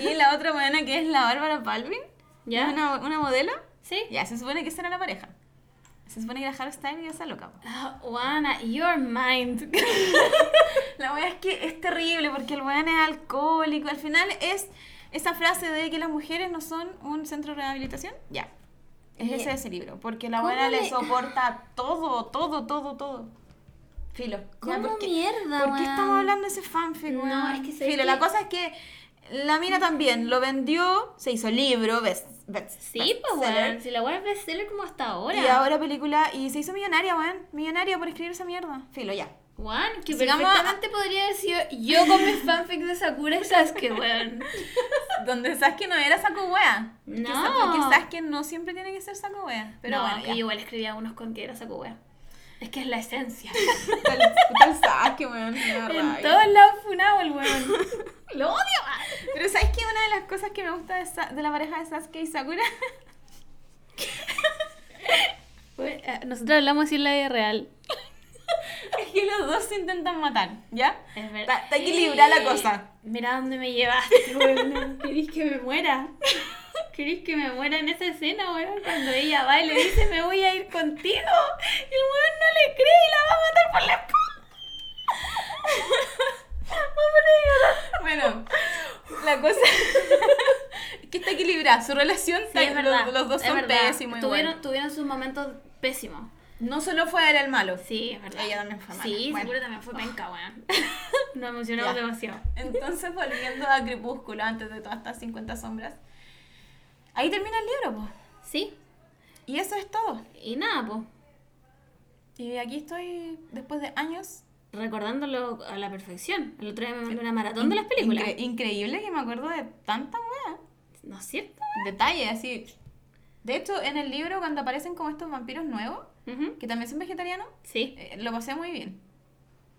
Speaker 2: y la otra buena que es la Bárbara Palvin.
Speaker 1: ¿Ya?
Speaker 2: es Una, una modelo.
Speaker 1: ¿Sí?
Speaker 2: Ya, se supone que esa era la pareja. Se supone que era Harry Styles y esa loca. po.
Speaker 1: Ah, Juana, your mind.
Speaker 2: La verdad es que es terrible porque el weón es alcohólico. Al final es esa frase de que las mujeres no son un centro de rehabilitación. Ya. Es
Speaker 1: Oye,
Speaker 2: ese ese libro. Porque la
Speaker 1: ¿cómo
Speaker 2: buena le...
Speaker 1: le-
Speaker 2: soporta todo, todo, todo, todo. Filo. Ya,
Speaker 1: ¿Cómo
Speaker 2: ¿por qué-
Speaker 1: mierda,
Speaker 2: ¿Por qué
Speaker 1: weón?
Speaker 2: estamos hablando de ese fanfic,
Speaker 1: No,
Speaker 2: weón?
Speaker 1: es que sé
Speaker 2: Filo,
Speaker 1: que-
Speaker 2: la cosa es que la mina también lo vendió, se hizo libro, best, best-
Speaker 1: Sí, pues,
Speaker 2: bestseller,
Speaker 1: weón, si la web es bestseller como hasta ahora.
Speaker 2: Y ahora película, y se hizo millonaria, weón. Millonaria por escribir esa mierda. Filo, ya.
Speaker 1: Juan, que
Speaker 2: Sigamos a-
Speaker 1: perfectamente podría haber sido yo con mis fanfics de Sakura y Sasuke, weón.
Speaker 2: Donde Sasuke no era saco wea. Que
Speaker 1: No.
Speaker 2: Sa- Porque Sasuke no siempre tiene que ser saco wea. Pero
Speaker 1: no,
Speaker 2: bueno,
Speaker 1: que
Speaker 2: ya.
Speaker 1: yo igual escribía unos con que era Sakura. Es que es la esencia.
Speaker 2: Puta el- puta el Sasuke, weón, me da
Speaker 1: En
Speaker 2: rabia.
Speaker 1: todos lados funado el weón. Lo odio.
Speaker 2: Pero ¿sabes qué? Una de las cosas que me gusta de, Sa- de la pareja de Sasuke y Sakura
Speaker 1: eh, Nosotros hablamos así en la vida real.
Speaker 2: es que los dos se intentan matar, ¿ya?
Speaker 1: Es
Speaker 2: Está- está equilibrada la cosa.
Speaker 1: Mira dónde me llevaste, weón. ¿Querís que me muera? ¿Querís que me muera en esa escena, weón? Cuando ella va y le dice, me voy a ir contigo. Y el weón no le cree y la va a matar por la espalda.
Speaker 2: Bueno, la cosa es que está equilibrada. Su relación, está-
Speaker 1: Sí, es verdad.
Speaker 2: Los, los dos
Speaker 1: es
Speaker 2: son
Speaker 1: verdad.
Speaker 2: pésimos.
Speaker 1: Tuvieron,
Speaker 2: igual.
Speaker 1: tuvieron sus momentos pésimos.
Speaker 2: No solo fue él el malo.
Speaker 1: Sí, es verdad.
Speaker 2: Ella también fue mala.
Speaker 1: Sí,
Speaker 2: Bueno.
Speaker 1: seguro también fue penca, weón. Nos emocionamos
Speaker 2: Ya.
Speaker 1: demasiado.
Speaker 2: Entonces, volviendo a Crepúsculo, antes de todas estas 50 sombras, ahí termina el libro, pues.
Speaker 1: Sí,
Speaker 2: Y eso es todo.
Speaker 1: y nada, pues.
Speaker 2: Y aquí estoy después de años.
Speaker 1: Recordándolo a la perfección. El otro día me mandé una maratón de las películas.
Speaker 2: Incre- increíble que me acuerdo de tanta weá.
Speaker 1: ¿No es cierto?
Speaker 2: Detalles así. De hecho, en el libro, cuando aparecen como estos vampiros nuevos,
Speaker 1: Ujú.
Speaker 2: que también son vegetarianos,
Speaker 1: Sí.
Speaker 2: eh, lo pasé muy bien.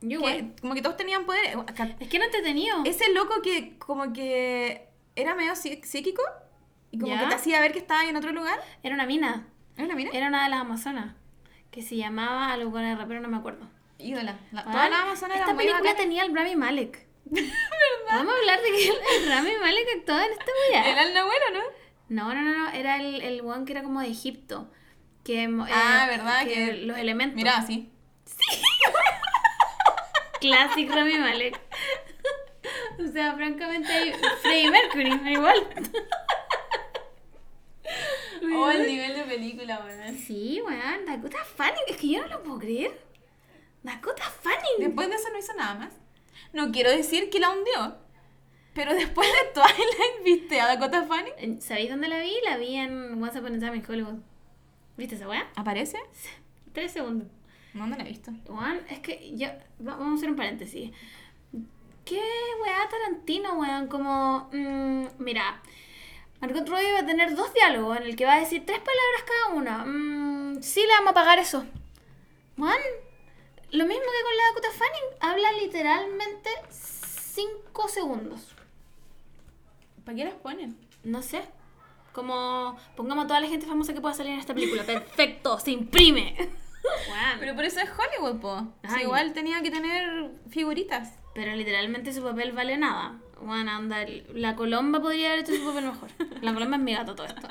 Speaker 1: Yo
Speaker 2: Que-
Speaker 1: igual.
Speaker 2: como que todos tenían poder. Ca-
Speaker 1: Es que era entretenido.
Speaker 2: Ese loco que como que era medio psí- psíquico y como
Speaker 1: ¿Ya? Eh,
Speaker 2: que te hacía ver que estaba en otro lugar.
Speaker 1: Era una mina.
Speaker 2: ¿Es la mina?
Speaker 1: Era una de las amazonas. Que se llamaba algo con el rapero, no me acuerdo.
Speaker 2: Ídola. La,
Speaker 1: Juan,
Speaker 2: toda la Amazonas
Speaker 1: Esta
Speaker 2: era muy
Speaker 1: película
Speaker 2: bacana.
Speaker 1: tenía al Rami Malek. Vamos a hablar de que el Rami Malek actuaba en esta
Speaker 2: Era
Speaker 1: weá.
Speaker 2: el abuelo, ¿no?
Speaker 1: No, no, no, no. Era el, el weón que era como de Egipto. Que, mo-
Speaker 2: Ah,
Speaker 1: eh,
Speaker 2: ¿verdad?
Speaker 1: Que,
Speaker 2: Que-
Speaker 1: los elementos.
Speaker 2: Mira, así.
Speaker 1: Classic Rami Malek. O sea, francamente, hay Freddie Mercury, igual.
Speaker 2: Oh, el nivel de película, weón.
Speaker 1: Sí, weón. Dakota Fanning, es que yo no lo puedo creer. Dakota Fanning.
Speaker 2: Después de eso no hizo nada más. No quiero decir que la hundió. Pero después de Twilight, ¿viste a Dakota Fanning?
Speaker 1: Eh, ¿Sabéis dónde la vi? La vi en Once Upon a Time in Hollywood. ¿Viste esa weá?
Speaker 2: ¿Aparece?
Speaker 1: Tres segundos.
Speaker 2: No, no la he visto.
Speaker 1: Weón, es que ya. va- Vamos a hacer un paréntesis. ¿Qué weá Tarantino, weón? Como. mm, mira. Margot Robbie va a tener dos diálogos en el que va a decir tres palabras cada una. Mm, sí, le vamos a pagar eso. Weón. Lo mismo que con la Dakota Fanning. Habla literalmente cinco segundos.
Speaker 2: ¿Para qué las ponen?
Speaker 1: No sé. Como. Pongamos a toda la gente famosa que pueda salir en esta película. Perfecto, se imprime. Weón.
Speaker 2: Pero por eso es Hollywood, po. O sea,
Speaker 1: Ay.
Speaker 2: igual tenía que tener figuritas.
Speaker 1: Pero literalmente su papel vale nada. Bueno, anda, la Colomba podría haber hecho su papel mejor. La Colomba es mi gato todo esto.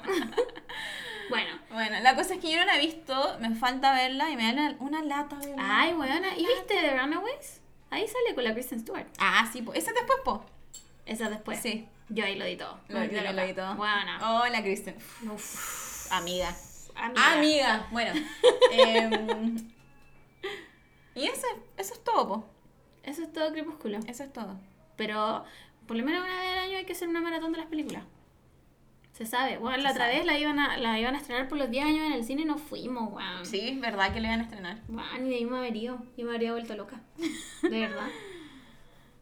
Speaker 1: bueno.
Speaker 2: Bueno, la cosa es que yo no la he visto, me falta verla y me da una, una lata verla.
Speaker 1: Ay, weona, ¿y viste The Runaways? Ahí sale con la Kristen Stewart.
Speaker 2: Ah, sí, po. Esa es después, po. Pues
Speaker 1: Esa después.
Speaker 2: Sí.
Speaker 1: Yo ahí lo di todo.
Speaker 2: Lo, lo, lo- lo- todo.
Speaker 1: Weona.
Speaker 2: Oh, la Kristen.
Speaker 1: Uf,
Speaker 2: Amiga.
Speaker 1: amiga.
Speaker 2: Ah, Amiga. Bueno. em, y eso, es- eso es todo, po.
Speaker 1: Eso es todo crepúsculo.
Speaker 2: Eso es todo.
Speaker 1: Pero por lo menos una vez al año hay que hacer una maratón de las películas. Se sabe. Bueno, la otra vez la iban, a, la iban a estrenar por los 10 años en el cine y no fuimos, weón.
Speaker 2: Sí, es verdad que le van a estrenar.
Speaker 1: Bueno, Ah, ni debimos haber ido. Yo me habría vuelto loca. De verdad.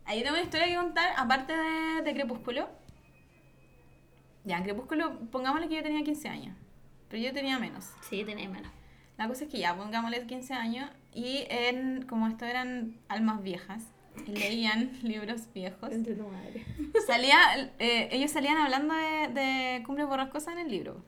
Speaker 2: Ahí tengo una historia que contar, aparte de, de Crepúsculo. Ya, Crepúsculo, pongámosle que yo tenía 15 años. Pero yo tenía menos.
Speaker 1: Sí, tenéis menos.
Speaker 2: La cosa es que ya, pongámosle 15 años. Y en, como esto eran almas viejas, y leían libros viejos.
Speaker 1: Entre tu madre.
Speaker 2: Salía, eh, ellos salían hablando de, de Cumbre Borrascosa en el libro.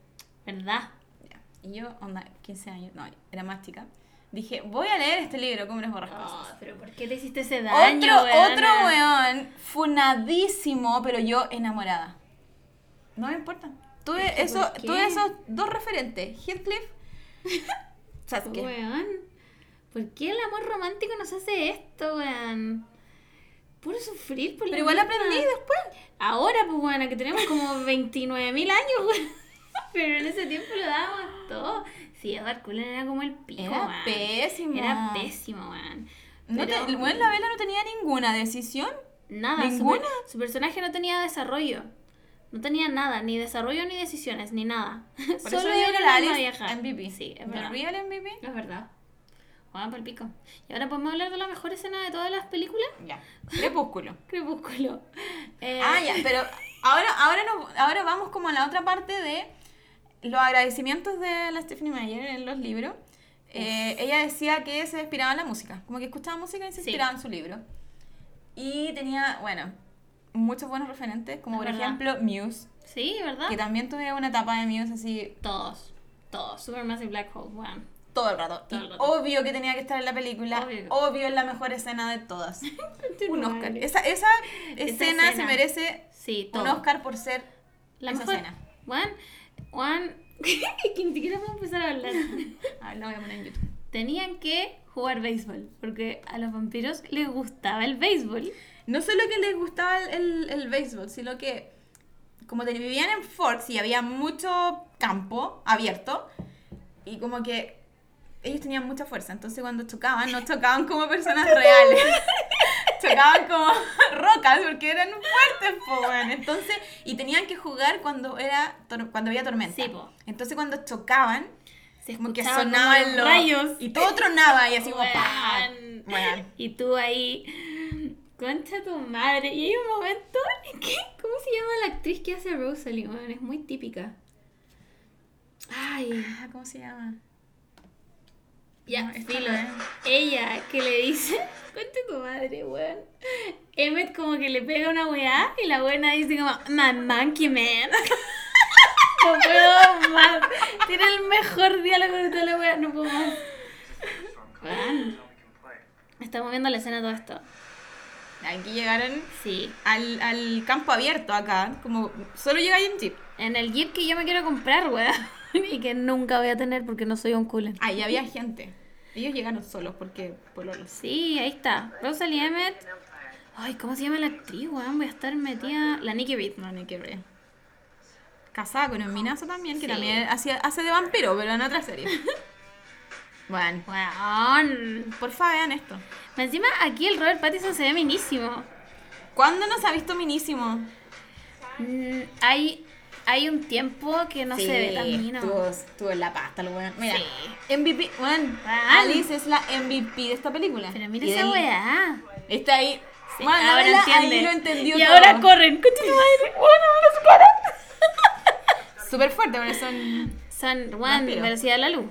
Speaker 1: ¿Verdad?
Speaker 2: Ya. Y yo, onda, 15 años, no, era más chica. Dije, voy a leer este libro, Cumbres Borrascosas.
Speaker 1: Oh, pero ¿por qué te hiciste ese daño?
Speaker 2: Otro,
Speaker 1: weona?
Speaker 2: otro weón, funadísimo, pero yo enamorada. No me importa. Tuve,
Speaker 1: Es que,
Speaker 2: eso,
Speaker 1: ¿por qué?
Speaker 2: tuve esos dos referentes, Heathcliff, Sasuke.
Speaker 1: Weón. ¿Por qué el amor romántico nos hace esto, weón? Puro sufrir por la
Speaker 2: Pero igual
Speaker 1: misma.
Speaker 2: aprendí después.
Speaker 1: Ahora, pues, weona, que tenemos como 29.000 años, weón. Pero en ese tiempo lo dábamos todo. Sí, Edward Cullen era como el pico,
Speaker 2: Era
Speaker 1: weón.
Speaker 2: pésimo.
Speaker 1: Era pésimo, weón.
Speaker 2: No te-
Speaker 1: Pero-
Speaker 2: el weón, la vela no tenía ninguna decisión.
Speaker 1: Nada, su per-
Speaker 2: ¿Ninguna?
Speaker 1: Su, personaje no tenía desarrollo. No tenía nada, ni desarrollo, ni decisiones, ni nada.
Speaker 2: Por
Speaker 1: Solo
Speaker 2: eso yo
Speaker 1: era
Speaker 2: era
Speaker 1: la
Speaker 2: la
Speaker 1: alma
Speaker 2: Alice
Speaker 1: vieja.
Speaker 2: MVP.
Speaker 1: Sí, es
Speaker 2: The
Speaker 1: verdad.
Speaker 2: real MVP.
Speaker 1: Es verdad. Juan por pico. Y ahora podemos hablar de la mejor escena de todas las películas.
Speaker 2: Ya. Crepúsculo.
Speaker 1: Crepúsculo. Eh,
Speaker 2: Ah, ya, pero ahora, ahora, no, ahora vamos como a la otra parte de los agradecimientos de la Stephanie Meyer en los libros. Eh, ella decía que se inspiraba en la música, como que escuchaba música y se
Speaker 1: Sí.
Speaker 2: inspiraba en su libro. Y tenía, bueno, muchos buenos referentes, como
Speaker 1: Es
Speaker 2: por
Speaker 1: verdad.
Speaker 2: ejemplo Muse,
Speaker 1: Sí, ¿verdad?
Speaker 2: que también tuve una etapa de Muse así
Speaker 1: Todos. Todos. Supermassive Black Hole, Juan.
Speaker 2: todo el rato.
Speaker 1: Todo
Speaker 2: Y
Speaker 1: el rato.
Speaker 2: obvio que tenía que estar en la película,
Speaker 1: Obvio.
Speaker 2: obvio, es la mejor escena de todas. Un Oscar.
Speaker 1: Madre.
Speaker 2: Esa, esa escena se
Speaker 1: escena.
Speaker 2: merece
Speaker 1: Sí, todo.
Speaker 2: un Oscar por ser
Speaker 1: La
Speaker 2: esa
Speaker 1: mejor.
Speaker 2: escena.
Speaker 1: Juan, Juan, que ni siquiera puedo empezar a hablar.
Speaker 2: A ver, la voy a poner en YouTube.
Speaker 1: Tenían que jugar béisbol, porque a los vampiros les gustaba el béisbol.
Speaker 2: No solo que les gustaba el, el- el béisbol, sino que como te- vivían en Forks y había mucho campo abierto, y como que ellos tenían mucha fuerza, entonces cuando chocaban, no chocaban como personas reales. chocaban como rocas porque eran fuertes, po, weón. Entonces, y tenían que jugar cuando era tor- cuando había tormenta.
Speaker 1: Sí, po.
Speaker 2: Entonces cuando chocaban,
Speaker 1: Se
Speaker 2: como que
Speaker 1: escuchaban como
Speaker 2: sonaban
Speaker 1: los
Speaker 2: los
Speaker 1: rayos.
Speaker 2: y todo tronaba y así como pa.
Speaker 1: Weón.
Speaker 2: Weón.
Speaker 1: Y tú ahí, concha tu madre. Y hay un momento en que, ¿cómo se llama la actriz que hace a Rosalie? Bueno, es muy típica. Ay,
Speaker 2: Ah, ¿Cómo se llama?
Speaker 1: Ya,
Speaker 2: No, esta
Speaker 1: filo.
Speaker 2: no es.
Speaker 1: Ella que le dice, cuente tu madre, weón. Emmet como que le pega una weá y la buena dice como, my monkey man. no puedo más. Tiene el mejor diálogo de toda la weá, no puedo más. Weón. Estamos viendo la escena de todo esto.
Speaker 2: Aquí llegaron
Speaker 1: Sí.
Speaker 2: al, al campo abierto acá, como solo llega en jeep.
Speaker 1: En el jeep que yo me quiero comprar, weón. Y que nunca voy a tener porque no soy un culen.
Speaker 2: Ahí había gente. Ellos llegaron solos porque por lo
Speaker 1: Sí, ahí está. Rosalie Emmett. Ay, ¿cómo se llama la actriz, weón? Voy a estar metida. La Nikki Bittman.
Speaker 2: No, ni que ver. Casada con un minazo también, que
Speaker 1: Sí.
Speaker 2: también hacía- hace de vampiro, pero en otra serie. bueno,
Speaker 1: Weón.
Speaker 2: porfa, vean esto.
Speaker 1: Encima aquí el Robert Pattinson se ve minísimo.
Speaker 2: ¿Cuándo nos ha visto minísimo?
Speaker 1: Mm, hay, hay un tiempo que no
Speaker 2: Sí,
Speaker 1: se ve tan mino.
Speaker 2: Estuvo, estuvo en la pasta, el weón. Mira,
Speaker 1: Sí.
Speaker 2: MVP, weón.
Speaker 1: Weón.
Speaker 2: Alice es la MVP de esta película.
Speaker 1: Ah. Pero mira
Speaker 2: Y
Speaker 1: esa
Speaker 2: del-
Speaker 1: weá.
Speaker 2: Está ahí.
Speaker 1: Sí,
Speaker 2: Weón, la
Speaker 1: ahora
Speaker 2: Bella
Speaker 1: entiende.
Speaker 2: ahí lo entendió
Speaker 1: y
Speaker 2: todo.
Speaker 1: ahora corren. Concha tu madre. Weón, mira su cara.
Speaker 2: Súper fuerte, pero son.
Speaker 1: Son, weón,
Speaker 2: Vampiro.
Speaker 1: velocidad de la luz.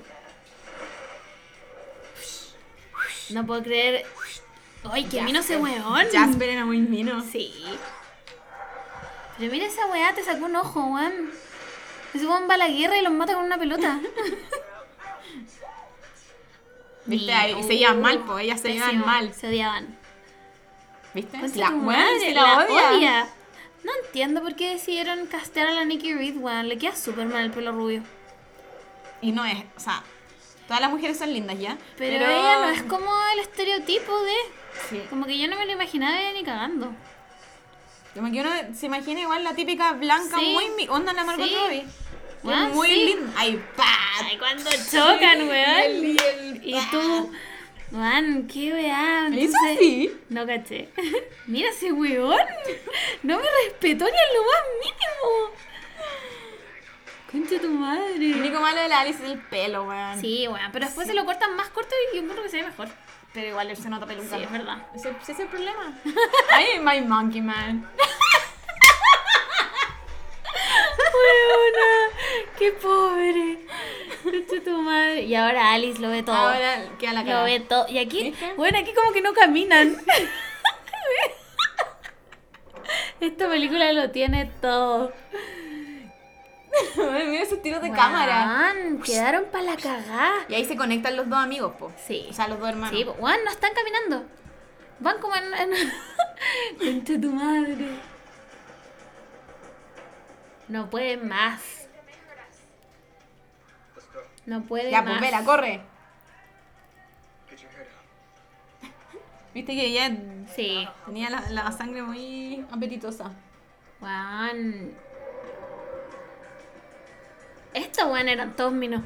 Speaker 1: No puedo creer. Ay, que mino ese weón.
Speaker 2: Jasper era muy mino.
Speaker 1: Sí. Pero mira esa weá, te sacó un ojo, weón. Ese weón va a la guerra y los mata con una pelota.
Speaker 2: Viste,
Speaker 1: Mira,
Speaker 2: ahí se
Speaker 1: uh,
Speaker 2: llevan mal, po, ellas se llevan
Speaker 1: pésimo,
Speaker 2: mal.
Speaker 1: Se odiaban. Pues
Speaker 2: ¿Viste?
Speaker 1: Concha
Speaker 2: La
Speaker 1: tu
Speaker 2: weón
Speaker 1: madre,
Speaker 2: se la, odia.
Speaker 1: No entiendo por qué decidieron castear a la Nikki Reed, weón. Le queda súper mal el pelo rubio.
Speaker 2: Y no es, o sea, todas las mujeres son lindas ya.
Speaker 1: Pero, ella no es como el estereotipo de.
Speaker 2: Sí.
Speaker 1: Como que yo no me lo imaginaba ni cagando.
Speaker 2: Como que uno se imagina igual la típica blanca,
Speaker 1: Sí.
Speaker 2: muy mi- onda la Margot
Speaker 1: Sí.
Speaker 2: Robbie.
Speaker 1: Ah,
Speaker 2: muy
Speaker 1: sí.
Speaker 2: linda. Ay, pa.
Speaker 1: Ay, cuando chocan,
Speaker 2: Y
Speaker 1: weón.
Speaker 2: el- el-
Speaker 1: Y
Speaker 2: pa.
Speaker 1: tú. Weón, qué weá.
Speaker 2: ¿Le hizo
Speaker 1: Entonces-
Speaker 2: así?
Speaker 1: No caché. Mira ese weón. No me respetó ni en lo más mínimo. Concha tu
Speaker 2: Lo
Speaker 1: madre.
Speaker 2: único malo de la Alice es el pelo, weón.
Speaker 1: Sí, weón, pero después se lo cortan más corto y yo creo que se ve mejor.
Speaker 2: Pero igual él se nota peluca.
Speaker 1: Sí, es verdad.
Speaker 2: Ese, ese es el problema. Ay, my monkey man.
Speaker 1: Weona, qué pobre. Concha tu madre. Y ahora Alice lo ve todo.
Speaker 2: Ahora queda la cara.
Speaker 1: lo ve todo. Y aquí,
Speaker 2: ¿Viste?
Speaker 1: bueno, aquí como que no caminan. Esta película lo tiene todo.
Speaker 2: Mira esos tiros de cámara.
Speaker 1: Weón, Quedaron para la cagada.
Speaker 2: Y ahí se conectan los dos amigos, po.
Speaker 1: Sí.
Speaker 2: O sea, los dos hermanos.
Speaker 1: Sí, po. weón, no están caminando. Van como en. en... Concha tu madre. No puede más. No puede
Speaker 2: Ya,
Speaker 1: más.
Speaker 2: pues vela, corre.
Speaker 3: Get your head up.
Speaker 2: Viste que ella
Speaker 1: Sí.
Speaker 2: tenía la, la sangre muy apetitosa.
Speaker 1: Weón. Estos weón eran todos minos.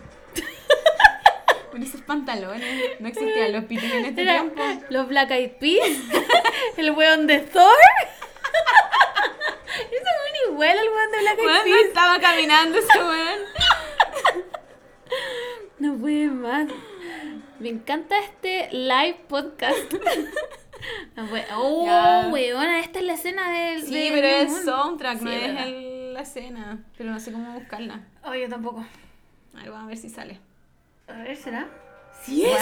Speaker 2: Con esos pantalones. No existían los pitos en este
Speaker 1: Eran
Speaker 2: tiempo.
Speaker 1: los Black Eyed Peas. el weón de Thor. Ese weón igual al weón de Black Eyed
Speaker 2: Weón, no
Speaker 1: Peas.
Speaker 2: estaba caminando ese weón.
Speaker 1: No puede más. Me encanta este live podcast. No puede- Oh,
Speaker 2: Ya.
Speaker 1: weona, esta es la escena del.
Speaker 2: Sí,
Speaker 1: del
Speaker 2: pero es
Speaker 1: Moon.
Speaker 2: soundtrack, no
Speaker 1: Sí,
Speaker 2: es
Speaker 1: verdad.
Speaker 2: el- la escena. Pero no sé cómo buscarla.
Speaker 1: Oh, yo tampoco.
Speaker 2: A ver, vamos a ver si sale.
Speaker 1: A ver, ¿será?
Speaker 2: Sí es.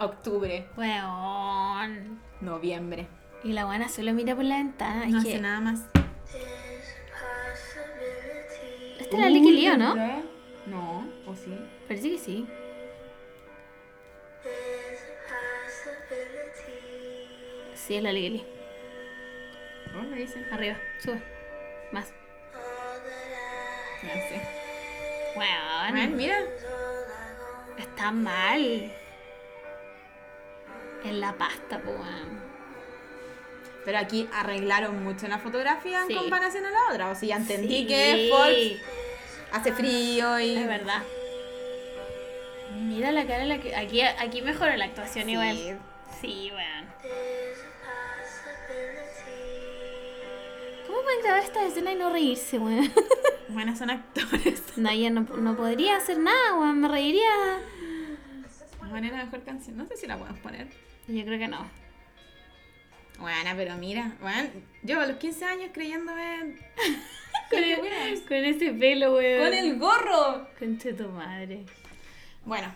Speaker 2: octubre,
Speaker 1: Weón.
Speaker 2: noviembre.
Speaker 1: Y la buena solo mira por la ventana.
Speaker 2: No
Speaker 1: es
Speaker 2: hace
Speaker 1: que...
Speaker 2: nada más.
Speaker 1: Esta es la Licky Leo, ¿no?
Speaker 2: No, o sí.
Speaker 1: Parece que sí. Sí, es la Ligeli.
Speaker 2: ¿Cómo lo dicen?
Speaker 1: Arriba, sube. Más.
Speaker 2: No sé.
Speaker 1: Weón.
Speaker 2: Weón, mira.
Speaker 1: Está mal. En la pasta, po, weón.
Speaker 2: Pero aquí arreglaron mucho la fotografía
Speaker 1: Sí.
Speaker 2: en comparación a la otra. O sea, ya entendí
Speaker 1: Sí.
Speaker 2: que Forbes hace frío y.
Speaker 1: Es verdad. Mira la cara en la que. Aquí, aquí mejoró la actuación
Speaker 2: Sí.
Speaker 1: igual. Sí, weón. ¿Cómo pueden grabar esta escena y no reírse, weón?
Speaker 2: Bueno, son actores.
Speaker 1: No, yo no, no podría hacer nada, weón. Me reiría.
Speaker 2: Bueno, es la mejor canción. No sé si la podemos poner.
Speaker 1: Yo creo que no.
Speaker 2: Bueno, pero mira, bueno, yo a los 15 años creyéndome
Speaker 1: Con, el- con ese Eh. pelo, weón.
Speaker 2: con el gorro.
Speaker 1: Concha tu madre.
Speaker 2: Bueno,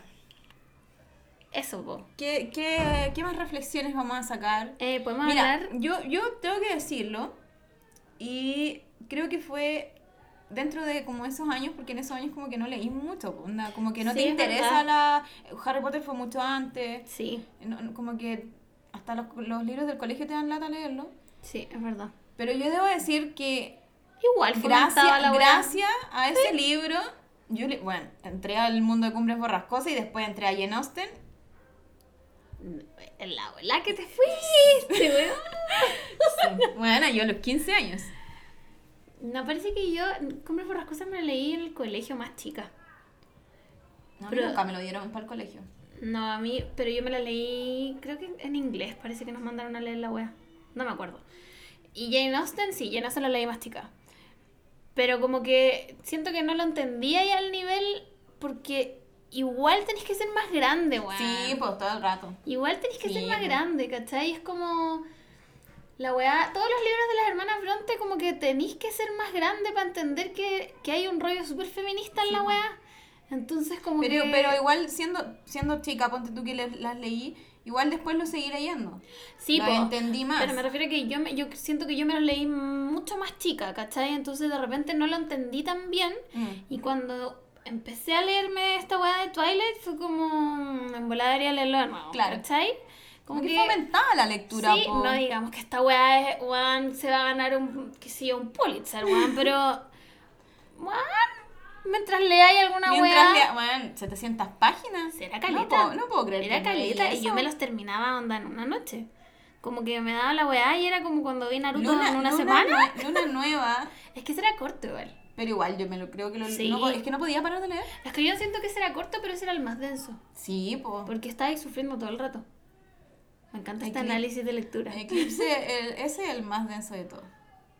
Speaker 1: Eso, po.
Speaker 2: ¿Qué, qué, qué más reflexiones vamos a sacar?
Speaker 1: Eh, Podemos
Speaker 2: Mira,
Speaker 1: hablar.
Speaker 2: yo, yo tengo que decirlo, y creo que fue dentro de como esos años, porque en esos años como que no leí mucho, onda, como que no
Speaker 1: Sí,
Speaker 2: te
Speaker 1: es
Speaker 2: interesa la... Harry Potter fue mucho antes,
Speaker 1: Sí,
Speaker 2: no- no- como que hasta los, los libros del colegio te dan lata leerlo,
Speaker 1: sí, es verdad.
Speaker 2: pero yo debo decir que
Speaker 1: Igual fomentaba
Speaker 2: gracias,
Speaker 1: la weá.
Speaker 2: gracias a ese libro, yo le- bueno, entré al mundo de Cumbres Borrascosas y después entré a Jane Austen,
Speaker 1: La abuela que te fuiste, weón.
Speaker 2: bueno, yo a los 15 años.
Speaker 1: No, parece que yo, Cumbre Borrascosas me la leí en el colegio más chica.
Speaker 2: No, a mí
Speaker 1: Pero-
Speaker 2: nunca me lo dieron para el colegio.
Speaker 1: No, a mí, pero yo me la leí, creo que en inglés, parece que nos mandaron a leer la wea. No me acuerdo. Y Jane Austen, sí, Jane Austen la leí más chica. Pero como que siento que no lo entendía ya al nivel, porque igual tenés que ser más grande, weón.
Speaker 2: Sí, pues todo el rato.
Speaker 1: Igual tenés que
Speaker 2: Sí,
Speaker 1: ser más
Speaker 2: po.
Speaker 1: grande, ¿cachai? Es como. La weá. Todos los libros de las hermanas Bronte, como que tenés que ser más grande para entender que, que hay un rollo súper feminista en la weá. Entonces, como
Speaker 2: Pero,
Speaker 1: que.
Speaker 2: pero igual siendo, siendo chica, ponte tú que le- las leí, igual después lo seguí leyendo.
Speaker 1: sí,
Speaker 2: lo
Speaker 1: po.
Speaker 2: entendí más.
Speaker 1: Pero me refiero a que yo, me, yo siento que yo me los leí mucho más chica, ¿cachai? Entonces, de repente no lo entendí tan bien.
Speaker 2: Mm.
Speaker 1: Y cuando empecé a leerme esta weá de Twilight, fue como. "Mm, En volada debería leerlo de nuevo.
Speaker 2: Claro.
Speaker 1: ¿cachai?
Speaker 2: Como que fomentaba la lectura.
Speaker 1: Sí,
Speaker 2: po.
Speaker 1: no digamos que esta weá es, weón, se va a ganar un, que sí, un Pulitzer, weón, pero, weón, mientras lea hay alguna weá,
Speaker 2: Mientras lea, bueno, 700 páginas.
Speaker 1: era
Speaker 2: No
Speaker 1: caleta,
Speaker 2: puedo, no puedo creer.
Speaker 1: era
Speaker 2: que me leí
Speaker 1: caleta, y
Speaker 2: eso.
Speaker 1: yo me los terminaba, onda, en una noche, como que me daba la weá y era como cuando vi Naruto
Speaker 2: Luna,
Speaker 1: en una
Speaker 2: Luna
Speaker 1: semana,
Speaker 2: nue- Luna nueva.
Speaker 1: es que será corto igual,
Speaker 2: Pero igual yo me lo creo que lo
Speaker 1: Sí.
Speaker 2: no po- Es que no podía parar de leer.
Speaker 1: es que yo siento que será corto, pero ese era el más denso,
Speaker 2: Sí, pues.
Speaker 1: porque estaba ahí sufriendo todo el rato, me encanta este
Speaker 2: Ay, qué-
Speaker 1: análisis de lectura,
Speaker 2: Eclipse, el- ese es el más denso de todo.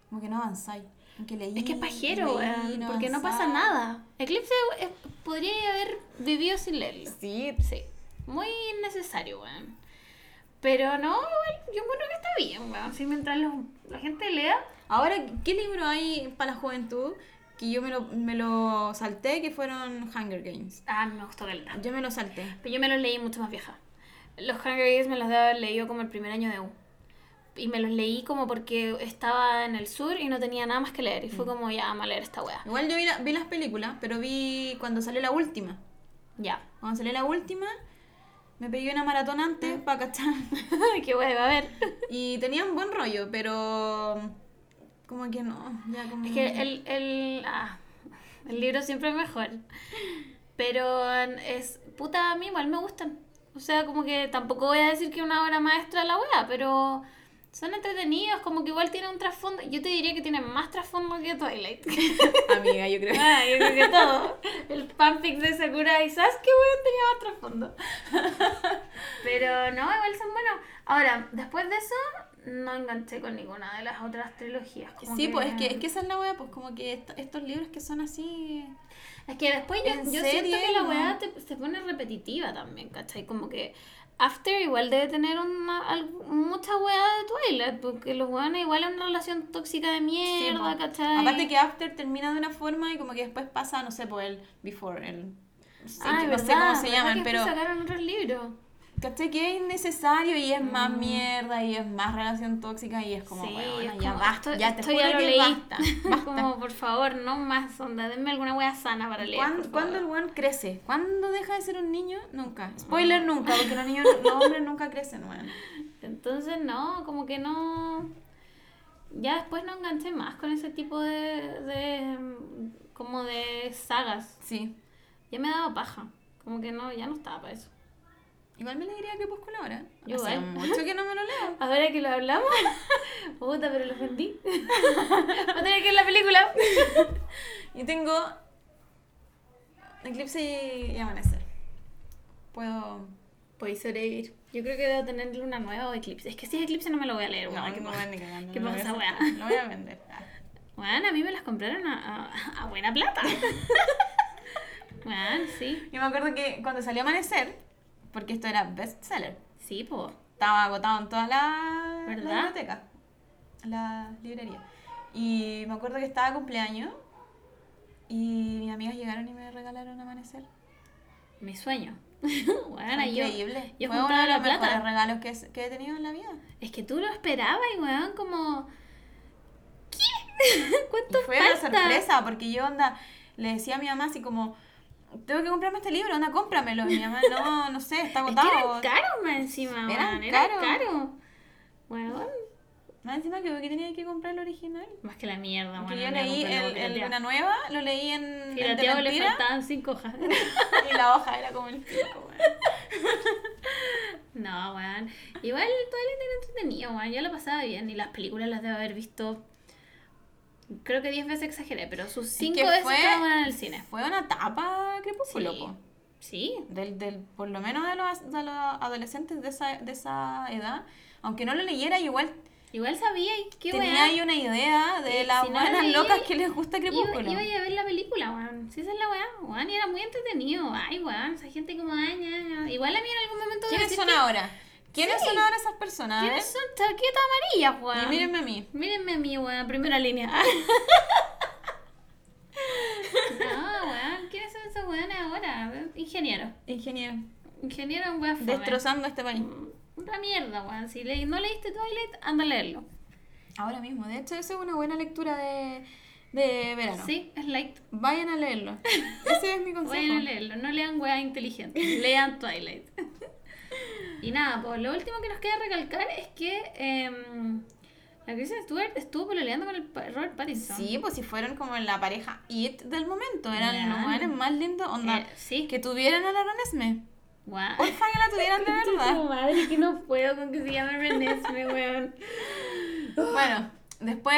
Speaker 2: Como que no avanzáis. como Que leí,
Speaker 1: Es que es pajero,
Speaker 2: leí,
Speaker 1: weón, porque no pasa
Speaker 2: avanzáis.
Speaker 1: nada. Eclipse eh, podría haber vivido sin leerlo.
Speaker 2: Sí,
Speaker 1: Sí, muy innecesario, weón. Pero no, igual, yo creo que está bien, weón. Si mientras los- la gente lea,
Speaker 2: Ahora, ¿qué libro hay para la juventud? Que yo me lo, me lo salté, que fueron Hunger Games.
Speaker 1: ah, me gustó caleta.
Speaker 2: Yo me lo salté.
Speaker 1: Pero yo me los leí mucho más vieja. Los Hunger Games me los debo haber leído como el primer año de U. Y me los leí como porque estaba en el sur y no tenía nada más que leer. Y fue como, ya, vamos a leer esta weá.
Speaker 2: Igual yo vi, la- vi las películas, pero vi cuando salió la última.
Speaker 1: Ya.
Speaker 2: Cuando salió la última, me pegué una maratón
Speaker 1: Ah.
Speaker 2: antes para cachar.
Speaker 1: Qué weá, va a ver.
Speaker 2: Y tenía un buen rollo, pero. Como que no. Ya como...
Speaker 1: Es que el, el, ah, el libro siempre es mejor. Pero es. Puta, a mí igual me gustan. O sea, como que tampoco voy a decir que una obra maestra la wea, pero son entretenidos, como que igual tienen un trasfondo. Yo te diría que tienen más trasfondo que Twilight.
Speaker 2: Amiga, yo creo.
Speaker 1: Ah, yo creo que todo. El fanfic de Sakura y Sasuke, weón, tenía más trasfondo. Pero no, igual son buenos. Ahora, después de eso, no enganché con ninguna de las otras trilogías. como
Speaker 2: Sí, pues es que, es que esa es la wea, pues como que esto- estos libros que son así.
Speaker 1: Es que después yo,
Speaker 2: ¿En
Speaker 1: yo
Speaker 2: serio?
Speaker 1: siento que la weá te- se pone repetitiva también, ¿cachai? Como que After igual debe tener una, al- mucha weá de Twilight, porque los weones igual es una relación tóxica de mierda,
Speaker 2: po.
Speaker 1: ¿cachai?
Speaker 2: pues. Aparte que After termina de una forma y como que después pasa, no sé, por el Before, el... sí,
Speaker 1: Ay,
Speaker 2: no
Speaker 1: Ah,
Speaker 2: sé
Speaker 1: verdad,
Speaker 2: cómo se
Speaker 1: verdad
Speaker 2: llaman,
Speaker 1: que después
Speaker 2: pero...
Speaker 1: sacaron otros libros.
Speaker 2: ¿Cachai? Que es innecesario y es más mierda y es más relación tóxica y es como,
Speaker 1: Mm. sí,
Speaker 2: bueno,
Speaker 1: es
Speaker 2: ya
Speaker 1: como,
Speaker 2: basta,
Speaker 1: esto-
Speaker 2: ya te
Speaker 1: esto
Speaker 2: juro
Speaker 1: ya lo
Speaker 2: que
Speaker 1: leí.
Speaker 2: basta,
Speaker 1: Es
Speaker 2: basta.
Speaker 1: como, por favor, no más, onda, denme alguna weá sana para leer.
Speaker 2: ¿Cuándo,
Speaker 1: por
Speaker 2: cuándo el
Speaker 1: favor.
Speaker 2: weón crece? ¿Cuándo deja de ser un niño? Nunca.
Speaker 1: Mm.
Speaker 2: Spoiler, nunca, porque los niños, los hombres nunca crecen, weón.
Speaker 1: Entonces, no, como que no. Ya después no enganché más con ese tipo de. de mm, como de sagas.
Speaker 2: Sí.
Speaker 1: Ya me daba paja. Como que no, ya no estaba para eso.
Speaker 2: Igual me alegría que busco la hora.
Speaker 1: Yo
Speaker 2: Hace
Speaker 1: igual.
Speaker 2: mucho que no me lo leo.
Speaker 1: Ahora que lo hablamos. Puta, pero lo vendí. Va a tener que ver la película.
Speaker 2: Yo tengo eclipse y, y amanecer. Puedo.
Speaker 1: Podéis sobrevivir. Yo creo que debo tener luna nueva o eclipse. Es que si es eclipse no me lo voy a leer, weón. ¿Qué pasa?
Speaker 2: cagando.
Speaker 1: ¿Qué
Speaker 2: no lo
Speaker 1: pasa,
Speaker 2: voy a hacer.
Speaker 1: weá?
Speaker 2: Lo voy a vender. Ah.
Speaker 1: Weón, a mí me las compraron a, a- a buena plata. Weón, sí.
Speaker 2: Yo me acuerdo que cuando salió amanecer, porque esto era bestseller,
Speaker 1: Sí, po.
Speaker 2: estaba agotado en toda la, la
Speaker 1: ¿Verdad?
Speaker 2: biblioteca, la librería. Y me acuerdo que estaba cumpleaños y mis amigas llegaron y me regalaron amanecer.
Speaker 1: Mi sueño. Weona, yo,
Speaker 2: Increíble.
Speaker 1: yo
Speaker 2: Fue
Speaker 1: juntaba
Speaker 2: uno de
Speaker 1: la
Speaker 2: los mejores
Speaker 1: plata.
Speaker 2: regalos que, es- que he tenido en la vida.
Speaker 1: Es que tú lo esperabas, y weón, como. ¿Qué?
Speaker 2: Y
Speaker 1: ¿Cuánto
Speaker 2: fue
Speaker 1: falta?
Speaker 2: una sorpresa, porque yo, onda, le decía a mi mamá así como, tengo que comprarme este libro, onda, cómpramelo. Y mi mamá, no, no sé, está
Speaker 1: Es que
Speaker 2: agotado.
Speaker 1: eran caros más encima,
Speaker 2: Eran
Speaker 1: weón. Eran
Speaker 2: caros.
Speaker 1: caros. Weón.
Speaker 2: Más encima creo que tenía que comprar el original.
Speaker 1: Más que la mierda,
Speaker 2: Porque
Speaker 1: weón.
Speaker 2: yo
Speaker 1: me
Speaker 2: leí
Speaker 1: compré la
Speaker 2: el, el
Speaker 1: piratea.
Speaker 2: Luna Nueva, lo leí en, en De
Speaker 1: Pirateado le
Speaker 2: Mentira,
Speaker 1: faltaban cinco hojas.
Speaker 2: y la hoja era como el pico, weón.
Speaker 1: No, weón. Igual el toilet era entretenido, weón. Yo lo pasaba bien y las películas las debo haber visto. Creo que 10 veces exageré, pero sus 5
Speaker 2: que
Speaker 1: veces
Speaker 2: fue-
Speaker 1: estaban al cine.
Speaker 2: Fue una etapa crepúsculo,
Speaker 1: Sí.
Speaker 2: po.
Speaker 1: Sí.
Speaker 2: Del, del, por lo menos de los, de los adolescentes de esa, de esa edad, aunque no lo leyera, igual
Speaker 1: Igual sabía y qué
Speaker 2: tenía
Speaker 1: weón.
Speaker 2: ahí una idea de
Speaker 1: Y
Speaker 2: las
Speaker 1: si no
Speaker 2: buenas
Speaker 1: leí,
Speaker 2: locas que les gusta
Speaker 1: Iba,
Speaker 2: Crepúsculo.
Speaker 1: iba a ir a ver la película, weón. Sí, esa es la weá, weón. Y era muy entretenido. Ay, weón. Esa gente como, ay, ña, ña. Igual a mí en algún momento. me
Speaker 2: ¿Quiénes
Speaker 1: decís
Speaker 2: son
Speaker 1: que-
Speaker 2: ahora? ¿Quiénes
Speaker 1: Sí.
Speaker 2: son ahora esas personas? A ver.
Speaker 1: ¿Quiénes son? Chaqueta amarilla,
Speaker 2: Y
Speaker 1: weón.
Speaker 2: mírenme a mí.
Speaker 1: Mírenme a mí, weón, primera línea. no, weón, ¿quiénes son esos weones ahora? Ingeniero.
Speaker 2: Ingeniero.
Speaker 1: Ingeniero en weón. fome.
Speaker 2: Destrozando este país.
Speaker 1: Una mierda, weón. Si le- no leíste Twilight, anda a leerlo.
Speaker 2: Ahora mismo. De hecho, eso es una buena lectura de, de verano.
Speaker 1: Sí, es light.
Speaker 2: Vayan a leerlo. Ese es mi consejo.
Speaker 1: Vayan a leerlo. No lean weas inteligentes. Lean Twilight. y nada, pues lo último que nos queda recalcar es que em, la Kristen Stewart estuvo pololeando con el pa- Robert Pattinson. Eh,
Speaker 2: Sí, pues si fueron como la pareja it del momento. Eran
Speaker 1: Ya.
Speaker 2: los hueones más lindos. Onda.
Speaker 1: Eh, sí.
Speaker 2: Que tuvieran a la Ronesme.
Speaker 1: Guau.
Speaker 2: Porfa que la tuvieran de
Speaker 1: Tu
Speaker 2: verdad.
Speaker 1: madre, que no puedo con que se llame Renesme, weón.
Speaker 2: Bueno, después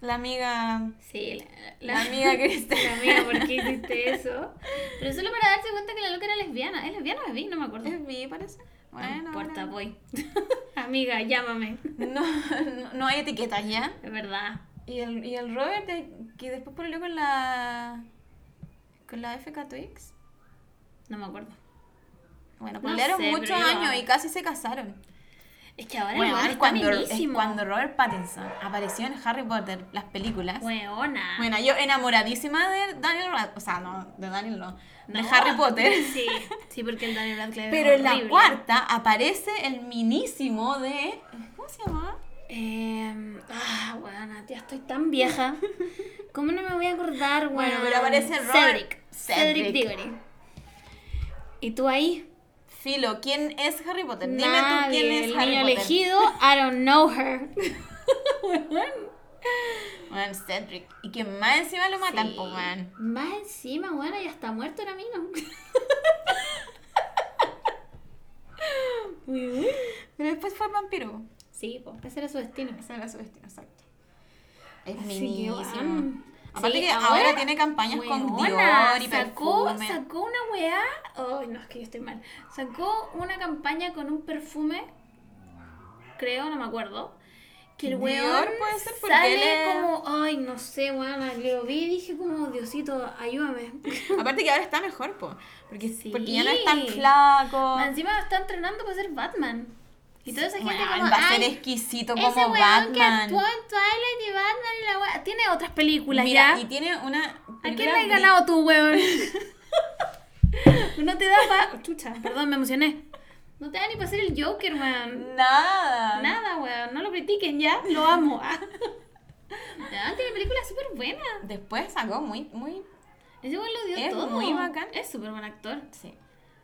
Speaker 2: la amiga.
Speaker 1: Sí, la,
Speaker 2: La amiga Kristen.
Speaker 1: La amiga, ¿por qué hiciste eso? Pero solo para darse cuenta que la loca era lesbiana. ¿Es lesbiana o es bi? No me acuerdo.
Speaker 2: Es vi, parece.
Speaker 1: no importa,
Speaker 2: ahora-
Speaker 1: voy. amiga, llámame.
Speaker 2: no, no, no hay etiquetas ya.
Speaker 1: Es verdad.
Speaker 2: Y el, y el Robert, eh, que después pololeó con la. con la FK Twix.
Speaker 1: No me acuerdo.
Speaker 2: Bueno,
Speaker 1: No
Speaker 2: pololearon
Speaker 1: sé,
Speaker 2: muchos
Speaker 1: pero yo-
Speaker 2: años y casi se casaron.
Speaker 1: Es que ahora
Speaker 2: Bueno,
Speaker 1: el weón
Speaker 2: es
Speaker 1: está
Speaker 2: cuando, es
Speaker 1: minísimo.
Speaker 2: cuando Robert Pattinson apareció en Harry Potter, las películas.
Speaker 1: Weona.
Speaker 2: Bueno, yo enamoradísima de Daniel Radcliffe, o sea, no, de Daniel no, de
Speaker 1: No.
Speaker 2: Harry Potter.
Speaker 1: Sí, sí, porque el Daniel Radcliffe es
Speaker 2: Pero en la
Speaker 1: horrible.
Speaker 2: cuarta aparece el minísimo de... ¿Cómo se llama?
Speaker 1: Em, ah, weona, ya estoy tan vieja. ¿Cómo no me voy a acordar, weón?
Speaker 2: Bueno, pero aparece Robert-
Speaker 1: Cedric.
Speaker 2: Cedric.
Speaker 1: Cedric Diggory. ¿Y tú ahí?
Speaker 2: Filo, ¿quién es Harry Potter? Dime tú
Speaker 1: Nadie,
Speaker 2: quién es
Speaker 1: el
Speaker 2: Harry
Speaker 1: niño
Speaker 2: Potter.
Speaker 1: elegido, I don't know her.
Speaker 2: Bueno, Cedric. Y que más encima lo matan, pues, po, man.
Speaker 1: Más encima, bueno, ya está muerto ahora mismo.
Speaker 2: Pero después fue vampiro.
Speaker 1: Sí, pues ese era su destino.
Speaker 2: Ese era su destino, exacto. Es
Speaker 1: Así que,
Speaker 2: minísimo.
Speaker 1: weón.
Speaker 2: Aparte
Speaker 1: Sí,
Speaker 2: que ahora,
Speaker 1: ahora,
Speaker 2: tiene campañas con
Speaker 1: Weona,
Speaker 2: Dior y
Speaker 1: sacó,
Speaker 2: perfume.
Speaker 1: sacó una weá. Ay, no, es que yo estoy mal. Sacó una campaña con un perfume, creo, no me acuerdo. Que el
Speaker 2: Dior
Speaker 1: weón
Speaker 2: puede ser porque
Speaker 1: sale
Speaker 2: él es-
Speaker 1: como, ay, no sé, weona. Lo vi y dije como, Diosito, ayúdame.
Speaker 2: Aparte que ahora está mejor, po. Porque,
Speaker 1: Sí.
Speaker 2: porque ya no es tan flaco.
Speaker 1: Más Encima está entrenando para ser Batman. Y toda esa gente
Speaker 2: Weón,
Speaker 1: como,
Speaker 2: va a ser
Speaker 1: "Ay,
Speaker 2: exquisito
Speaker 1: ese
Speaker 2: como
Speaker 1: weón que
Speaker 2: Batman.
Speaker 1: actuó en Twilight y Batman y la weá. Tiene otras películas
Speaker 2: Mira,
Speaker 1: ya.
Speaker 2: y tiene una...
Speaker 1: ¿A quién
Speaker 2: película
Speaker 1: le has
Speaker 2: bri-
Speaker 1: ganado tú, weón? no te da pa... Chucha, perdón, me emocioné. No te da ni para ser el Joker, weón.
Speaker 2: Nada.
Speaker 1: Nada, weón. No lo critiquen ya. Lo amo. Ah. Ya, tiene películas súper buenas.
Speaker 2: Después sacó muy... muy...
Speaker 1: Ese weón lo dio
Speaker 2: Es
Speaker 1: todo.
Speaker 2: muy bacán.
Speaker 1: Es súper buen actor.
Speaker 2: Sí.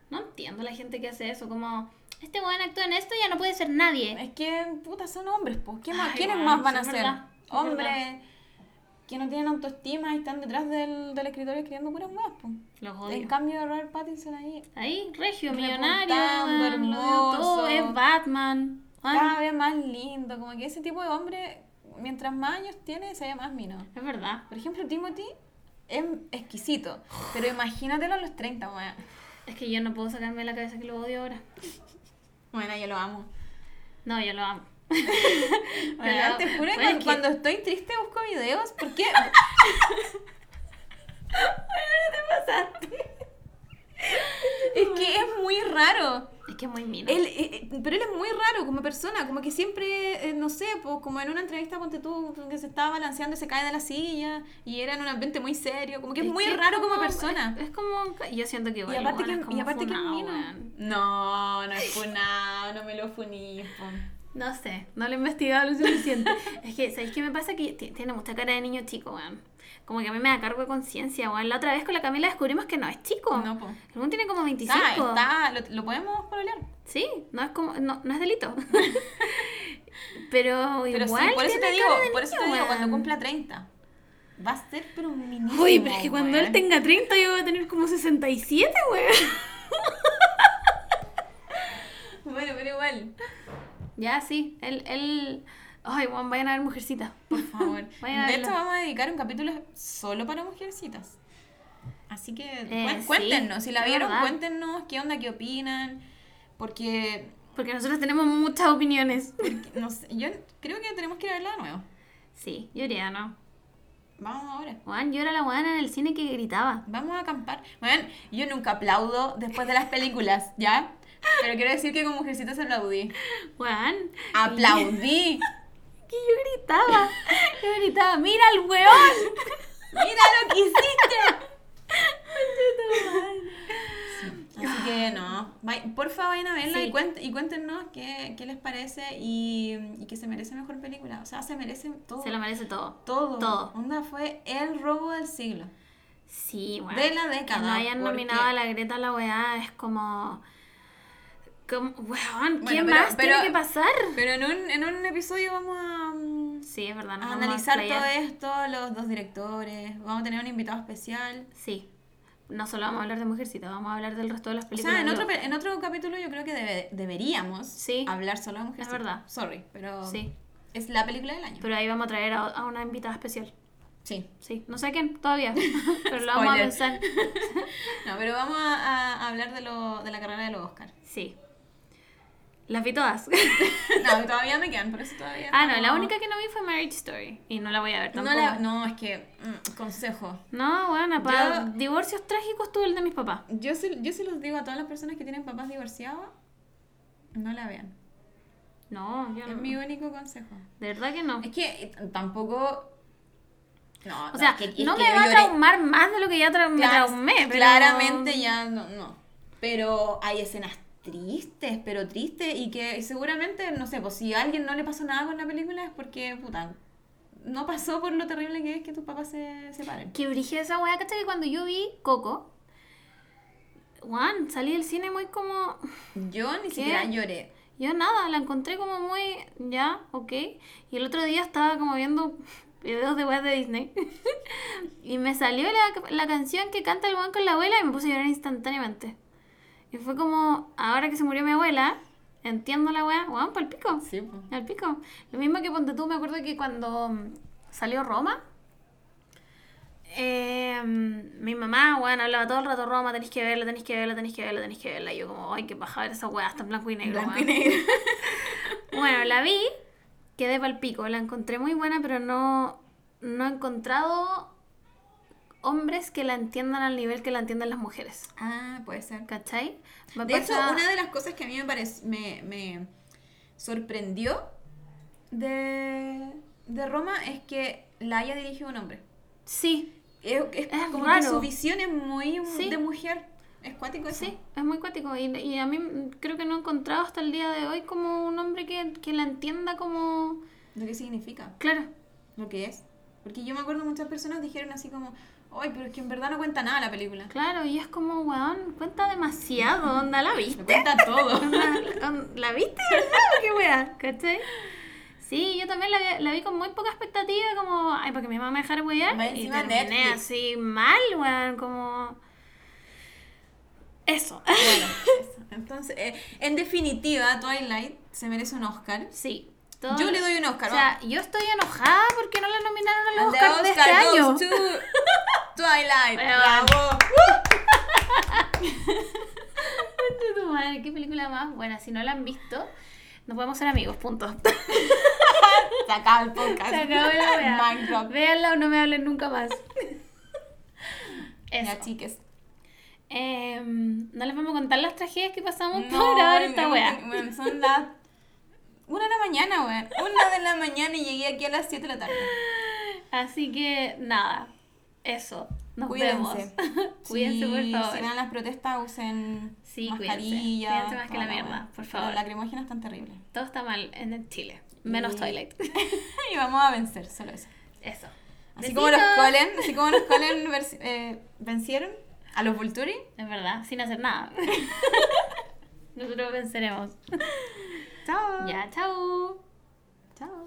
Speaker 1: No entiendo la gente que hace eso. Como, este weón actúa en esto y ya no puede ser nadie.
Speaker 2: Es que, puta, son hombres, pues. ¿Qué más-
Speaker 1: Ay,
Speaker 2: ¿Quiénes
Speaker 1: weón,
Speaker 2: más van
Speaker 1: sí,
Speaker 2: a
Speaker 1: es
Speaker 2: ser?
Speaker 1: verdad, es
Speaker 2: Hombres que no tienen autoestima y están detrás del, del escritorio escribiendo puras weas, pues.
Speaker 1: Los
Speaker 2: En
Speaker 1: odio.
Speaker 2: cambio, Robert Pattinson ahí
Speaker 1: Ahí, regio, millonario.
Speaker 2: Repuntando,
Speaker 1: weón, lo dio todo.
Speaker 2: hermoso.
Speaker 1: Es Batman. Ay,
Speaker 2: cada vez más lindo. Como que ese tipo de hombre, mientras más años tiene, se ve más mino.
Speaker 1: Es verdad.
Speaker 2: Por ejemplo, Timothy es exquisito. Pero imagínatelo a los 30, weón.
Speaker 1: Es que yo no puedo sacarme de la cabeza que lo odio ahora.
Speaker 2: Bueno, yo lo amo.
Speaker 1: No, yo lo amo.
Speaker 2: Bueno,
Speaker 1: Pero-
Speaker 2: te juro que
Speaker 1: bueno, es
Speaker 2: cuando,
Speaker 1: que-
Speaker 2: cuando estoy triste busco videos. ¿Por qué? te pasaste. es que es muy raro.
Speaker 1: Es que muy mina.
Speaker 2: Él, eh, eh, pero él es muy raro como persona, como que siempre, eh, no sé, pues como en una entrevista ponte tú, que se estaba balanceando y se cae de la silla, y era en un ambiente muy serio, como que es, muy
Speaker 1: que
Speaker 2: raro como, persona.
Speaker 1: Es, es como. Yo siento que
Speaker 2: y
Speaker 1: igual.
Speaker 2: aparte
Speaker 1: igual
Speaker 2: que,
Speaker 1: es como
Speaker 2: y aparte que es
Speaker 1: funado,
Speaker 2: mina.
Speaker 1: weón.
Speaker 2: No, no es funado, no me lo funís. po.
Speaker 1: No sé, no lo he investigado lo suficiente. es que, ¿sabéis qué me pasa? Que ti- tiene mucha cara de niño chico, weón. Como que a mí me da cargo de conciencia, weón. La otra vez con la Camila descubrimos que no es chico.
Speaker 2: No, po.
Speaker 1: El weón tiene como 25.
Speaker 2: Está, está, lo, lo podemos pololear.
Speaker 1: Sí, no es como, no, no es delito. pero igual
Speaker 2: Pero sí, por eso te
Speaker 1: tiene
Speaker 2: digo,
Speaker 1: cara de
Speaker 2: por eso te
Speaker 1: niño,
Speaker 2: digo, cuando
Speaker 1: weón.
Speaker 2: cumpla 30. Va a ser pero un mini.
Speaker 1: Uy, pero es que cuando él tenga 30 yo voy a tener como 67, weón.
Speaker 2: Bueno, pero igual.
Speaker 1: Ya, sí, él, él... Ay, weón, vayan a ver Mujercita.
Speaker 2: Por favor.
Speaker 1: Vayan a
Speaker 2: de
Speaker 1: verlo.
Speaker 2: hecho, vamos a dedicar un capítulo solo para mujercitas. Así que cuen-
Speaker 1: Eh, sí,
Speaker 2: cuéntenos, si la
Speaker 1: es
Speaker 2: vieron,
Speaker 1: verdad.
Speaker 2: cuéntenos qué onda, qué opinan. Porque,
Speaker 1: Porque nosotros tenemos muchas opiniones.
Speaker 2: porque, no sé, yo creo que tenemos que ir a verla de nuevo.
Speaker 1: Sí, yo diría no.
Speaker 2: Vamos ahora.
Speaker 1: Juan, yo era la weona en el cine que gritaba.
Speaker 2: Vamos a acampar. Bueno, yo nunca aplaudo después de las películas, ¿ya? Pero quiero decir que con mujercitas aplaudí.
Speaker 1: Juan,
Speaker 2: ¡Aplaudí!
Speaker 1: que yo gritaba. Yo gritaba, mira el weón.
Speaker 2: ¡Mira lo que hiciste! Sí, Así que no, vai- porfa vayan a verla
Speaker 1: Ah. Sí.
Speaker 2: y, cuen- y cuéntenos qué, qué les parece y, y que se merece mejor película. O sea, se merece todo.
Speaker 1: Se lo merece todo.
Speaker 2: todo.
Speaker 1: todo.
Speaker 2: Onda fue el robo del siglo.
Speaker 1: Sí, weón.
Speaker 2: De la década,
Speaker 1: Que no hayan
Speaker 2: porque-
Speaker 1: nominado a la Greta a la weá es como... como weón, ¿qué
Speaker 2: Bueno, pero-
Speaker 1: más
Speaker 2: pero-
Speaker 1: tiene que pasar?
Speaker 2: Pero en un, en un episodio vamos a, mm,
Speaker 1: Sí, es verdad. nos
Speaker 2: a
Speaker 1: vamos a
Speaker 2: analizar todo
Speaker 1: explayar.
Speaker 2: esto, los dos directores, vamos a tener un invitado especial.
Speaker 1: Sí. No solo vamos a hablar de Mujercita, vamos a hablar del resto de las
Speaker 2: O
Speaker 1: películas.
Speaker 2: sea, en
Speaker 1: del
Speaker 2: otro,
Speaker 1: Oscar.
Speaker 2: pe- en otro capítulo yo creo que debe- deberíamos
Speaker 1: Sí.
Speaker 2: hablar solo de mujeres.
Speaker 1: Es verdad.
Speaker 2: Sorry, pero
Speaker 1: Sí.
Speaker 2: es la película del año.
Speaker 1: Pero ahí vamos a traer a, a una invitada especial.
Speaker 2: Sí.
Speaker 1: Sí, no sé quién todavía, pero lo vamos a
Speaker 2: Spoiler.
Speaker 1: pensar.
Speaker 2: No, pero vamos a, a- a hablar de, lo, de la carrera de los Oscars.
Speaker 1: Sí. Las vi todas.
Speaker 2: No, todavía me quedan, por eso todavía.
Speaker 1: ah, no, la
Speaker 2: estamos-
Speaker 1: única que no vi fue Marriage Story. Y no la voy a ver
Speaker 2: No,
Speaker 1: tampoco.
Speaker 2: la-
Speaker 1: no.
Speaker 2: no, es que. mm, consejo.
Speaker 1: bueno, para
Speaker 2: Yo-
Speaker 1: divorcios trágicos tuvo el de mis papás.
Speaker 2: Yo se, yo se los digo a todas las personas que tienen papás divorciados: no la vean.
Speaker 1: No, yo no.
Speaker 2: Es mi único consejo.
Speaker 1: De verdad que no.
Speaker 2: Es que eh, tampoco. No,
Speaker 1: O sea,
Speaker 2: es que- es
Speaker 1: no
Speaker 2: que
Speaker 1: me
Speaker 2: yo
Speaker 1: va a
Speaker 2: lloré.
Speaker 1: traumar más de lo que ya tra- me
Speaker 2: Cla-
Speaker 1: traumé. pero-
Speaker 2: Claramente ya no, no. Pero hay escenas tristes, pero tristes, y que seguramente, no sé, pues si a alguien no le pasó nada con la película es porque, puta, no pasó por lo terrible que es que tus papás se separen.
Speaker 1: Que brige esa weá, ¿cachai? Que cuando yo vi Coco, Juan, salí del cine muy como.
Speaker 2: Yo ni siquiera lloré.
Speaker 1: Yo nada, la encontré como muy. Ya, ok. Y el otro día estaba como viendo videos de weas de Disney. y me salió la, la canción que canta el weón con la abuela y me puse a llorar instantáneamente. Y fue como, ahora que se murió mi abuela, entiendo la wea, weón, pa'l pico.
Speaker 2: Sí, pues.
Speaker 1: Al pico. Lo mismo que ponte tú, me acuerdo que cuando mm, salió Roma, eh, mm, mi mamá, bueno, hablaba todo el rato Roma, tenéis que verla, tenéis que verla, tenéis que verla, tenéis que verla. Y yo como, ay, qué paja ver esa weá, está en blanco y negro.
Speaker 2: ah.
Speaker 1: weón". Bueno, la vi, quedé pa'l pico, la encontré muy buena, pero no, no he encontrado hombres que la entiendan al nivel que la entienden las mujeres.
Speaker 2: Ah, puede ser.
Speaker 1: ¿Cachai? Me
Speaker 2: De hecho,
Speaker 1: pasa-
Speaker 2: una de las cosas que a mí me, parec- me, me sorprendió de, de Roma es que la haya dirigido un hombre.
Speaker 1: Sí,
Speaker 2: Es, es
Speaker 1: Es
Speaker 2: como que
Speaker 1: raro.
Speaker 2: su visión es muy
Speaker 1: Sí.
Speaker 2: de mujer. Es cuático eso.
Speaker 1: Sí, es muy cuático. Y, y a mí mm, creo que no he encontrado hasta el día de hoy como un hombre que, que la entienda como.
Speaker 2: Lo que significa,
Speaker 1: Claro.
Speaker 2: lo que es. Porque yo me acuerdo muchas personas dijeron así como, ay, pero es que en verdad no cuenta nada la película.
Speaker 1: Claro, y es como, weón, cuenta demasiado, onda, ¿la
Speaker 2: Lo
Speaker 1: viste?
Speaker 2: cuenta todo.
Speaker 1: Onda, on- ¿La viste? ¿Verdad? ¿Qué weá? ¿Cachai? Sí, yo también la, vi- la vi con muy poca expectativa, como, ay, porque mi mamá me dejara wear.
Speaker 2: Más
Speaker 1: Y
Speaker 2: encima
Speaker 1: terminé
Speaker 2: Netflix.
Speaker 1: así mal, weón, como. Eso.
Speaker 2: bueno, eso. Entonces, eh, en definitiva, Twilight se merece un Oscar.
Speaker 1: Sí. todo-
Speaker 2: Yo le doy un Oscar.
Speaker 1: O sea, yo estoy enojada porque no la nominaron a los
Speaker 2: vamos. And
Speaker 1: Oscar de
Speaker 2: the
Speaker 1: este
Speaker 2: Oscar
Speaker 1: año.
Speaker 2: goes to Twilight.
Speaker 1: Bueno.
Speaker 2: Bravo.
Speaker 1: Concha tu madre, qué película más buena. Si no la han visto, no podemos ser amigos, punto.
Speaker 2: Se acaba el podcast.
Speaker 1: Se acabó la weá.
Speaker 2: Mic drop.
Speaker 1: Véanla o no me hablen nunca más. Eso.
Speaker 2: Ya, chiques.
Speaker 1: Em, No les vamos a contar las tragedias que pasamos
Speaker 2: No,
Speaker 1: por grabar esta
Speaker 2: weón,
Speaker 1: weá.
Speaker 2: que- weón, son las. Una de la mañana, weón. Una de la mañana y llegué aquí a las 7 de la tarde.
Speaker 1: Así que nada, eso. Nos
Speaker 2: Cuídense.
Speaker 1: vemos. cuídense,
Speaker 2: Sí,
Speaker 1: por
Speaker 2: Si
Speaker 1: favor.
Speaker 2: van a las protestas, usen
Speaker 1: Sí, cuídense.
Speaker 2: mascarilla.
Speaker 1: Cuídense más que
Speaker 2: toda
Speaker 1: la mierda,
Speaker 2: weá.
Speaker 1: por favor.
Speaker 2: Los lacrimógenos están terribles.
Speaker 1: Todo está mal en el Chile. Menos
Speaker 2: Y-
Speaker 1: Twilight.
Speaker 2: y vamos a vencer, solo eso.
Speaker 1: Eso.
Speaker 2: Así
Speaker 1: Besitos.
Speaker 2: como los Colen, así como los Colen vers- eh, vencieron a los Vulturi,
Speaker 1: Es verdad, sin hacer nada. Nosotros venceremos.
Speaker 2: Chao.
Speaker 1: Ya, chao.
Speaker 2: Chao.